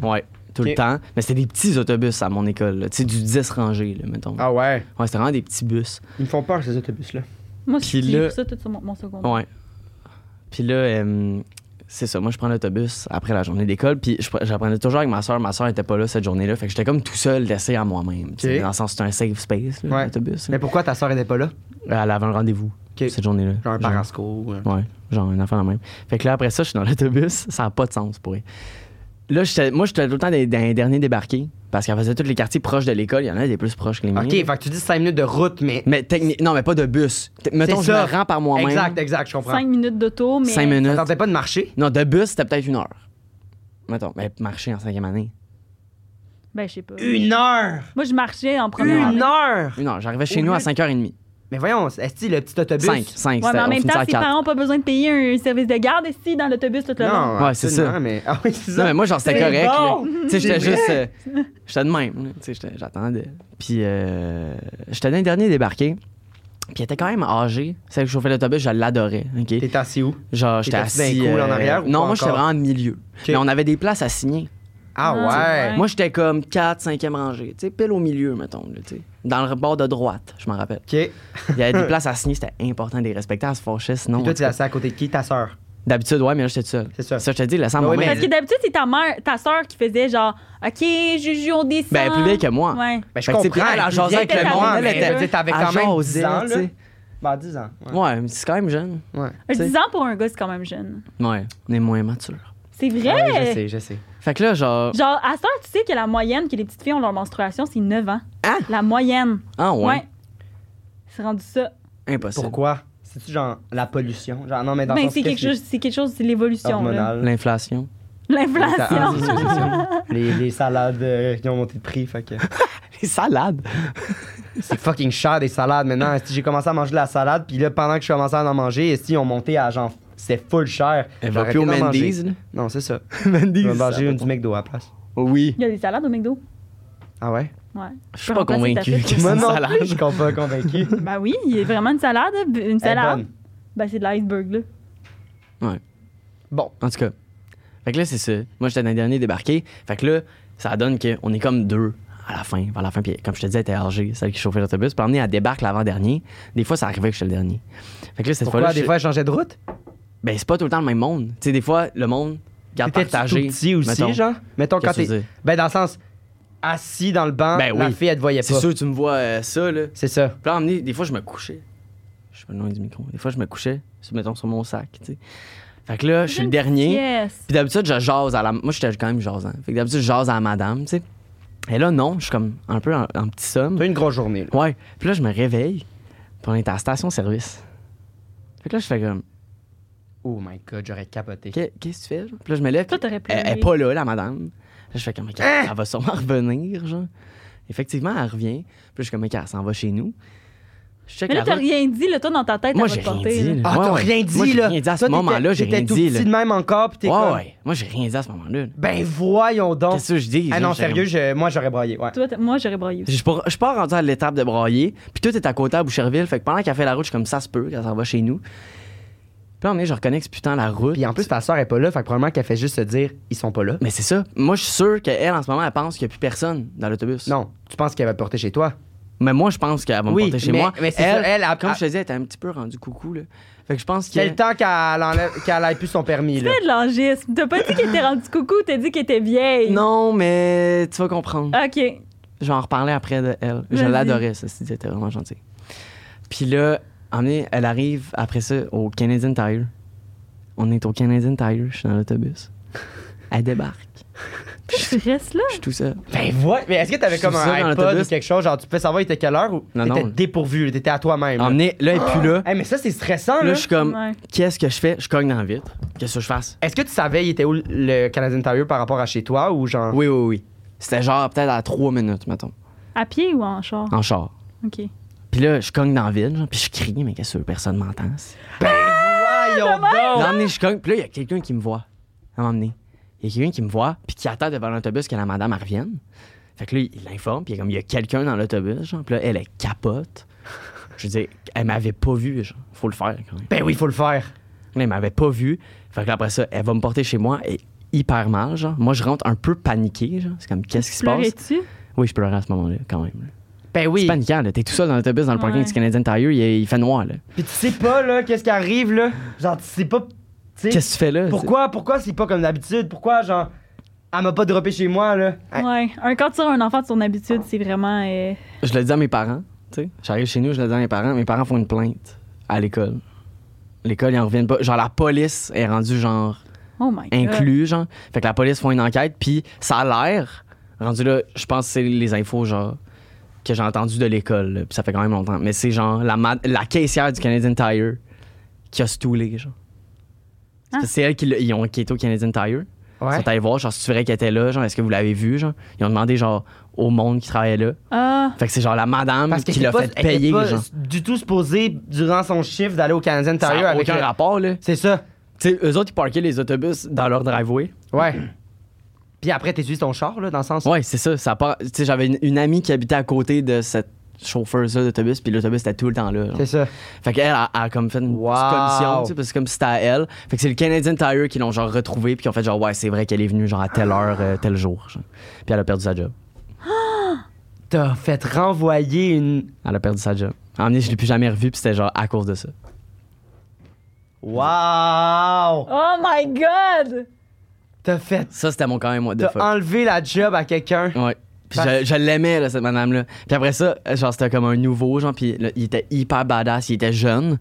C: Ouais, tout
B: Ok.
C: le temps. Mais c'était des petits autobus à mon école. là. Tu sais, du 10 rangées, là, mettons.
B: Ah ouais.
C: Ouais, c'était vraiment des petits bus.
B: Ils me font peur, ces autobus-là.
A: Moi, je
C: Puis
A: suis
C: là-
A: pour ça tout sur mon, mon secondaire.
C: Ouais. Puis là, euh, c'est ça. Moi, je prends l'autobus après la journée d'école. Puis je pre- j'apprenais toujours avec ma soeur. Ma soeur était pas là cette journée-là. Fait que j'étais comme tout seul, laissé à moi-même. tu sais, Dans le sens, c'est un safe space, là,
B: Ouais.
C: l'autobus. là.
B: Mais pourquoi ta soeur n'était pas là?
C: Elle avait un rendez-vous
B: Ok.
C: cette journée-là.
B: Genre un parasco. ou un-
C: Ouais, genre une affaire la même. Fait que là, après ça, je suis dans l'autobus. Ça n'a pas de sens pour elle. Là, j'étais- moi, j'étais tout le temps dans les dans les derniers débarqués. Parce qu'elle faisait tous les quartiers proches de l'école. Il y en a des plus proches que les miens.
B: Ok, fait que tu dis 5 minutes de route, mais.
C: Mais techni- Non, mais pas de bus. T- Mettons,
B: C'est
C: je
B: ça.
C: me rends par moi-même.
B: Exact, exact, je comprends.
A: Cinq minutes d'auto, mais...
C: Cinq
B: Ça
C: minutes.
B: tentait pas de marcher?
C: Non, de bus, c'était peut-être une heure. Mettons, mais marcher en cinquième année.
A: Ben, je sais pas.
B: Une heure!
A: Moi, je marchais en première année.
B: Une heure!
C: Une heure. J'arrivais
B: Au
C: chez nous à
B: lieu-
C: 5h30.
B: Mais voyons, est-ce le petit autobus?
C: 5, 5,
A: Ouais, mais en même temps,
C: à
A: ses
C: 4.
A: parents n'ont pas besoin de payer un service de garde ici dans l'autobus tout le long.
B: Non,
C: Ouais, c'est
B: absolument,
C: ça.
B: Mais... Ah oui, c'est
C: Non,
B: ça.
C: mais moi, genre, c'était
B: C'est
C: correct.
B: bon!
C: là. Tu sais, j'étais
B: C'est
C: juste. euh, j'étais de même. là. Tu sais, j'étais- j'attendais. Puis, euh, j'étais dans le dernier débarqué. Puis, elle était quand même âgée. Celle qui chauffait l'autobus, je l'adorais. OK?
B: T'es assis où?
C: Genre, j'étais
B: t'étais-tu dans les
C: assis. euh,
B: coules en arrière ou
C: non,
B: pas
C: moi, j'étais
B: encore?
C: vraiment en milieu. Mais on avait des places à signer.
B: Ah
A: Ah,
B: ouais!
A: ouais.
C: Moi, j'étais comme 4, 5e rangée. Tu sais, pile au milieu, mettons. Là, tu sais. dans le bord de droite, je m'en rappelle.
B: Ok.
C: Il y avait des places à signer, c'était important de les respecter, à se fâcher, sinon.
B: Puis toi, tu es assis à côté de qui? Ta soeur.
C: D'habitude, ouais, mais là, j'étais tout seul.
B: C'est ça.
C: Ça, je te dis, la
B: Ouais,
C: semble
B: mais-
A: Parce que d'habitude, c'est ta mère, ta soeur qui faisait genre, OK, Juju, on descend.
C: Ben, elle est plus vieille que moi.
A: Ouais.
B: Ben, je
C: Fait que, tu sais,
B: comprends.
C: puis elle, elle
B: tu
C: jasait
B: viens
C: avec
B: de
A: le
B: la
A: monde,
B: main,
A: elle était-
B: mais tu sais, T'avais quand
C: elle
B: même
C: jasait,
B: 10 ans,
C: tu
B: là.
C: sais.
B: Ben, 10 ans. ouais.
C: Ouais, mais c'est quand même jeune.
B: Ouais.
A: Un
C: T'sais.
A: 10 ans pour un gars, c'est quand même jeune.
C: Ouais, on est moins mature.
A: C'est
C: Ah
B: Ouais, Ah Je
A: vrai.
B: sais, je sais.
C: Fait que là, genre.
A: genre, à cette heure, tu sais que la moyenne que les petites filles ont leur menstruation, c'est 9 ans.
C: Hein?
A: La moyenne.
C: Ah, ouais.
A: C'est rendu ça.
C: Impossible.
B: Pourquoi? C'est-tu genre la pollution? Genre, non, mais dans le
A: Ben,
B: sens
A: c'est
B: que
A: quelque, chose- c'est quelque chose, c'est l'évolution. là.
B: hormonal.
C: L'inflation.
B: Ah,
A: L'inflation.
B: c'est sûr, c'est sûr. les, les salades euh, qui ont monté de prix, fait que.
C: Les salades.
B: C'est fucking cher des salades maintenant. Esti, J'ai commencé à manger de la salade, puis là, pendant que je commençais à en manger, si on montait à genre. C'est full cher.
C: Elle va
B: J'aurais
C: plus au
B: pu en manger.
C: Mendy's, là.
B: Non, c'est ça.
C: Mendy's.
B: Je vais manger
C: ça.
B: une du McDo à la place.
C: Oui.
A: Il y a des salades au McDo.
B: Ah ouais?
A: Ouais.
C: Je suis pas convaincu que c'est
B: Moi
C: une
B: non plus, je suis
C: salade.
B: pas convaincu.
A: Ben oui, il y a vraiment une salade. Une
B: Elle est
A: salade.
B: bonne.
A: Ben, c'est de l'iceberg, là.
C: Ouais.
B: Bon.
C: En tout cas. Fait que là, c'est ça. Moi, j'étais dans le dernier débarqué. Fait que là, ça donne qu'on est comme deux à la fin. À la fin, puis comme je te disais, elle était âgée, celle qui chauffait l'autobus. Puis emmener à débarque l'avant-dernier. Des fois, ça arrivait que j'étais le dernier. Fait que là, cette
B: Pourquoi
C: fois-là.
B: des
C: je-
B: fois, je changeais de route?
C: Ben, c'est pas tout le temps le même monde. Tu sais, des fois, le monde garde
B: T'étais
C: partagé.
B: tout petit aussi,
C: mettons.
B: genre? Mettons quand
C: Qu'est-ce que
B: t'es.
C: tu veux dire?
B: Ben, dans le sens, assis dans le banc,
C: Ben
B: la
C: oui.
B: fille, elle te voyait
C: C'est
B: pas.
C: sûr, tu me vois euh, ça, là.
B: C'est ça.
C: Puis là, emmené, des fois, je me couchais. Je suis pas loin du micro. Des fois, je me couchais, sur- mettons, sur mon sac, tu sais. Fait que là, je suis le dernier.
A: Yes.
C: Puis d'habitude, je jase à la. Moi, j'étais quand même jasant. Fait que d'habitude, je jase à la madame, tu sais. Et là, non, je suis comme un peu en, en petit somme.
B: T'as eu une grosse journée, là.
C: Ouais. Puis là, je me réveille. Puis on est à la station-service. Fait que là, je fais comme,
B: Oh my god, j'aurais capoté.
C: Qu'est- qu'est-ce que tu fais? genre? Puis là, je me lève.
A: Toi, t'aurais pu.
C: Elle elle est pas là, la madame. Là, je fais comme, OK,
B: Hein?
C: elle va sûrement revenir, genre. Effectivement, elle revient. Puis là, je suis comme, OK, elle s'en va chez nous. Je check
A: Mais là,
C: la
A: t'as
C: route.
A: rien dit, là, toi, dans ta tête,
C: Moi,
A: à
C: j'ai
A: votre
C: rien
A: portée,
C: dit.
A: là.
C: là.
B: Ah,
C: Ouais,
B: t'as
C: ouais.
B: rien dit,
C: Moi, j'ai
B: là.
C: rien dit à ce
B: Toi, t'étais-
C: moment-là, j'ai
B: t'étais
C: rien
B: tout
C: dit,
B: petit
C: là.
B: de même encore, pis t'es
C: Ouais,
B: comme,
C: ouais. Moi, j'ai rien dit à ce moment-là. là.
B: Ben voyons donc.
C: Qu'est-ce que je dis?
B: Ah
C: genre,
B: non,
C: j'ai rien-
B: sérieux, je- moi j'aurais braillé, ouais.
A: Toi, t'as- moi, j'aurais broyé.
C: Je suis pas- je suis pas rendu à l'étape de brailler. Puis tout est à côté à Boucherville. Fait que pendant qu'elle fait la route, je suis comme ça se peut, qu'elle s'en va chez nous. Puis là, on est, je reconnecte putain la route.
B: Puis en plus, ta soeur est pas là, fait que probablement qu'elle fait juste se dire, ils sont pas là.
C: Mais c'est ça. Moi, je suis sûr qu'elle, en ce moment, elle pense qu'il n'y a plus personne dans l'autobus.
B: Non, tu penses qu'elle va te porter chez toi?
C: Mais moi, je pense qu'elle va me
B: Oui,
C: porter chez
B: mais-
C: moi.
B: mais c'est ça, elle, elle-
C: comme
B: elle-
C: je te disais, elle était un petit peu rendue coucou. Là. Fait que je pense
B: Quel
C: qu'elle.
B: temps qu'elle enlève, qu'elle ait plus son permis, là.
A: Fais de l'angisme. T'as pas dit qu'elle était rendue coucou, t'as dit qu'elle était vieille.
C: Non, mais tu vas comprendre.
A: OK.
C: Je vais en reparler après de elle. Je
A: Vas-y.
C: l'adorais, ça, c'était était vraiment gentil. Puis là, emmené, elle arrive après ça au Canadian Tire. On est au Canadian Tire, je suis dans l'autobus. Elle débarque.
A: Tu restes là.
C: Je suis tout seul.
B: Ben ouais, mais est-ce que t'avais
C: Je
B: comme
C: suis
B: un
C: sûr, dans
B: iPod ou
C: l'autobus.
B: quelque chose, genre tu peux savoir il était quelle heure ou
C: Non,
B: t'étais
C: non.
B: dépourvu, t'étais à toi-même? là?
C: Emmené, là, et puis
A: Ah!
C: là,
B: Hey, mais ça c'est stressant, là.
C: là, je suis comme,
A: Ouais.
C: qu'est-ce que je fais? Je cogne dans la vitre. Qu'est-ce que je fasse?
B: Est-ce que tu savais il était où le Canadian Tire par rapport à chez toi ou genre.
C: Oui, oui, oui. C'était genre peut-être à trois minutes, mettons,
A: À pied ou en char?
C: en char.
A: OK.
C: Puis là, je cogne dans la ville, genre, puis je crie, mais qu'est-ce que personne m'entend?
B: Ben, Voyons
C: Là,
B: donc!
C: à un moment donné, je cogne, puis là, il y a quelqu'un qui me voit. À un moment donné, il y a quelqu'un qui me voit, puis qui attend devant l'autobus que la madame elle revienne. Fait que là, il l'informe, puis il est comme, il y a quelqu'un dans l'autobus, genre, puis là, elle, elle capote. Je veux dire, elle m'avait pas vu, genre, faut le faire quand même.
B: Ben oui, faut le faire.
C: Là, elle m'avait pas vu. Fait que là, après ça, elle va me porter chez moi, et hyper mal, genre. Moi, je rentre un peu paniqué, genre. C'est comme, qu'est-ce qui se passe?
A: Pleurais-tu?
C: Oui, je pleurais à ce moment-là, quand même. là.
B: Ben oui.
C: C'est paniquant, là. T'es tout seul dans l'autobus, dans le parking
A: Ouais.
C: du Canadian Tire, il, il fait noir, là.
B: Puis tu sais pas, là, qu'est-ce qui arrive, là. Genre, tu sais pas. tu sais,
C: Qu'est-ce que tu fais là?
B: Pourquoi, pourquoi c'est pas comme d'habitude? Pourquoi, genre, elle m'a pas droppé chez moi, là? Hey,
A: Ouais. Un, quand tu as un enfant de son habitude, c'est vraiment. euh,
C: Je le dis à mes parents. tu sais. J'arrive chez nous, je le dis à mes parents. Mes parents font une plainte à l'école. L'école, ils en reviennent pas. Genre, la police est rendue, genre,
A: Oh my God.
C: inclus, genre. Fait que la police font une enquête, puis ça a l'air. Rendu là, je pense que c'est les infos, genre, que j'ai entendues de l'école, là, puis ça fait quand même longtemps. Mais c'est, genre, la, ma- la caissière du Canadian Tire qui a stoulé, genre.
A: Ah.
C: C'est parce que C'est elle qui, l'a- ils ont, qui était au Canadian Tire. Ils
B: Ouais.
C: sont allés voir, genre, si tu verrais qu'elle était là, genre, est-ce que vous l'avez vu, genre. Ils ont demandé, genre, au monde qui travaillait là.
A: Ah.
C: Fait que c'est genre la madame
B: Parce
C: qui
B: qu'elle
C: l'a
B: était pas-
C: fait
B: elle était
C: payer,
B: pas
C: genre.
B: du tout supposé, durant son chiffre, d'aller au Canadian Tire
C: Ça a
B: avec
C: aucun
B: le-
C: rapport, là.
B: C'est ça.
C: Tu sais, eux autres, ils parquaient les autobus dans leur driveway.
B: Ouais. Puis après, t'es suivi ton char, là, dans le sens.
C: Ouais, c'est ça. ça part... Tu sais, j'avais une, une amie qui habitait à côté de cette chauffeuse-là d'autobus, puis l'autobus était tout le temps là. genre.
B: C'est ça.
C: Fait qu'elle a, a comme fait une
B: Wow.
C: petite commission, tu sais, parce que c'est comme si c'était à elle. Fait que c'est le Canadian Tire qui l'ont genre retrouvé, puis qui ont fait genre, ouais, c'est vrai qu'elle est venue genre à telle heure, euh, tel jour. genre. Puis elle a perdu sa job.
B: T'as fait renvoyer une.
C: Elle a perdu sa job. En je l'ai plus jamais revue, puis c'était genre à cause de ça.
B: Wow!
A: Oh my God!
B: T'as fait.
C: Ça, c'était mon quand même, moi, de
B: T'as enlevé la job à quelqu'un.
C: Ouais. Puis
B: Parce-
C: je, je l'aimais, là, cette madame-là. Puis après ça, euh, genre, c'était comme un nouveau, genre, puis là, il était hyper badass, il était jeune.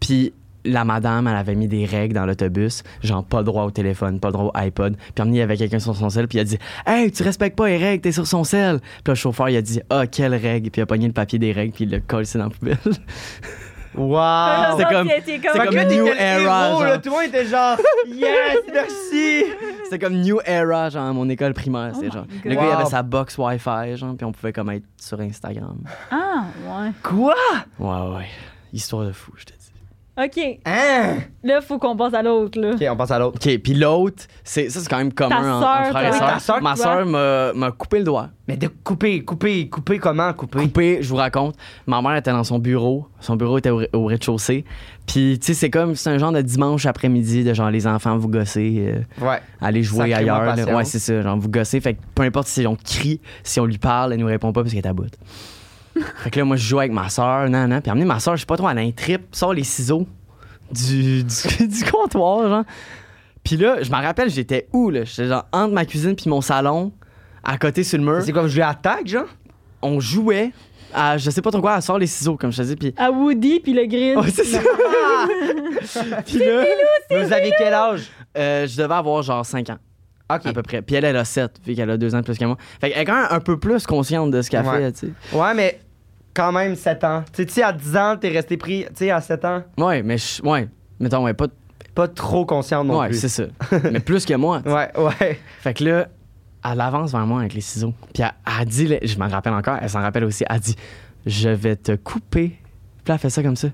C: Puis la madame, elle avait mis des règles dans l'autobus, genre, pas le droit au téléphone, pas le droit au iPod. Puis emmené, il y avait quelqu'un sur son sel, puis il a dit Hey, tu respectes pas les règles, t'es sur son sel. Puis le chauffeur, il a dit Ah, quelle règle. Puis il a pogné le papier des règles, puis il l'a collé dans la poubelle.
B: Wow!
C: Ah. C'est comme-
A: C'est
C: c'est
B: Fait
A: comme.
B: que là,
C: New
B: t'étais le
C: Era,
B: héros,
C: genre.
B: là. Tout le monde était genre, yes, merci!
C: C'était comme New Era, genre, à mon école primaire.
A: Oh
C: c'est
A: my
C: genre.
A: God.
C: Le gars, il
B: Wow.
C: avait sa box Wi-Fi, genre, puis on pouvait comme être sur Instagram.
A: Ah, ouais.
B: Quoi?
C: Ouais, ouais. Histoire de fou, je te dis.
A: OK.
B: Hein?
A: Là, faut qu'on passe à l'autre, là.
B: Ok, on passe à l'autre.
C: OK, puis l'autre, c'est, ça, c'est quand même commun
A: Ta
C: en-
A: sœur,
C: entre frères et
B: toi.
C: sœurs.
B: Ta sœur,
C: Ma
A: toi.
C: sœur m'a, m'a coupé le doigt.
B: Mais de couper, couper, couper comment? Couper?
C: Coupé, je vous raconte. Ma mère était dans son bureau. Son bureau était au, au rez-de-chaussée. Puis, tu sais, c'est comme, c'est un genre de dimanche après-midi, de genre, les enfants, vous gossez, euh,
B: Ouais.
C: allez jouer
B: Sacrément
C: ailleurs. là.
B: patience.
C: Ouais, c'est ça, genre, vous gossez. Fait que peu importe si on crie, si on lui parle, elle nous répond pas parce qu'elle est à bout. fait que là, moi, je joue avec ma sœur, nan, nan. Puis, amener ma sœur, je sais pas trop, elle a un trip, sort les ciseaux du, du, du comptoir, genre. Puis là, je me rappelle, j'étais où, là? J'étais genre entre ma cuisine puis mon salon, à côté sur le mur.
B: C'est quoi, je lui attaque, genre?
C: On jouait à, je sais pas trop quoi, elle sort les ciseaux, comme je te dis, puis...
A: À Woody puis le Grinch.
C: Ouais, c'est ça! puis là,
B: Mais vous avez quel âge?
C: euh, je devais avoir genre 5 ans,
B: Ok.
C: à peu près. Puis elle, elle a 7, vu qu'elle a 2 ans de plus que moi. Fait qu'elle est quand même un peu plus consciente de ce qu'elle
B: Ouais.
C: fait, tu sais.
B: Ouais, mais quand même 7 ans. Tu sais, tu sais, à 10 ans, t'es resté pris, tu sais, à 7 ans,
C: Ouais, mais je- ouais, mettons, ouais, pas.
B: pas trop conscient non
C: ouais,
B: plus.
C: c'est ça. mais plus que moi. tu sais.
B: Ouais, ouais.
C: Fait que là, elle avance vers moi avec les ciseaux. Puis elle, elle dit, là, je m'en rappelle encore, elle s'en rappelle aussi, elle dit Je vais te couper. Puis là, elle fait ça comme ça.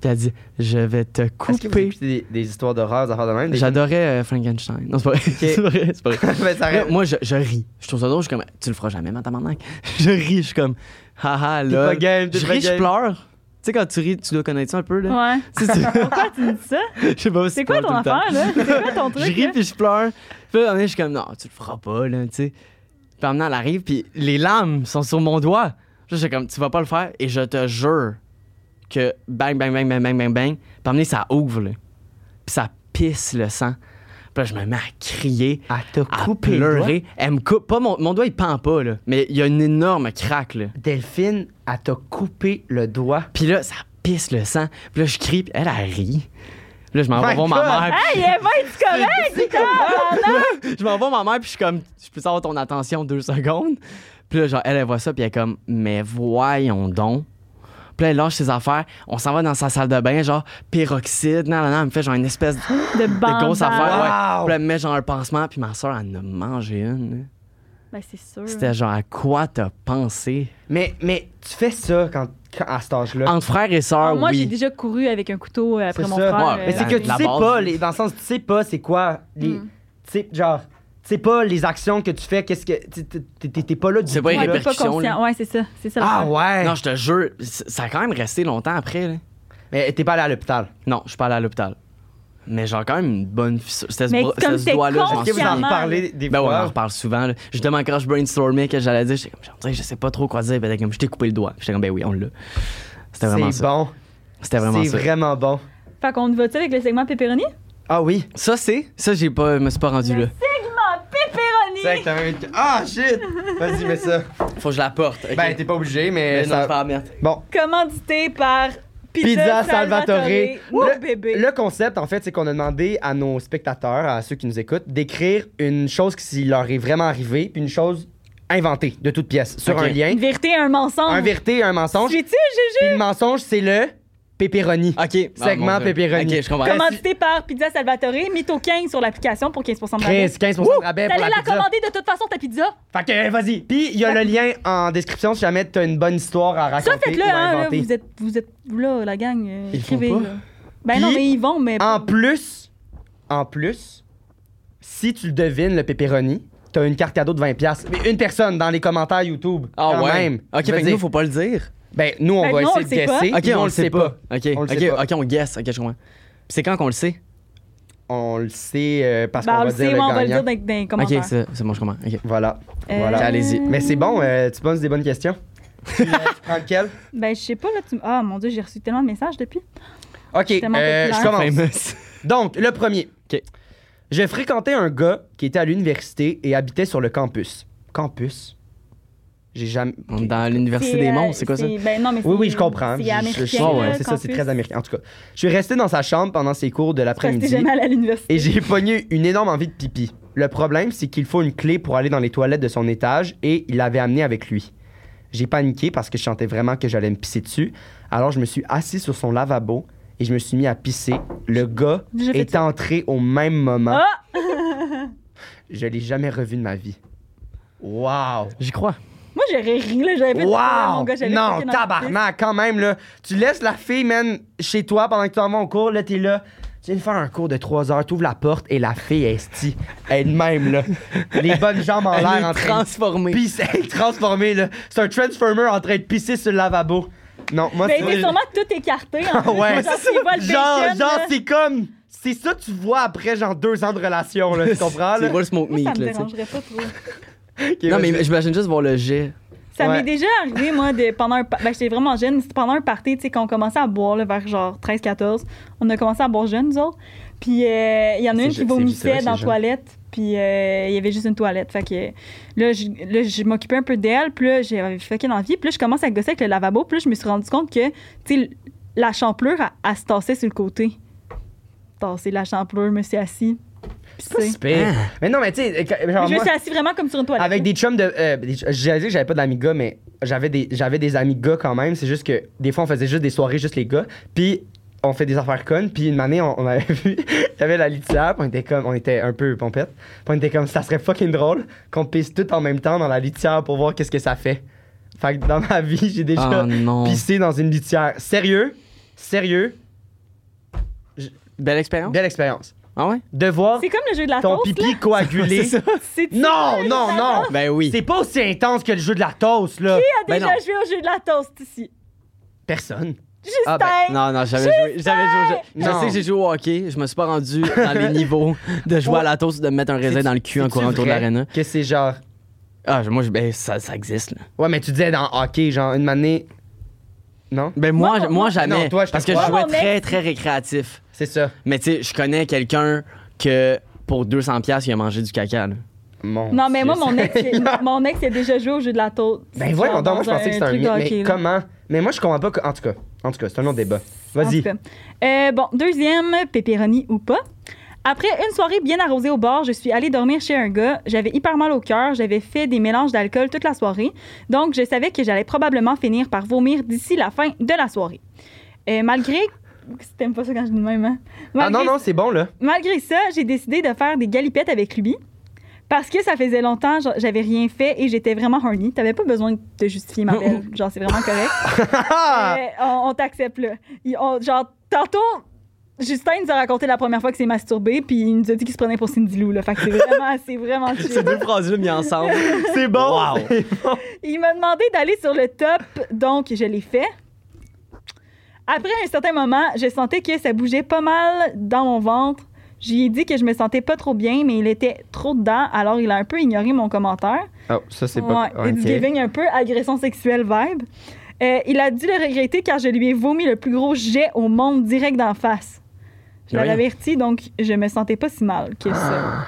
C: Puis elle dit Je vais te
B: Est-ce que vous
C: couper.
B: écoutez des, des histoires d'horreur, des affaires de même? des-
C: J'adorais euh, Frankenstein. Non, c'est pas vrai. c'est pas vrai. c'est pas vrai.
B: Ben, ça
C: Là,
B: reste-
C: moi, je, je ris. Je trouve ça drôle. Je suis comme, tu le feras jamais, ma tabarnak. Je ris. Je suis comme, haha,
B: T'es
C: là.
B: pas game, t'es
C: je
B: pas
C: ris, je
B: game.
C: pleure. Tu sais, quand tu ris, tu dois connaître ça un peu, là.
A: Ouais.
C: Tu sais, tu-
A: Pourquoi tu me dis ça?
C: je sais pas si
A: C'est
C: tu
A: quoi ton
C: pleures tout le temps.
A: affaire, là? C'est quoi ton truc?
C: Je ris,
A: là?
C: puis je pleure. Puis là, un moment donné, je suis comme, non, tu le feras pas, là, tu sais. Puis maintenant, elle arrive, puis les lames sont sur mon doigt. Là, j'étais comme, tu vas pas le faire. Et je te jure que bang, bang, bang, bang, bang, bang, bang. Puis à un moment donné, ça ouvre, là. Puis ça pisse le sang. Puis là, je me mets à crier
B: Elle t'a
C: à
B: coupé le
C: pleurer. Elle me coupe. Pas mon, mon doigt, il pend pas, là. Mais il y a une énorme craque, là.
B: Delphine, elle t'a coupé le doigt.
C: Puis là, ça pisse le sang. Puis là, je crie, puis elle, elle rit. Puis là, je m'en
B: My
C: vais voir
A: Ben,
B: God.
C: ma mère.
A: Hey, Eva, tu correct?
C: je m'en vais voir ma mère, puis je suis comme, je peux avoir ton attention deux secondes. Puis là, genre, elle, elle voit ça, puis elle est comme, mais voyons donc. Puis là, elle lâche ses affaires, on s'en va dans sa salle de bain, genre, pyroxyde, nan, nan, nan, elle me fait genre une espèce de
A: De
C: de grosse affaire, ouais.
B: Wow.
C: Puis là, elle me met genre un pansement, puis ma soeur, elle en a mangé une. là.
A: Ben, c'est sûr.
C: C'était genre, à quoi t'as pensé?
B: Mais, mais tu fais ça quand, quand- à cet âge-là.
C: Entre frère et
A: Ah,
C: sœur,
A: moi, j'ai
C: oui.
A: déjà couru avec un couteau euh, après
B: C'est
A: mon
B: ça.
A: frère.
C: Ouais,
A: euh,
B: Mais c'est que
C: la-
B: tu
C: la
B: sais
C: base
B: pas,
C: du-
B: les, dans le sens, tu sais pas c'est quoi. Les,
A: Mm.
B: Tu sais, genre, tu sais pas les actions que tu fais, qu'est-ce que. tu- tu- T'es t'es- t'es pas là du
C: C'est pas
B: tout,
A: ouais,
C: les
B: là.
A: t'es pas
C: répercussions,
A: conscient.
C: là.
A: Ouais, c'est ça. C'est ça.
B: Ah
A: l'affaire.
B: ouais!
C: Non, je te jure, c- ça a quand même resté longtemps après, là.
B: Mais t'es pas allé à l'hôpital.
C: Non, je suis pas allé à l'hôpital. Mais genre, quand même une bonne fissure. C'était ce,
A: Mais
C: bras-
A: comme
C: c'était ce
A: t'es
C: doigt-là, je m'en
B: Est-ce que vous
C: souviens.
B: en
A: Consciemment,
B: parlez des
C: Ben ouais, on en
B: fois?
C: reparle souvent. là. Justement, quand je brainstormais, que j'allais dire, j'étais comme, genre, tu sais, je sais pas trop quoi dire. Ben, t'es comme, je t'ai coupé le doigt. J'étais comme, ben oui, on l'a. C'était vraiment
B: C'est
C: ça.
B: bon.
C: C'était vraiment
B: C'est
C: ça.
B: vraiment bon.
A: Fait qu'on va-tu avec le segment pepperoni?
B: Ah oui!
C: Ça, c'est. Ça, j'ai pas. me suis pas rendu là.
A: Segment pepperoni!
B: Ah shit! Vas-y, mets ça.
C: Faut que je la porte. ok?
B: Ben, t'es pas obligé, mais.
C: Mais non,
B: ça-
C: je vais la mettre.
B: Bon.
A: Commandité par Pizza,
B: Pizza
A: Salvatore.
B: Salvatore.
A: Mon
B: Le-
A: bébé.
B: Le concept, en fait, c'est qu'on a demandé à nos spectateurs, à ceux qui nous écoutent, d'écrire une chose qui leur est vraiment arrivée, puis une chose inventée de toute pièce, sur
C: Ok.
B: un lien.
A: Une vérité, un mensonge.
B: Un vérité, un mensonge.
A: J'ai-tu, Juju?
B: Puis le mensonge, c'est le pepperoni.
C: Ok. Ah,
B: Segment
C: mon Dieu.
B: pepperoni.
C: Ok, je comprends.
B: Comment-
A: Commandité par Pizza Salvatore. Mis au 15 sur l'application pour 15 de rabais.
B: 15, 15 de rabais pour
A: T'allais
B: la,
A: la
B: pizza.
A: commander de toute façon, ta pizza.
B: Fait que euh, vas-y. Puis il y a le lien en description si jamais t'as une bonne histoire à raconter
A: Ça, faites-le,
B: ou à
A: hein, là,
B: inventer.
A: vous êtes, vous êtes là, la gang. euh,
C: Ils font
A: écrivez.
C: pas.
A: là. Ben non,
B: Puis,
A: mais ils vont, mais.
B: En plus, en plus, si tu le devines le pepperoni, t'as une carte cadeau de 20 piastres. Mais une personne dans les commentaires YouTube.
C: Ah
B: quand
C: ouais.
B: même. Je
C: Ok,
B: veux
C: fait que
B: dire,
C: nous, faut pas le dire.
B: Ben nous on
A: Ben,
B: va
A: nous, on
B: essayer
A: le
B: de
A: sait pas.
B: guesser.
C: Ok,
B: Nous,
C: on le sait pas. Ok,
B: On le
C: ok,
B: sait pas.
C: ok, on guess. Ok, je comprends. Puis c'est quand qu'on le sait?
B: On le sait euh, parce
A: Ben,
B: qu'on
A: on
B: va
A: le
B: dire
A: sait,
B: le
A: ouais, on va le
B: gagnant.
A: dire dans dans les
C: Ok,
A: commentaires.
C: c'est c'est bon, je comprends. Ok.
B: Voilà.
A: Euh,
B: Voilà.
C: Allez-y.
B: Mais c'est bon, euh, tu poses des bonnes questions. Tu, euh, tu prends lequel?
A: Ben, je sais pas, là. Tu... Ah, mon Dieu, j'ai reçu tellement de messages depuis.
B: Ok,
A: tellement
B: euh, je
A: populaire.
B: commence.
C: Famous.
B: Donc, le premier.
C: OK.
B: J'ai fréquenté un gars qui était à l'université et habitait sur le campus. Campus? J'ai jamais.
C: On est Dans l'université des
A: euh,
C: monstres, c'est quoi ça?
A: Ben non, mais
B: Oui,
A: c'est-
B: oui, je comprends. Je-
A: C'est
B: je-
A: américain.
B: je-
C: Ah ouais,
A: là,
B: c'est ça, c'est
A: campus.
B: très américain. En tout cas, je suis resté dans sa chambre pendant ses cours de
A: Parce que t'es
B: l'après-midi
A: jamais allé à l'université.
B: et j'ai pogné une énorme envie de pipi. Le problème, c'est qu'il faut une clé pour aller dans les toilettes de son étage et il l'avait amenée avec lui. J'ai paniqué parce que je sentais vraiment que j'allais me pisser dessus. Alors, je me suis assis sur son lavabo et je me suis mis à pisser. Le gars
A: J'ai fait
B: est
A: ça.
B: entré au même moment.
A: Ah!
B: Je l'ai jamais revu de ma vie. Wow!
C: J'y crois.
A: Moi, j'aurais ri, là. J'avais fait ça, mon
B: Wow!
A: gars, j'avais
B: Non,
A: fucké dans la
B: tabarnak, quand même, là. Tu laisses la fille, man, chez toi pendant que tu en vas au cours, là, t'es là. Tu viens de faire un cours de 3 heures, t'ouvres la porte et la fille est stie. Elle-même, là. Les bonnes jambes en
C: Elle
B: l'air en
C: est
B: train de
C: transformée.
B: pisser, elle est transformée, là. C'est un Transformer en train de pisser sur le lavabo. Non, moi,
A: Ben,
B: c'est.
A: t'es sûrement tout écarté. En
B: Ah
A: plus,
B: ouais.
A: Genre, s'il voit le
B: Genre,
A: bacon,
B: genre,
A: là,
B: c'est comme. C'est ça que tu vois après, genre, deux ans de relation, là. Tu comprends, là?
C: Tu vois le smoke
A: moi, ça
C: meat,
A: me
C: là, tu sais.
A: dérangerait pas trop.
B: Ok,
C: Non,
B: vas-y.
C: mais j'imagine juste voir le jet.
A: Ça
B: Ouais.
A: m'est déjà arrivé, moi, de, pendant un. pa- Ben, j'étais vraiment jeune, mais c'était pendant un party, tu sais, qu'on commençait à boire, là, vers genre 13-14. On a commencé à boire jeune, nous autres. Puis, euh, il y en a
B: C'est je-
A: une qui
B: c'est- c'est vrai,
A: vomissait
B: c'est
A: dans la
B: jeune.
A: toilette. Puis, euh, il y avait juste une toilette. Fait que là, je, là, je m'occupais un peu d'elle. Puis là, j'avais fucking envie. Puis là, je commence à gosser avec le lavabo. Puis là, je me suis rendu compte que, tu sais, la champlure, elle, elle se tassait sur le côté. Tassé la champlure, je me suis assis. Puis,
B: Pas
A: c'est-
B: si pire.
C: Ah.
B: Hein? Mais non, mais tu sais, euh, genre,
A: je me
B: moi-
A: suis assis vraiment comme sur une toilette.
B: Avec des chums de. euh, des ch- J'allais dire que j'avais pas d'amiga, mais j'avais des, j'avais des amis gars quand même. C'est juste que des fois, on faisait juste des soirées, juste les gars. Puis on fait des affaires connes. Puis une année, on, on avait vu, il y avait la litière. puis on était comme, on était un peu pompette. Puis on était comme, ça serait fucking drôle qu'on pisse tout en même temps dans la litière pour voir qu'est-ce que ça fait. Fait que dans ma vie, j'ai déjà
C: Ah non.
B: pissé dans une litière. Sérieux, sérieux,
C: Belle expérience?
B: belle expérience.
C: Ah ouais?
B: De voir
A: C'est comme le jeu de la
B: ton
A: toast, là.
B: pipi coagulé.
C: C'est ça.
A: C'est-
B: Non,
A: tu-
B: non, non.
C: Ben oui.
B: Ah, C'est pas aussi intense que le jeu de la toast, là.
A: Qui a
C: Ben
A: déjà
C: non.
A: joué au jeu de la toast ici?
B: Personne.
A: Justin!
C: Ah ben, non, non, j'avais joué, j'avais joué au jeu. Je
B: Non.
C: sais que j'ai joué au hockey, je me suis pas rendu dans les niveaux de jouer à la toast, de me mettre un raisin
B: C'est-tu-
C: dans le cul en
B: c'est-tu
C: courant autour de hein?
B: vrai
C: l'aréna.
B: Que c'est genre.
C: Ah, je- moi, je- ben, ça, ça existe, là.
B: Ouais, mais tu disais dans hockey, genre une année. Non?
C: Ben, moi,
A: Moi,
C: je-
A: mon-
C: moi jamais.
B: Non, toi, je te
C: parce que je
B: crois.
C: jouais
A: Moi, mon
C: très,
A: ex-
C: très récréatif.
B: C'est ça.
C: Mais tu sais, je connais quelqu'un que pour 200$, il a mangé du caca, là.
B: Mon
A: Non, mais
B: Dieu,
A: moi, mon ex,
B: Seigneur.
A: il- mon ex, il a déjà joué au jeu de la toast.
B: Ben voyons
A: Genre
B: donc, moi je
A: dans
B: pensais que c'était un
A: truc
B: mythe,
A: de
B: mais
A: hockey, là.
B: comment? Mais moi je comprends pas. que- En tout cas, en tout cas, c'est un autre débat.
A: En
B: Vas-y.
A: tout cas. Euh, bon, deuxième, pépéroni ou pas. Après une soirée bien arrosée au bar, je suis allée dormir chez un gars. J'avais hyper mal au cœur. J'avais fait des mélanges d'alcool toute la soirée. Donc, je savais que j'allais probablement finir par vomir d'ici la fin de la soirée. Euh, malgré. Si t'aimes pas ça quand je dis de même, hein?
B: Ah
A: Malgré-
B: non, non, c'est bon là.
A: Malgré ça, j'ai décidé de faire des galipettes avec lui. Parce que ça faisait longtemps, genre, j'avais rien fait et j'étais vraiment horny. T'avais pas besoin de justifier ma belle. Genre, c'est vraiment correct.
B: Ah!
A: Euh, on on t'accepte là. Il- on- genre, tantôt, Justin nous a raconté la première fois qu'il s'est masturbé, puis il nous a dit qu'il se prenait pour Cindy Lou. Là. Fait que c'est vraiment, c'est vraiment
C: Ces
A: chill.
C: deux phrases-là mises ensemble.
B: c'est bon!
C: Wow.
A: Il m'a demandé d'aller sur le top, donc je l'ai fait. Après un certain moment, je sentais que ça bougeait pas mal dans mon ventre. J'y ai dit que je me sentais pas trop bien, mais il était trop dedans, alors il a un peu ignoré mon commentaire.
B: Oh, ça c'est
A: Ouais,
B: pas.
A: it's
B: ok.
A: giving un peu agression sexuelle vibe. Euh, il a dû le regretter car je lui ai vomi le plus gros jet au monde direct d'en face. Je l'avais
C: Voyons.
A: averti, donc je me sentais pas si mal que ça.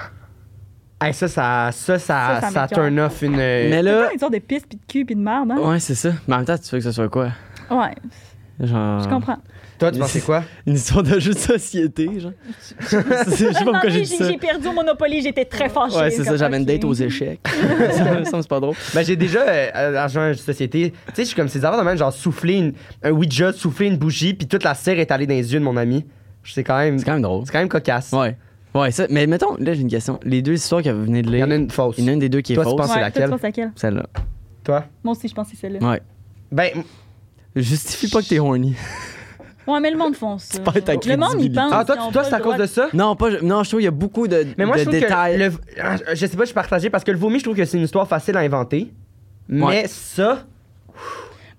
B: Hey, ça, ça, ça, ça,
A: Ça, ça
B: ça
A: m'écoeure.
B: turn off une.
C: Mais
A: C'est
C: là.
A: pas une sorte de pisse, puis de cul, puis de merde, hein?
C: Ouais, c'est ça. Mais en même temps, tu veux que ce soit quoi?
A: Ouais,
C: Genre.
A: je comprends.
B: Toi, tu pensais quoi?
C: Une histoire de jeu de société, genre. je sais pas pourquoi j'ai dit ça.
A: J'ai perdu au Monopoly, j'étais très fâchée.
C: Ouais, c'est ça,
A: Comme,
C: j'avais une
A: ok.
C: date aux échecs. ça me semble pas drôle.
B: Ben, j'ai déjà euh, l'argent de société. Tu sais, je suis comme ces affaires de même, genre souffler une, un Ouija, souffler une bougie, puis toute la cire est allée dans les yeux de mon ami. C'est quand même.
C: C'est quand même drôle.
B: C'est quand même cocasse.
C: Ouais. Ouais, ça, mais mettons, là, j'ai une question. Les deux histoires que vous venez de
B: Il y
C: lire,
B: en a une fausse.
C: il y en a une des deux qui est
B: Toi, tu
C: fausse.
B: penses- c'est
A: Ouais,
B: laquelle?
A: toi, tu penses laquelle?
C: Celle-là.
B: Toi?
A: Moi aussi, je pense que c'est celle-là.
C: Ouais.
B: Ben, m-
C: Justifie pas que t'es horny.
B: Hein?
A: Ouais, mais le monde fonce.
C: C'est
A: ça.
C: pas ta
A: Le monde y
C: crédibilité.
A: pense.
B: ah, toi,
A: ils ont
B: tu- toi
A: pas
B: c'est à
A: le
B: cause
A: droit
B: de ça?
C: Non, pas. Non, je trouve qu'il y a beaucoup de,
B: Mais moi,
C: de
B: je trouve
C: détails.
B: que. le- ah, je- je sais pas, je suis partagé parce que le vomi, je trouve que c'est une histoire facile à inventer. Mais
C: Ouais.
B: ça.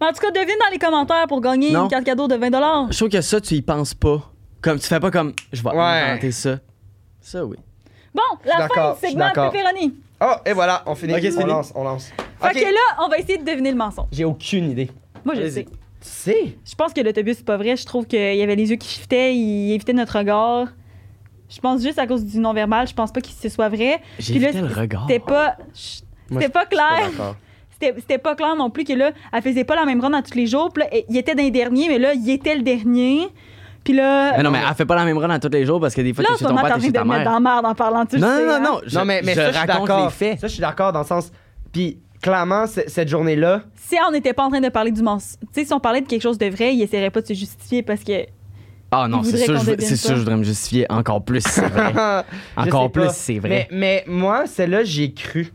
A: Mais en tout cas, devine dans les commentaires pour gagner
C: Non.
A: une carte cadeau de 20
C: Je trouve que ça, tu y penses pas. Comme tu fais pas comme je vais
B: Ouais.
C: inventer ça. Ça, oui.
A: Bon, la fin
B: d'accord,
A: du
B: je suis
A: segment
B: d'accord.
A: Pepperoni.
B: Oh, et voilà, on finit.
C: Ok, c'est
B: on
C: fini.
B: lance, on lance.
A: Fait
B: Ok.
A: que là, on va essayer de deviner le mensonge.
B: J'ai aucune idée. Tu
A: Moi, je
C: Allez-y.
A: sais.
B: sais?
A: Je pense que l'autobus, c'est pas vrai. Je trouve qu'il y avait les yeux qui shiftaient, il évitait notre regard. Je pense juste à cause du non-verbal, je pense pas que ce soit vrai.
C: J'ai
A: Puis là,
C: évité le regard.
A: C'était pas. chut,
B: Moi,
A: C'était
B: je-
A: pas
B: je suis
A: clair.
B: d'accord.
A: C'était c'était pas clair non plus que là, elle faisait pas la même ronde à tous les jours. Puis là, il était dans les derniers, mais là, il était le dernier. Puis là.
C: Mais non, mais elle fait pas la même run à tous les jours parce que des fois,
A: là,
C: t'es
A: en
C: chez
A: ce
C: ton
A: moment, t'as
C: père, t'es
A: envie
C: chez
A: de
C: ta
A: me mettre
C: mère.
A: dans la merde en parlant, tu le
C: Non,
A: sais,
C: non,
A: hein.
C: non, non. Je,
B: non, mais, mais
C: je
B: ça, je suis
C: raconte les
B: d'accord.
C: faits.
B: Ça, je suis d'accord dans le sens. Puis, clairement, c- cette journée-là,
A: Si on n'était pas en train de parler du mensonge, tu sais, si on parlait de quelque chose de vrai, il essaierait pas de se justifier parce que.
C: Ah non,
A: Il
C: c'est
A: voudrait
C: sûr,
A: qu'on
C: je,
A: devienne
C: c'est sûr,
A: pas.
C: je voudrais me justifier encore plus. c'est vrai.
B: Je
C: Encore
B: sais
C: plus,
B: pas.
C: c'est vrai.
B: Mais, mais moi, celle-là, j'y ai cru.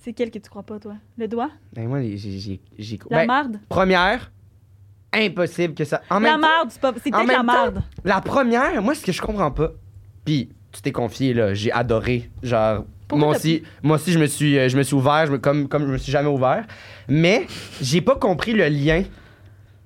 A: C'est quel que tu crois pas, toi Le doigt
B: Ben, moi, les- j'ai- j'ai j'ai cru.
A: La
B: Ben,
A: marde
B: première, impossible que ça. En
A: La
B: même temps,
A: marde, c'est pas- c'est
B: en
A: peut-être
B: même
A: la
B: temps,
A: marde.
B: la première, moi, ce que je comprends pas. Puis, tu t'es confié, là, j'ai adoré. Genre,
A: Pourquoi
B: moi
A: t'as-
B: aussi, moi aussi, je me suis, euh, je me suis ouvert, je me- comme, comme je me suis jamais ouvert. Mais, j'ai pas compris le lien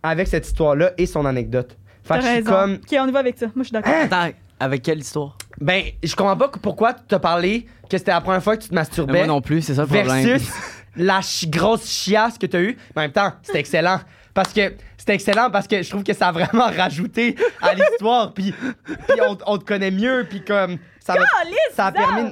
B: avec cette histoire-là et son anecdote. Fait
A: T'as
B: que je suis
A: raison.
B: comme. Ah!
A: Ok, on y va avec ça. Moi, je suis d'accord.
C: Attends, avec quelle histoire
B: Ben, je comprends pas que- pourquoi tu t'as parlé que c'était la première fois que tu te
C: Mais
B: masturbais
C: Moi non plus, c'est ça le problème.
B: Ben, versus la chi- grosse chiasse que t'as eue. Mais en même temps, c'était excellent. Parce que c'était excellent parce que je trouve que ça a vraiment rajouté à l'histoire. Puis, puis on, on te connaît mieux. Puis comme ça, m'a-
A: Caliste,
B: ça a
A: Zach!
B: permis.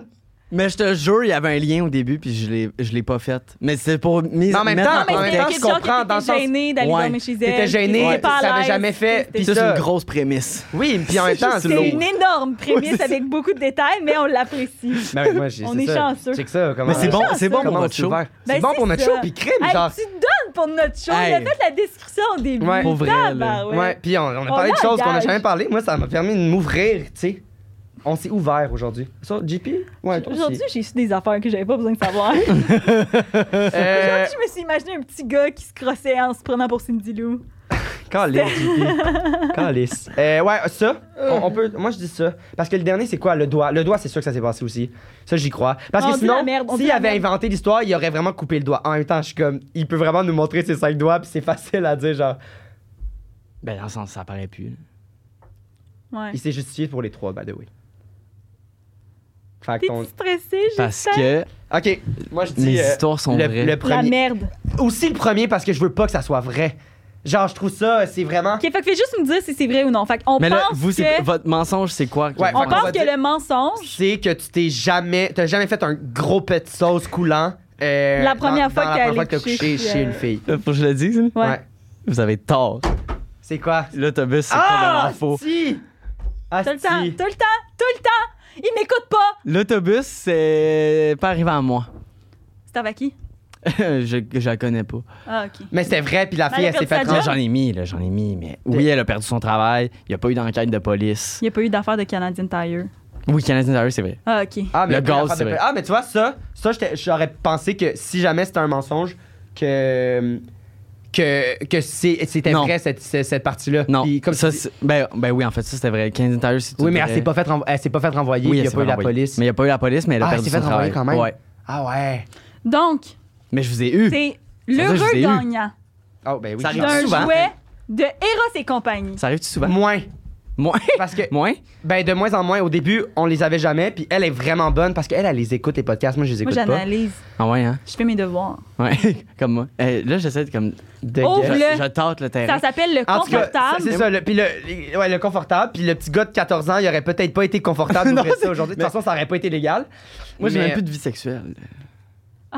C: Mais je te jure, il y avait un lien au début, puis je l'ai, je l'ai pas fait. Mais c'est pour mis,
B: Mais en même
C: mettre
B: temps,
A: Non, mais
B: en
A: c'était
B: même
A: quelque
B: temps, je
A: chose qui
B: comprends, dans le
A: t'était
B: sens-
A: gêné d'aller
C: Ouais.
A: dormir chez elle.
B: T'étais gêné,
A: t'étais pas à
B: t'avais
A: l'aise,
B: jamais fait,
A: t'étais-
B: pis
C: Ça, c'est
B: ça.
C: une grosse prémisse.
B: Oui, puis en même temps,
C: juste
B: c'est Ben
A: C'est
B: lourd.
A: une énorme prémisse
C: c'est ça.
A: avec beaucoup de détails, mais on l'apprécie.
B: Ben oui, moi, j'ai-
A: On
B: c'est
A: est
B: ça.
A: chanceux.
B: Check ça, comment-
C: Mais c'est bon, c'est bon
B: comment
C: pour
B: on
C: notre
B: s'est
C: show.
B: ouvert.
A: Ben,
B: C'est bon
A: c'est
B: pour notre
A: ça.
B: show, puis crime,
A: Hey,
B: genre.
A: Tu donnes pour notre show. On a
C: Hey.
A: fait la description au début.
B: Ouais.
C: Pour vrai, là.
A: Tabarouette.
B: Ouais, puis on, on a
A: On
B: parlé de
A: a
B: choses qu'on n'a
A: gage.
B: jamais parlé. Moi, ça m'a permis de m'ouvrir, tu sais. On s'est ouvert aujourd'hui. Ça, JP? Ouais, toi aussi.
A: Aujourd'hui, j'ai su des affaires que j'avais pas besoin de savoir. Aujourd'hui,
B: Euh,
A: je me suis imaginé un petit gars qui se crossait en se prenant pour Cindy Lou.
B: Calice, JP. Calice. Euh, ouais, ça, on, on peut. Moi, je dis ça. Parce que le dernier, c'est quoi Le doigt. Le doigt, c'est sûr que ça s'est passé aussi. Ça, j'y crois. Parce
A: On
B: que
A: dit la
B: sinon,
A: merde, on dit
B: s'il
A: la
B: avait
A: merde.
B: inventé l'histoire, il aurait vraiment coupé le doigt. En même temps, je suis comme. Il peut vraiment nous montrer ses cinq doigts, puis c'est facile à dire, genre.
C: Ben, dans le sens, ça paraît plus.
A: Ouais.
B: Il s'est justifié pour les trois, by the way. Fait que ton-
A: T'es-tu stressé? j'ai
C: Parce
A: faim?
C: que
B: Ok, moi, je dis.
C: les
B: euh,
C: histoires sont
B: le,
C: vraies.
B: le
A: La
B: premier.
A: merde.
B: Aussi le premier, parce que je veux pas que ça soit vrai. Genre, je trouve ça, euh, c'est vraiment.
A: OK, fait que fais juste me dire si c'est vrai ou non. Fait qu'on
C: Mais
A: pense
C: là, vous, c'est-
A: que...
C: votre mensonge, c'est quoi?
B: Ouais,
A: On
B: Fait qu'on
A: pense
B: va
A: que
B: dire-
A: le mensonge...
B: c'est que tu t'es jamais, t'as jamais fait un gros pet de sauce coulant. euh,
A: La première
B: dans-
A: fois
B: dans
A: que
B: la
A: t'es
B: première
A: allé
B: fois que t'as
A: coucher
B: couché
A: chez,
B: chez
A: euh,
B: une fille.
C: Là, faut que je le dise. là.
A: Ouais.
C: Vous avez tort.
B: C'est quoi
C: L'autobus, c'est
B: Ah,
C: complètement faux.
B: si. Ah,
A: Tout le
B: si.
A: temps, tout le temps, tout le temps. Il m'écoute pas.
C: L'autobus, c'est pas arrivé à moi.
A: C'est avec qui?
C: je, je la connais pas.
A: Ah, OK.
B: Mais c'est vrai, puis la
A: Ben,
B: fille,
A: elle a
B: elle s'est
A: perdu sa
B: fait
A: job.
C: Non,
B: ranger.
C: j'en ai mis, là, j'en ai mis, mais oui, elle a perdu son travail. Il n'y a pas eu d'enquête de police.
A: Il n'y a pas eu d'affaire de Canadian Tire.
C: Oui, Canadien Tire, c'est vrai.
A: Ah, OK.
B: Ah,
C: Le
B: puis la part
C: gaz,
B: de-
C: c'est vrai.
B: Ah, mais tu vois, ça, ça j'étais- j'aurais pensé que si jamais c'était un mensonge, que. Que, que c'est- c'était
C: Non.
B: vrai cette, cette, cette partie-là.
C: Non,
B: Puis comme
C: ça,
B: tu dis-
C: c'est- ben, ben oui, en fait, ça, c'était vrai. Canadien Tire, c'est tout
B: Oui, mais elle
C: vrai.
B: s'est pas, fait renvo- elle s'est pas fait renvoyer,
C: Oui,
B: il
C: elle
B: n'y a
C: s'est
B: pas eu
C: fait
B: la
C: renvoyer.
B: police.
C: Mais il n'y a pas eu la police, mais elle a
B: ah, elle
C: perdu
B: s'est
C: son
B: fait renvoyer
C: travail.
B: quand même.
C: Ouais.
B: Ah, ouais.
A: Donc,
C: Mais je vous ai eu.
A: c'est
C: Ça veut dire que je
A: l'heureux
C: l'ai eu.
A: gagnant
B: Ah, ben oui.
C: Ça arrive
A: d'un
C: souvent.
A: jouet de Eros et compagnie.
C: Ça arrive-tu souvent?
B: Moins.
C: Moins.
B: Parce que
C: Moins?
B: Ben, de moins en moins. Au début, on les avait jamais. Puis elle est vraiment bonne parce qu'elle, elle les écoute, les podcasts. Moi, je les
A: Moi,
B: écoute pas.
A: j'analyse.
C: Ah ouais, hein?
A: Je fais mes devoirs.
C: Ouais, comme moi. Euh, là, j'essaie de comme.
B: De
A: Oh,
C: Je,
B: gueule.
A: Le-
C: je tâte le
A: Ça
C: terrain.
A: s'appelle le
B: En tout cas,
A: confortable.
B: c'est ça. Le, puis le, le- ouais, le confortable. Puis le petit gars de 14 ans, il aurait peut-être pas été confortable
C: Non,
B: d'ouvrir
C: c'est-
B: ça aujourd'hui. De
C: mais-
B: toute façon, ça aurait pas été légal.
C: Moi, j'ai
B: Mais-
C: même plus de vie sexuelle.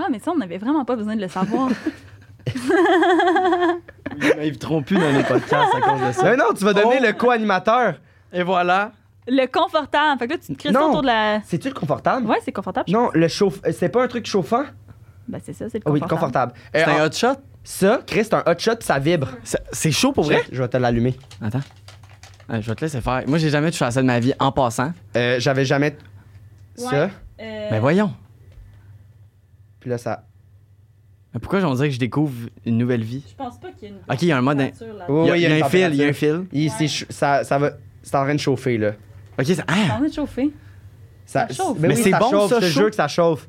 A: Ah, mais ça, on n'avait vraiment pas besoin de le savoir.
C: Ils me trompent plus dans les podcasts à cause de
A: Ah.
C: ça.
B: Mais non, tu vas donner
C: Oh.
B: le co-animateur.
C: Et voilà.
A: le confortable. Fait que là, tu te crisses ça
B: Non.
A: autour de la.
B: C'est-tu le confortable?
A: Ouais, c'est confortable.
B: Non, le chauffe. euh, C'est pas un truc chauffant?
A: Ben, c'est ça, c'est le
B: Ah oui,
A: confortable.
B: le confortable. Euh,
C: C'est
B: en-
C: un hot shot?
B: Ça, Chris, c'est un hot shot, ça vibre.
C: Ça- C'est chaud pour vrai?
B: Je vais te l'allumer.
C: Attends. Euh, je vais te laisser faire. Moi, j'ai jamais touché à ça de ma vie en passant.
B: Euh, J'avais jamais. Ça.
A: Ouais. Euh,
C: Mais Ben, voyons.
B: Puis là, ça.
C: Mais pourquoi j'en dirais que je découvre une nouvelle vie?
A: Je pense pas qu'il y a une.
C: Ok, il y a un mode. in-
A: température
B: Oh.
A: là-dedans.
C: Il y a,
B: oui, il y a
C: il y a
B: une
C: un fil, il y a un
B: température.
C: fil.
B: Il- c'est ch- ça, ça va. C'est en train de chauffer, là.
C: Ok, ça. Ah!
A: On est chauffé.
B: Ça,
A: Ça chauffe.
B: Mais
C: Mais
B: c'est
C: c'est
B: ça
C: bon,
B: chauffe,
C: ça,
B: je te
C: chaud.
B: jure que ça chauffe.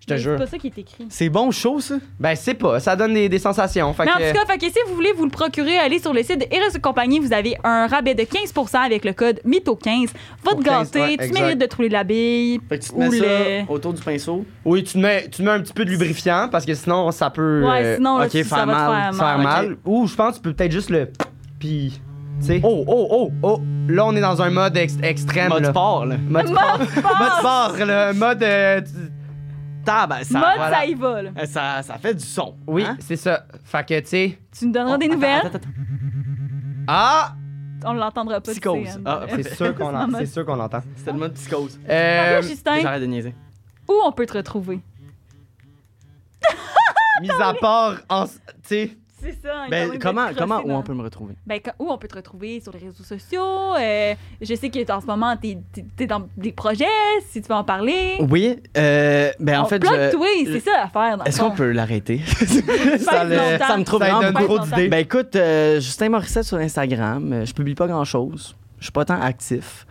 B: Je te
A: Mais
B: jure.
A: C'est pas ça qui est écrit.
C: C'est bon, chaud, ça?
B: Ben, c'est pas. Ça donne des, des sensations. Fait
A: Mais en
B: que-
A: tout cas, fait que si vous voulez vous le procurer, allez sur le site de Eros et compagnie. Vous avez un rabais de 15 avec le code MITO15. Va te
B: Pour 15,
A: gâter.
B: ouais,
A: tu
B: exact.
A: mérites de trouver de la bille. ou le-
C: autour du pinceau.
B: Oui, tu te mets, tu te mets un petit peu de lubrifiant parce que sinon, ça peut
A: Ouais,
B: euh,
A: sinon, là,
C: ok,
A: tu-
C: faire
A: ça va
C: mal,
A: te
B: faire
A: faire mal.
B: mal. Ou je pense que tu peux peut-être juste le. Puis. Tu sais. Oh, oh, oh, oh. Là, on est dans un mode ex- extrême.
C: Mode
B: là.
C: sport, là.
B: Mode sport. mode sport, là. Mode. euh, tu-
C: Tab, ça,
A: Mode,
C: voilà.
A: ça y va. là.
C: Euh, ça, ça fait du son.
B: Oui,
C: hein?
B: c'est ça. Fait que, tu sais.
A: Tu nous donneras des
C: Attends,
A: nouvelles.
C: attends, attends, attends.
B: Ah!
A: On l'entendra pas. tu sais,
C: Psychose.
A: hein.
C: Ah,
A: Euh,
B: C'est sûr qu'on l'en- c'est sûr qu'on
A: Ah,
B: l'entend.
C: C'était le mode psychose.
B: Euh,
A: Parle-là, Justin,
C: J'arrête de niaiser.
A: où on peut te retrouver?
B: mis à part, en- tu sais.
A: C'est ça. hein,
C: Ben, comment, comment où on peut me retrouver?
A: Ben, co- où on peut te retrouver sur les réseaux sociaux? euh, je sais que en ce moment, t'es es, dans des projets, si tu veux en parler.
C: Oui, euh, ben
A: On
C: en fait,
A: plug
C: je-
A: toi, Oh, c'est ça l'affaire. dans le
C: Est-ce qu'on
A: fond.
C: peut l'arrêter?
A: Ça
B: le-
A: longtemps.
C: ça me trouve
B: Ça lui
C: vraiment
B: donne
A: beaucoup.
B: trop d'idées.
C: Ben écoute, euh, Justin Morissette sur Instagram, euh, je publie pas grand-chose. Je suis pas tant actif,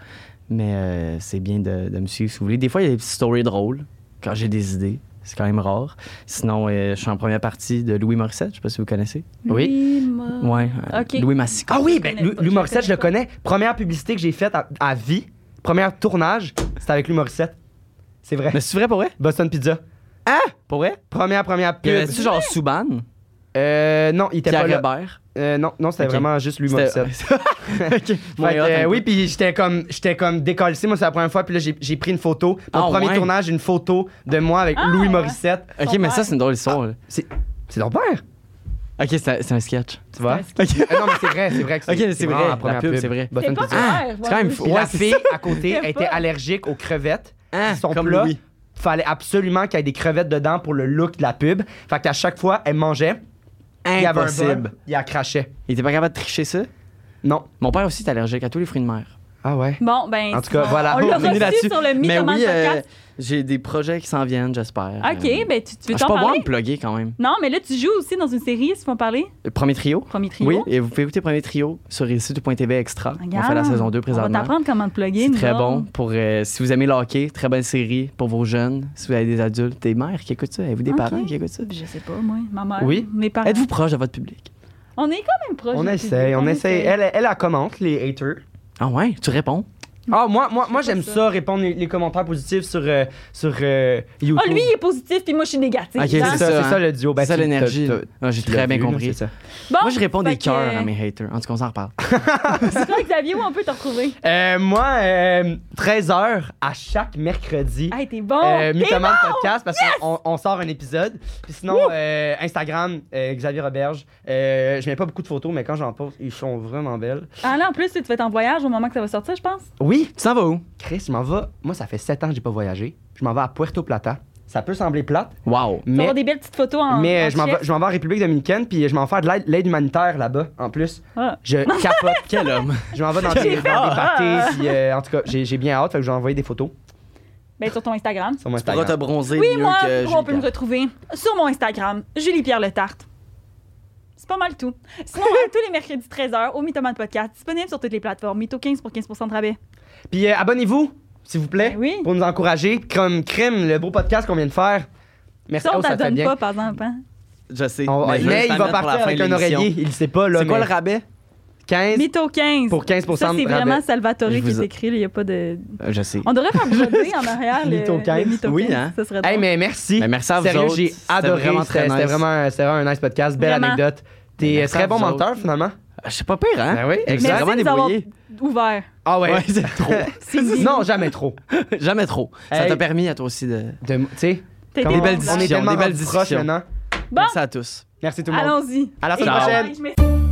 C: mais euh, c'est bien de, de me suivre si vous voulez. Des fois, il y a des petites stories drôles quand j'ai des idées. C'est quand même rare. Sinon, euh, je suis en première partie de Louis Morissette. Je sais pas si vous connaissez.
B: Oui.
A: moi.
C: Ouais. euh,
A: Ok.
C: Louis Massico.
B: Ah
A: Je
B: oui,
A: le
B: ben,
A: connais
B: Lou
A: pas,
B: Lou
A: je le
B: Morissette, je le
A: connais
B: connais. Première publicité que j'ai faite à, à vie, premier tournage, c'était avec Lou Morissette. C'est vrai.
C: Mais c'est vrai pour vrai?
B: Boston Pizza.
C: Ah! Pour vrai?
B: Première, première
C: Y
B: pub.
C: avait-tu genre Souban?
B: Euh, non, il était
C: Pierre
B: pas là.
C: Hébert?
B: Euh, non, non, c'était
C: Ok. euh,
B: vraiment juste lui, Morissette.
C: Ok. Bon,
B: Fait que,
C: alors,
B: euh,
C: t'as-
B: oui, puis j'étais comme, j'étais comme décalcé. Moi, c'est la première fois. Puis là, j'ai j'ai pris une photo. Pour
C: Ah,
B: le premier
C: ouais.
B: tournage, une photo de moi avec
A: Ah,
B: Louis
A: ouais.
B: Morissette.
C: Ok, mais ça, c'est une drôle histoire. là.
B: C'est ton père,
C: Ok, c'est un- c'est un sketch.
B: tu vois?
C: Ok.
B: Ah non, mais c'est vrai, c'est vrai que
C: Ok, c'est
B: vraiment
C: vrai,
B: la première
C: la pub, c'est vrai.
B: Boston
A: C'est pas
B: Pizza.
A: clair.
C: c'est quand même
A: voilà.
C: fou.
B: Puis
C: Ouais,
B: la
C: c'est
B: fille
C: ça.
B: à côté
A: C'est
B: était
A: pas-
B: allergique aux crevettes.
C: Hein,
B: Son
C: comme
B: plat,
C: Louis.
B: fallait absolument qu'il y ait des crevettes dedans pour le look de la pub. Fait qu'à chaque fois, elle mangeait. Il y avait un bug,
C: Impossible.
B: il la crachait.
C: Il était pas capable de tricher ça.
B: Non.
C: Mon père aussi est allergique à tous les fruits de mer.
B: Ah ouais.
A: Bon, ben.
B: En tout cas, voilà,
A: On l'a
B: on finit
A: reçu
C: là-dessus.
A: sur le mi
C: Mais
A: comment
C: oui,
A: le podcast.
C: euh, j'ai des projets qui s'en viennent, j'espère. Euh,
A: OK, ben, tu, tu veux
C: je suis
A: t'en
C: pas bon à
A: parler?
C: me plugger quand même.
A: Non, mais là, tu joues aussi dans une série, si tu veux en parler.
C: Le Premier trio.
A: Premier trio.
C: Oui, et vous pouvez écouter Premier trio sur réussite.tv extra. On fait la
A: Regarde,
C: saison 2
A: On va
C: présentement.
A: t'apprendre comment te plugger.
C: C'est
A: nous
C: très
A: autres.
C: bon pour euh, si vous aimez le hockey, très bonne série pour vos jeunes. Si vous avez des adultes, des mères qui écoutent ça, avez-vous des
A: Ok.
C: parents qui écoutent ça
A: Je sais pas, moi, ma mère.
B: Oui.
A: Mes parents.
C: Êtes-vous proche de votre public
A: On est quand même proche.
B: On
A: du
B: essaye,
A: public,
B: on essaye. Elle, elle, elle commente les haters.
C: Ah ouais, tu réponds.
B: Ah, moi, moi, moi
A: Je sais
B: j'aime
A: pas
B: ça.
A: ça.
B: répondre les, les commentaires positifs sur, euh, sur euh, YouTube.
A: Ah, lui, il est positif, puis moi, je suis négative.
C: Ok,
B: C'est
A: hein?
B: ça,
C: c'est ça,
B: c'est
C: hein.
B: ça le duo. Ben,
C: c'est ça
B: tu-
C: l'énergie.
B: t'as- t'as-
C: Ah, J'ai
B: tu l'as
C: très bien
B: vu, là,
C: compris.
B: c'est ça.
A: Bon,
C: Moi, je réponds
A: fait
C: des
A: que, euh,
C: cœurs à mes haters. En tout cas, on s'en reparle.
A: C'est toi, Xavier, où on peut te retrouver?
B: Euh, moi, 13h à chaque mercredi.
A: Hey, t'es bon!
B: Euh,
A: T'es
B: Mythomane
A: bon!
B: Podcast parce qu'on on sort un épisode. Puis sinon, euh, Instagram, euh, Xavier Roberge. Euh, je mets pas beaucoup de photos, mais quand j'en poste, ils sont vraiment belles.
A: Ah là, en plus, tu vas être en voyage au moment que ça va sortir, je pense.
B: Oui,
C: Tu t'en vas où
B: Chris, je m'en vais. Moi, ça fait 7 ans que j'ai pas voyagé. Je m'en vais à Puerto Plata. Ça peut sembler plate,
C: Wow.
A: Tu vas
B: mais,
A: avoir des belles petites photos en.
B: mais euh,
A: en
B: je m'en vais
A: chef.
B: je m'en vais en République Dominicaine, puis euh, je m'en vais faire de l'aide- l'aide humanitaire là-bas, en plus.
A: Ah.
B: Je capote.
C: Quel homme.
B: je m'en vais dans des, dans des
A: Ah.
B: pâtés, puis, euh, en tout cas, j'ai j'ai bien hâte, fait que je vais envoyer des photos
A: Ben, sur ton Instagram.
B: sur mon
C: Tu pourras te
B: Instagram.
C: bronzer
A: Oui,
C: mieux
A: moi,
C: que
A: où on peut
C: Julie
A: me retrouver? Sur mon Instagram, Julie-Pierre Le Tarte. C'est pas mal tout. Sinon, euh, tous les mercredis 13h au Mythoman Podcast, disponible sur toutes les plateformes. Mytho 15 pour 15 de rabais.
B: Puis euh, abonnez-vous, s'il vous plaît,
A: Ben oui.
B: pour nous encourager. Comme crime, le beau podcast qu'on vient de faire. Merci
A: Ça, on
B: Oh, te fait
A: t'adonne
B: bien.
A: pas, par exemple. hein?
C: Je sais.
B: On- mais
C: je veux juste
B: il va
C: la mettre pour la
B: partir
C: fin
B: avec
C: de
B: un
C: l'émission.
B: oreiller, il le sait pas. Là,
C: C'est quoi
B: mais
C: le rabais
B: 15
A: Mytho 15.
B: pour 15
A: Ça, c'est
B: de
A: vraiment
B: rabais.
A: Salvatore
C: Je
A: qui
C: vous-
A: est écrit. là, Il y a pas de...
B: Euh,
C: Je sais.
A: On devrait faire broder en arrière le,
B: Mytho
A: le
B: 15.
A: Mytho 15.
C: Oui, hein?
A: Ça serait
B: Hey,
A: drôle.
B: mais merci.
C: Mais merci à vous
B: Sérieux,
C: autres.
B: j'ai
C: C'était
B: adoré.
C: vraiment
B: C'était
C: très
B: c'était
C: nice.
B: vraiment, c'était vraiment un nice podcast. Belle
A: Vraiment.
B: anecdote.
C: Mais
B: T'es
C: merci à
B: très bon
C: vous
B: menteur, finalement.
C: Je sais pas pire, hein
B: Ben oui,
C: Vous êtes
B: exact.
C: vraiment
A: Merci de nous avoir
C: débrouillé.
A: ouvert.
B: Ah ouais.
C: Ouais, c'est trop.
B: non, jamais trop.
C: Jamais trop. Ça
B: Hey.
C: t'a permis à toi aussi de.
B: De- Tu sais,
A: T'as été
B: comme
C: Des
A: bon,
C: belles
A: Zach.
B: on est
C: discussions,
B: tellement
C: des belles
B: rendus proches
C: discussions.
B: maintenant.
A: Bon,
C: Merci à tous.
B: Merci tout le monde.
A: allons-y.
B: À la semaine
A: Et
C: prochaine.
A: bye, je mets-